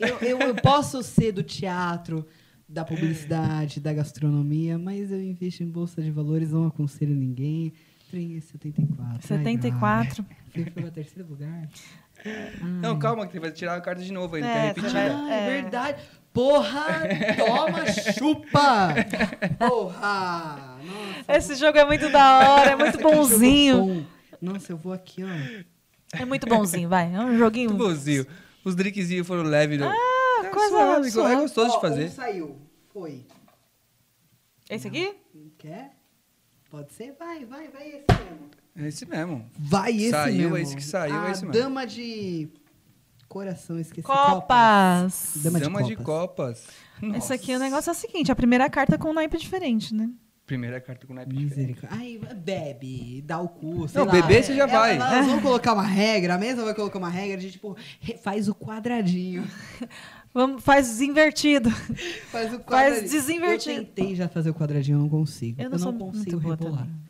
S2: Eu, eu- eu posso ser do teatro, da publicidade, da gastronomia, mas eu invisto em bolsa de valores, não aconselho ninguém. Trem 74.
S3: 74.
S2: Ai, ai. Você foi pra terceiro lugar?
S1: Não, calma, que ele vai tirar a carta de novo. Ele tá
S3: É,
S1: quer
S3: você
S1: repetir.
S3: vai-
S2: Ah, é
S3: É.
S2: verdade. Porra, toma, chupa! Porra! Nossa,
S3: Esse jogo é muito da hora, é muito
S2: que jogo
S3: bonzinho.
S2: bom. Nossa, eu vou aqui, ó.
S3: É muito bonzinho, vai. É um joguinho.
S1: Muito bonzinho. Os drinkzinhos foram leves.
S3: Ah,
S1: É
S3: coisa
S1: suave,
S3: suave.
S1: é gostoso
S2: Ó,
S1: de
S2: um
S1: fazer.
S2: saiu. Foi.
S3: Esse aqui?
S2: Não quer? Pode ser? Vai, vai, vai esse mesmo.
S1: É esse mesmo.
S2: Vai esse
S1: Saiu,
S2: mesmo.
S1: é esse que saiu,
S2: A
S1: é esse mesmo.
S2: dama de... Coração, esqueci.
S3: Copas.
S2: Dama de
S1: Dama de
S2: copas.
S1: copas.
S3: Esse
S1: Nossa.
S3: aqui, o negócio é o seguinte, a primeira carta com um naipe diferente, né?
S1: Primeira carta com naipe diferente.
S2: Misericórdia. Ai, bebe, dá o cu, sei
S1: Não,
S2: lá.
S1: beber você já vai.
S2: Elas, elas vão colocar uma regra, a mesa vai colocar uma regra de, tipo, re- faz o quadradinho.
S3: Vamos, faz invertido.
S2: Faz o quadradinho.
S3: desinvertido.
S2: Eu tentei já fazer o quadradinho, eu não consigo.
S3: Eu não sou muito
S2: consigo
S3: boa
S2: rebolar.
S3: também.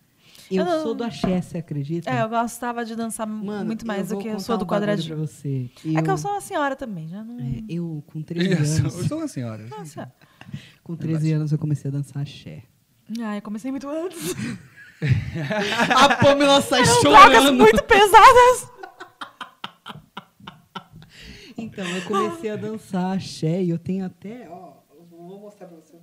S2: Eu,
S3: Eu não-
S2: sou do axé, você acredita?
S3: É, eu gostava de dançar muito mais do
S2: vou
S3: que eu
S2: contar
S3: sou do
S2: um bagulho
S3: quadradinho.
S2: Pra você.
S3: É que eu sou uma senhora também, já não...
S2: é, eu, com 13
S1: Eu sou, eu
S2: anos,
S1: sou uma senhora.
S3: Não, senhora.
S2: com 13 anos eu comecei a dançar axé.
S3: Ah, eu comecei muito antes.
S2: A Pamela sai
S3: Eram drogas
S2: chorando.
S3: muito pesadas.
S2: Então, eu comecei a dançar axé e eu tenho até, ó, eu vou mostrar pra você.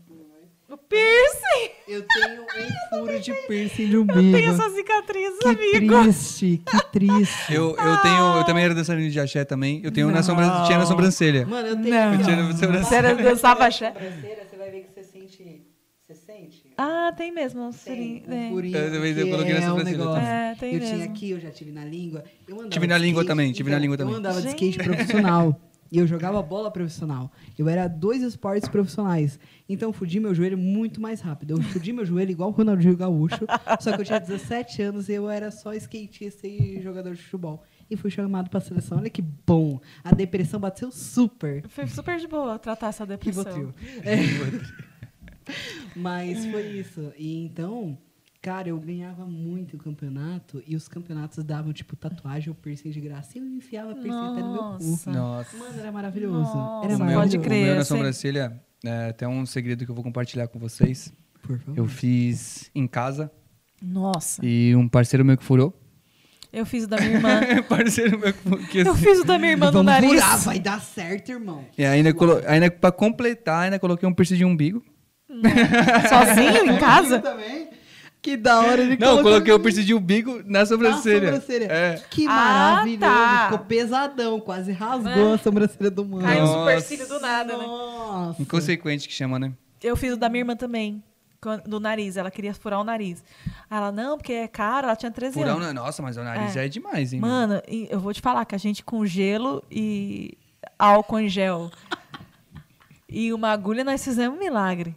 S3: O piercing.
S2: Eu tenho um furo de piercing de
S3: Eu tenho
S2: umbigo.
S3: essa cicatriz,
S2: Que
S3: amigo.
S2: triste, que triste.
S1: Eu, eu tenho.
S3: Ah!
S1: Eu também era dançarino de axé também. Eu tenho na sobrancelha. Tinha na sobrancelha.
S2: Mano, eu
S3: Não.
S2: aqui, ó,
S1: Tinha na
S3: Você
S1: sobrancelha.
S3: era dançava axé?
S2: sobrancelha, você vai ver que você sente, você sente?
S3: Tá? Ah, tem mesmo. Um
S2: Tem
S3: furinho,
S2: um
S3: é.
S2: furinho,
S1: Eu também
S2: que
S1: coloquei na
S2: é um
S1: sobrancelha tá?
S2: negócio.
S3: também. É, tem
S2: eu tinha
S3: mesmo.
S2: aqui, eu já tive na língua. Eu andava
S1: Tive na
S2: de
S1: língua
S2: skate, então,
S1: também, tive na língua também.
S2: Eu andava
S3: Gente.
S2: de skate profissional. E eu jogava bola profissional. Eu era dois esportes profissionais. Então eu fudi meu joelho muito mais rápido. Eu fudi meu joelho igual o Ronaldinho Gaúcho. só que eu tinha 17 anos e eu era só skatista e jogador de futebol. E fui chamado pra seleção. Olha que bom. A depressão bateu super.
S3: Foi super de boa tratar essa
S2: Que
S3: depressão.
S2: Rivotril. É. Mas foi isso. E então, cara, eu ganhava muito o campeonato e os campeonatos davam, tipo, tatuagem ou piercing de graça. E eu enfiava piercing até no meu cu.
S3: Nossa.
S1: Nossa.
S2: Mano, era maravilhoso.
S3: Nossa,
S2: era
S1: O meu-
S2: maravilhoso.
S3: pode crer,
S1: O meu
S3: eu
S1: na
S3: sei.
S1: sobrancelha é, tem um segredo que eu vou compartilhar com vocês.
S2: Por favor.
S1: Eu fiz em casa
S3: Nossa.
S1: e um parceiro meu que furou.
S3: Eu fiz o da minha irmã.
S1: parceiro meu que furou. que
S3: Eu
S1: assim-
S3: fiz o da minha irmã no
S2: Vamos
S3: nariz.
S2: furar, Ah, vai dar certo, irmão.
S1: E ainda, colo... ainda pra completar, ainda coloquei um piercing de umbigo.
S3: Sozinho em
S2: Eu
S3: casa?
S2: também. Que da hora ele
S1: Não, eu
S2: colocou
S1: coloquei o piercing de umbigo na
S2: na
S1: sobrancelha.
S2: Ah, sobrancelha.
S1: É.
S2: Que
S3: Ah,
S2: maravilhoso.
S3: tá. É.
S2: Ficou pesadão, quase rasgou a sobrancelha do mano.
S3: Caiu
S1: Nossa.
S3: o supercílio do nada, né?
S2: Nossa.
S1: Inconsequente que chama, né?
S3: Eu fiz o da minha irmã também. quan- Do nariz, ela queria furar o nariz. Aí Ela, não, porque é caro, ela tinha 13
S1: Furão,
S3: anos.
S1: né? nossa, mas o nariz é, demais, hein?
S3: Mano, e eu vou te falar que a gente com gelo e álcool em gel e uma agulha, nós fizemos um milagre.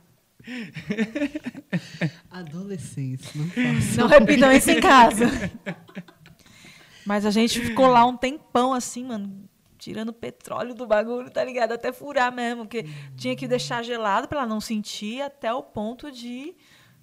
S2: Adolescência, não faço.
S3: Não repitam isso em casa. Mas a gente ficou lá um tempão assim, mano, tirando petróleo do bagulho, tá ligado? Até furar mesmo, porque tinha que deixar gelado pra ela não sentir até o ponto de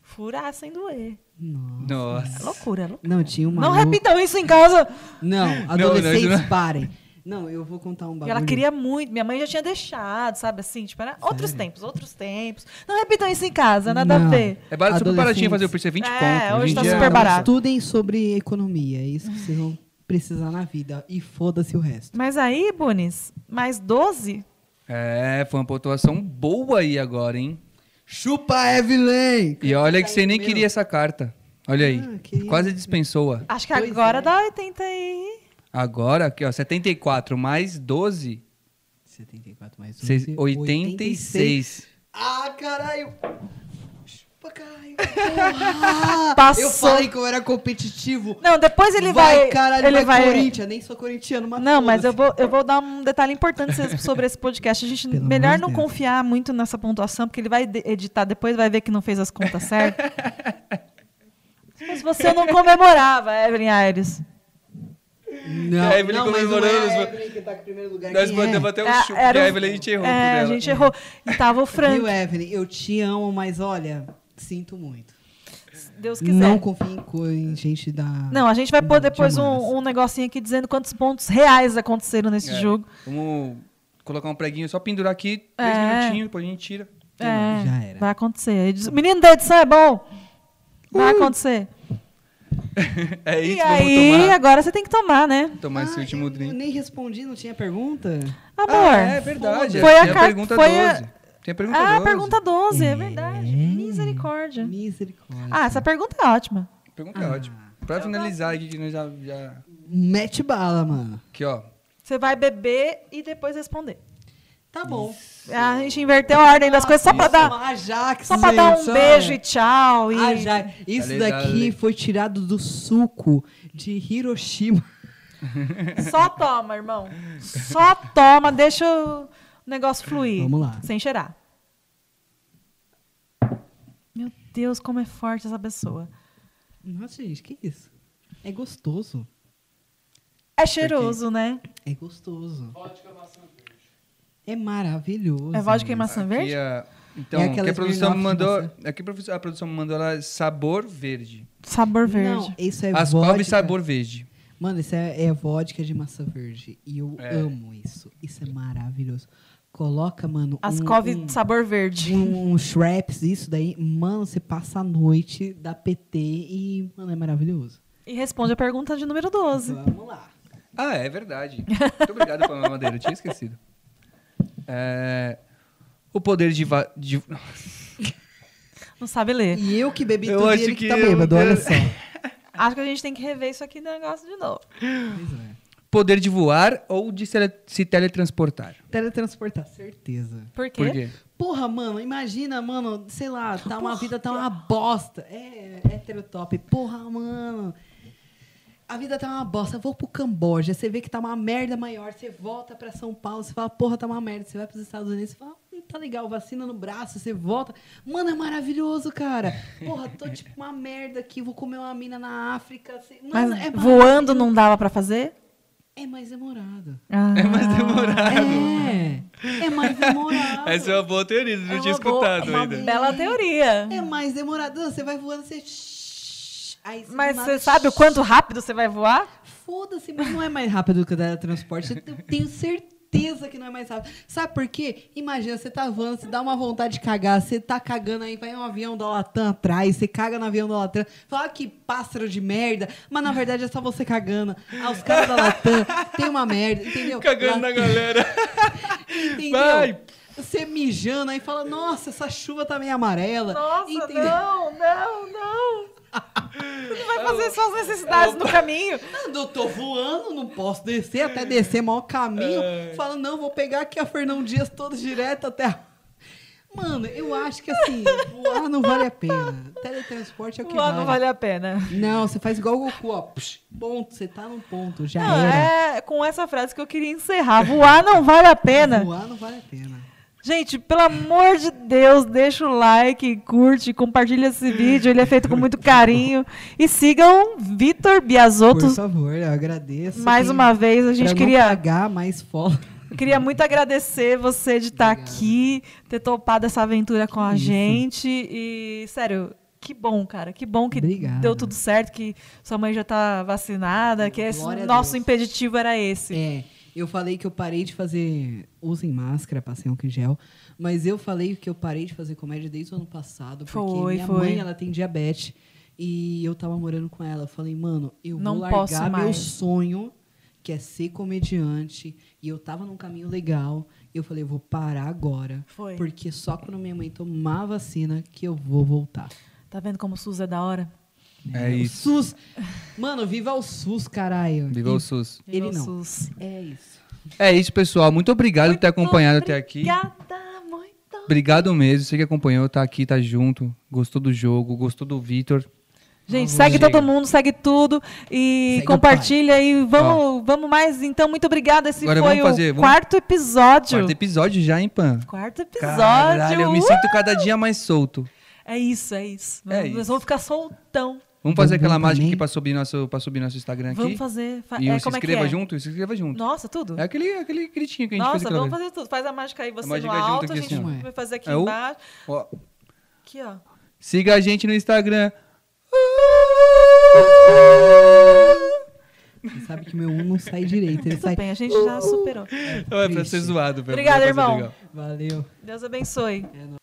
S3: furar sem doer.
S2: Nossa.
S3: É
S1: Nossa.
S3: loucura, é loucura.
S2: Não, tinha uma.
S3: Não
S2: lu-
S3: repitam isso em casa.
S2: Não,
S1: Não,
S2: adolescentes,
S1: não, isso não-
S2: parem. Não, eu vou contar um
S3: E
S2: bagulho.
S3: ela queria muito, minha mãe já tinha deixado, sabe assim, tipo, era outros tempos, outros tempos. Não repitam isso em casa, nada
S2: Não.
S3: a ver.
S1: É barato, super
S2: Adolescentes.
S1: baratinho fazer o piercing, é 20
S3: É,
S1: conto.
S3: hoje
S1: em
S3: tá
S1: dia,
S3: super
S2: um
S1: nossa.
S3: barato.
S2: Estudem sobre economia, é isso que vocês vão precisar na vida. E foda-se o resto.
S3: Mas aí, Bunis, mais 12?
S1: É, foi uma pontuação boa aí agora, hein?
S2: Chupa, Evelyn!
S1: E olha que
S2: Tá
S1: você
S2: aí
S1: nem
S2: meu.
S1: queria essa carta. Olha aí.
S2: Ah, que
S1: Quase dispensou-a.
S3: Acho que
S2: Pois
S3: agora
S2: é.
S3: dá 80 e...
S1: Agora, aqui, ó, 74 mais 12,
S2: 74 mais
S1: 6,
S2: 11,
S1: 86.
S2: Ah, caralho! Chupa, caralho! Porra!
S3: Passou.
S2: Eu falei que eu era competitivo.
S3: Não, depois ele vai...
S2: caralho,
S3: ele
S2: vai, Corinthians. Nem sou corintiano, mas
S3: Não, mas eu
S2: foda-se.
S3: vou, eu vou dar um detalhe importante se- sobre esse podcast. A gente
S2: Pelo amor
S3: melhor
S2: de
S3: não
S2: Deus.
S3: confiar muito nessa pontuação, porque ele vai de- editar depois, vai ver que não fez as contas certas. mas você não comemorava, Evelyn Aires.
S2: Não,
S1: Evelyn
S2: não, mas não
S1: comemorando os-
S2: é a Evelyn que tá com o primeiro lugar.
S1: Nós
S2: quem é?
S1: mandamos até um
S3: É,
S1: chute
S3: era
S1: da
S3: o-
S1: Evelyn, a gente errou. por
S3: É, a
S1: ela.
S3: gente errou. E tava o
S2: Viu,
S3: Frank,
S2: Evelyn? Eu te amo, mas olha, sinto muito.
S3: se Deus quiser.
S2: Não
S3: Não,
S2: confie em, co- em gente da.
S3: a gente vai pôr
S2: de
S3: depois
S2: humanas.
S3: um, um negocinho aqui dizendo quantos pontos reais aconteceram nesse
S1: É.
S3: jogo.
S1: Vamos colocar um preguinho, só pendurar aqui, três
S3: É.
S1: minutinhos, depois a gente tira.
S3: É,
S2: Já era.
S3: Vai acontecer. Edi- Menino da edição é bom.
S2: Uh!
S3: Vai acontecer.
S1: é isso,
S3: e
S1: vamos
S3: aí,
S1: tomar,
S3: agora você tem que tomar, né?
S1: tomar esse
S2: Ah,
S1: último
S2: eu
S1: drink.
S2: nem respondi, não tinha pergunta?
S3: Amor.
S1: Ah, é verdade.
S3: Foi a
S1: Tinha
S3: car-
S1: pergunta
S3: foi a-
S1: 12. Tinha pergunta
S3: Ah,
S1: 12.
S3: pergunta 12, é
S2: É.
S3: verdade. Misericórdia.
S2: Misericórdia.
S3: É. Ah, essa pergunta é ótima.
S1: Pergunta é
S2: Ah.
S1: ótima. Pra finalizar aqui, que nós já, já-
S2: Mete bala, mano.
S1: Aqui, ó.
S3: Você vai beber e depois responder.
S2: Tá bom.
S3: A gente inverteu a ordem das coisas só pra dar,
S2: A Jax,
S3: só pra dar
S2: um gente,
S3: um
S2: olha.
S3: beijo e tchau.
S2: Ah,
S3: E...
S2: já. Isso
S4: ligado,
S2: daqui
S4: né?
S2: foi tirado do suco de Hiroshima.
S3: Só toma, irmão. Só toma, deixa o negócio fluir.
S2: Vamos lá.
S3: Sem cheirar. Meu Deus, como é forte essa pessoa.
S2: Nossa, gente, que isso? É gostoso.
S3: É cheiroso, né?
S2: É gostoso. É maravilhoso.
S3: É vodka e
S2: mesmo.
S3: maçã
S1: Aqui,
S3: verde?
S1: a- então,
S2: É
S1: que
S2: aquela
S1: a produção me
S2: Smirnoff
S1: mandou.
S2: de
S1: Aqui a produ- a produção me mandou ela sabor verde.
S3: Sabor verde.
S2: Não, isso é
S1: As
S2: vodka.
S1: e sabor verde.
S2: Mano, isso é, é vodka de maçã verde. E eu
S1: É.
S2: amo isso. Isso é maravilhoso. Coloca, mano.
S3: As
S2: um-
S3: cove
S2: um-
S3: sabor verde.
S2: um, um Shreps, isso daí, mano, você passa a noite da PT e, mano, é maravilhoso.
S3: E responde a pergunta de número 12.
S2: Vamos lá.
S1: Ah, é verdade. Muito obrigado, Pamela Madeira. Eu tinha esquecido. É, o poder de, va- de-
S3: Não sabe ler.
S2: E eu que bebi
S1: Eu
S2: tudo e
S1: acho
S2: ele que,
S1: que
S2: tá
S1: eu-
S2: bêbado, olha só.
S3: Acho que a gente tem que rever isso aqui no negócio de novo.
S2: Pois é.
S1: poder de voar ou de se, se teletransportar.
S2: Teletransportar, certeza.
S3: Por quê?
S1: Por quê?
S2: Porra, mano, imagina, mano, sei lá, tá uma vida tá uma bosta. É, é heterotop. Porra, mano. A vida tá uma bosta. Eu vou pro Camboja, você vê que tá uma merda maior, você volta pra São Paulo, você fala, porra, tá uma merda. Você vai pros Estados Unidos, você fala, hum, tá legal, vacina no braço, você volta. Mano, é maravilhoso, cara. Porra, tô tipo uma merda aqui, vou comer uma mina na África. Você-
S3: Mas
S2: Mano, é
S3: voando não
S2: maravilhoso.
S3: dava pra fazer?
S2: É mais demorado.
S3: Ah, Ah.
S2: É, é mais demorado.
S1: Essa é uma boa teoria, não
S2: É
S1: tinha
S2: uma boa-
S1: escutado
S2: uma
S1: ainda.
S3: Bela teoria.
S2: É mais demorado. Você vai voando, você. shhh, Aí você
S3: Mas
S2: do
S3: você
S2: nada,
S3: sabe o quanto rápido você vai voar?
S2: shhh, Foda-se, mas não é mais rápido que o teletransporte. Eu tenho certeza que não é mais rápido. Sabe por quê? Imagina, você tá voando, você dá uma vontade de cagar, você tá cagando aí, vai um avião da Latam atrás, você caga no avião da Latam, fala "Ah, que pássaro de merda, mas na verdade é só você cagando. Ah, os caras da Latam tem uma merda, entendeu?
S1: Cagando na
S2: Latam-
S1: galera.
S2: Entendeu?
S1: Vai!
S2: Você mijando aí fala, nossa, essa chuva tá meio amarela. entendeu? É
S3: não, não, não. Você vai fazer suas necessidades no caminho.
S2: Eu tô voando, não posso descer, até descer maior caminho. Fala, não, vou pegar aqui a Fernão Dias todo direto até. a- Mano, eu acho que assim, voar não vale a pena. Teletransporte é o que
S3: Voar
S2: vale.
S3: não vale a pena.
S2: Não, você faz igual o Goku, ó. Psh, ponto, você tá no ponto, já
S3: Não,
S2: era.
S3: é com essa frase que eu queria encerrar. Voar não vale a pena.
S2: Voar não vale a pena.
S3: Gente, pelo amor de Deus, deixa o like, curte, compartilha esse vídeo. Ele é feito com muito carinho. E sigam Vitor
S2: Por
S3: Biasotto.
S2: favor, eu agradeço.
S3: Mais
S2: Quem-
S3: uma vez, a gente
S2: pra
S3: queria.
S2: Não pagar mais folga.
S3: Queria muito agradecer você de estar aqui, ter topado essa aventura com a
S2: Isso.
S3: gente. E, sério, que bom, cara. Que bom que
S2: Obrigado.
S3: deu tudo certo, que sua mãe já tá vacinada, que esse
S2: Glória a
S3: nosso
S2: Deus.
S3: impeditivo era esse.
S2: É, eu falei que eu parei de fazer. Usem máscara, passem álcool em gel. Mas eu falei que eu parei de fazer comédia desde o ano passado. Porque
S3: Foi,
S2: minha
S3: foi.
S2: mãe, ela tem diabetes. E eu tava morando com ela. Eu falei, mano, eu
S3: Não
S2: vou
S3: posso
S2: largar meu
S3: mais.
S2: sonho, que é ser comediante. E eu tava num caminho legal. E eu falei, eu vou parar agora.
S3: Foi.
S2: Porque só quando minha mãe tomar a vacina que eu vou voltar.
S3: Tá vendo como o SUS é da hora?
S1: É
S2: O
S1: isso.
S2: SUS! Mano, viva o SUS, caralho!
S1: Viva o SUS.
S2: Ele
S3: Viva o
S2: não.
S3: SUS.
S2: É isso.
S1: É isso, pessoal. Muito obrigado por ter acompanhado até aqui.
S3: Obrigada, muito.
S1: Obrigado mesmo. Você que acompanhou, tá aqui, tá junto. Gostou do jogo, gostou do Vitor.
S3: Gente, segue
S1: Chega.
S3: todo mundo, segue tudo e
S2: Segue o
S3: compartilha e vamos, vamos mais. Então, muito obrigada. Esse
S1: Agora
S3: foi
S1: vamos fazer,
S3: o
S1: vamos-
S3: quarto episódio.
S1: Quarto episódio já, hein, Pan?
S3: Quarto episódio.
S1: Caralho, eu me
S3: Uh!
S1: sinto cada dia mais solto.
S3: É isso, é isso.
S1: É
S3: Nós
S1: isso.
S3: vamos ficar soltão.
S1: Vamos fazer
S2: Bumbum
S1: aquela mágica
S2: também.
S1: aqui pra subir nosso, pra subir nosso Instagram aqui.
S3: Vamos fazer. Fa-
S1: E
S3: é,
S1: o se
S3: como é que
S1: inscreva
S3: é?
S1: junto, se inscreva junto.
S3: Nossa, tudo?
S1: É aquele, aquele gritinho que a gente fez
S3: Nossa,
S1: aquela
S3: vamos
S1: vez.
S3: fazer tudo. Faz a mágica aí, você
S1: mágica
S3: no
S1: junto
S3: alto, a
S1: aqui,
S3: gente
S2: assim, ó.
S3: vai fazer aqui
S1: É o-
S3: embaixo.
S1: Ó,
S3: Aqui, ó.
S1: siga a gente no Instagram.
S2: Você sabe que meu um não sai direito. Ele
S3: Tudo
S2: sai.
S3: bem, a gente já superou.
S1: É pra ser zoado, velho.
S3: Obrigada,
S1: Vai fazer
S3: irmão.
S1: legal.
S2: Valeu.
S3: Deus abençoe.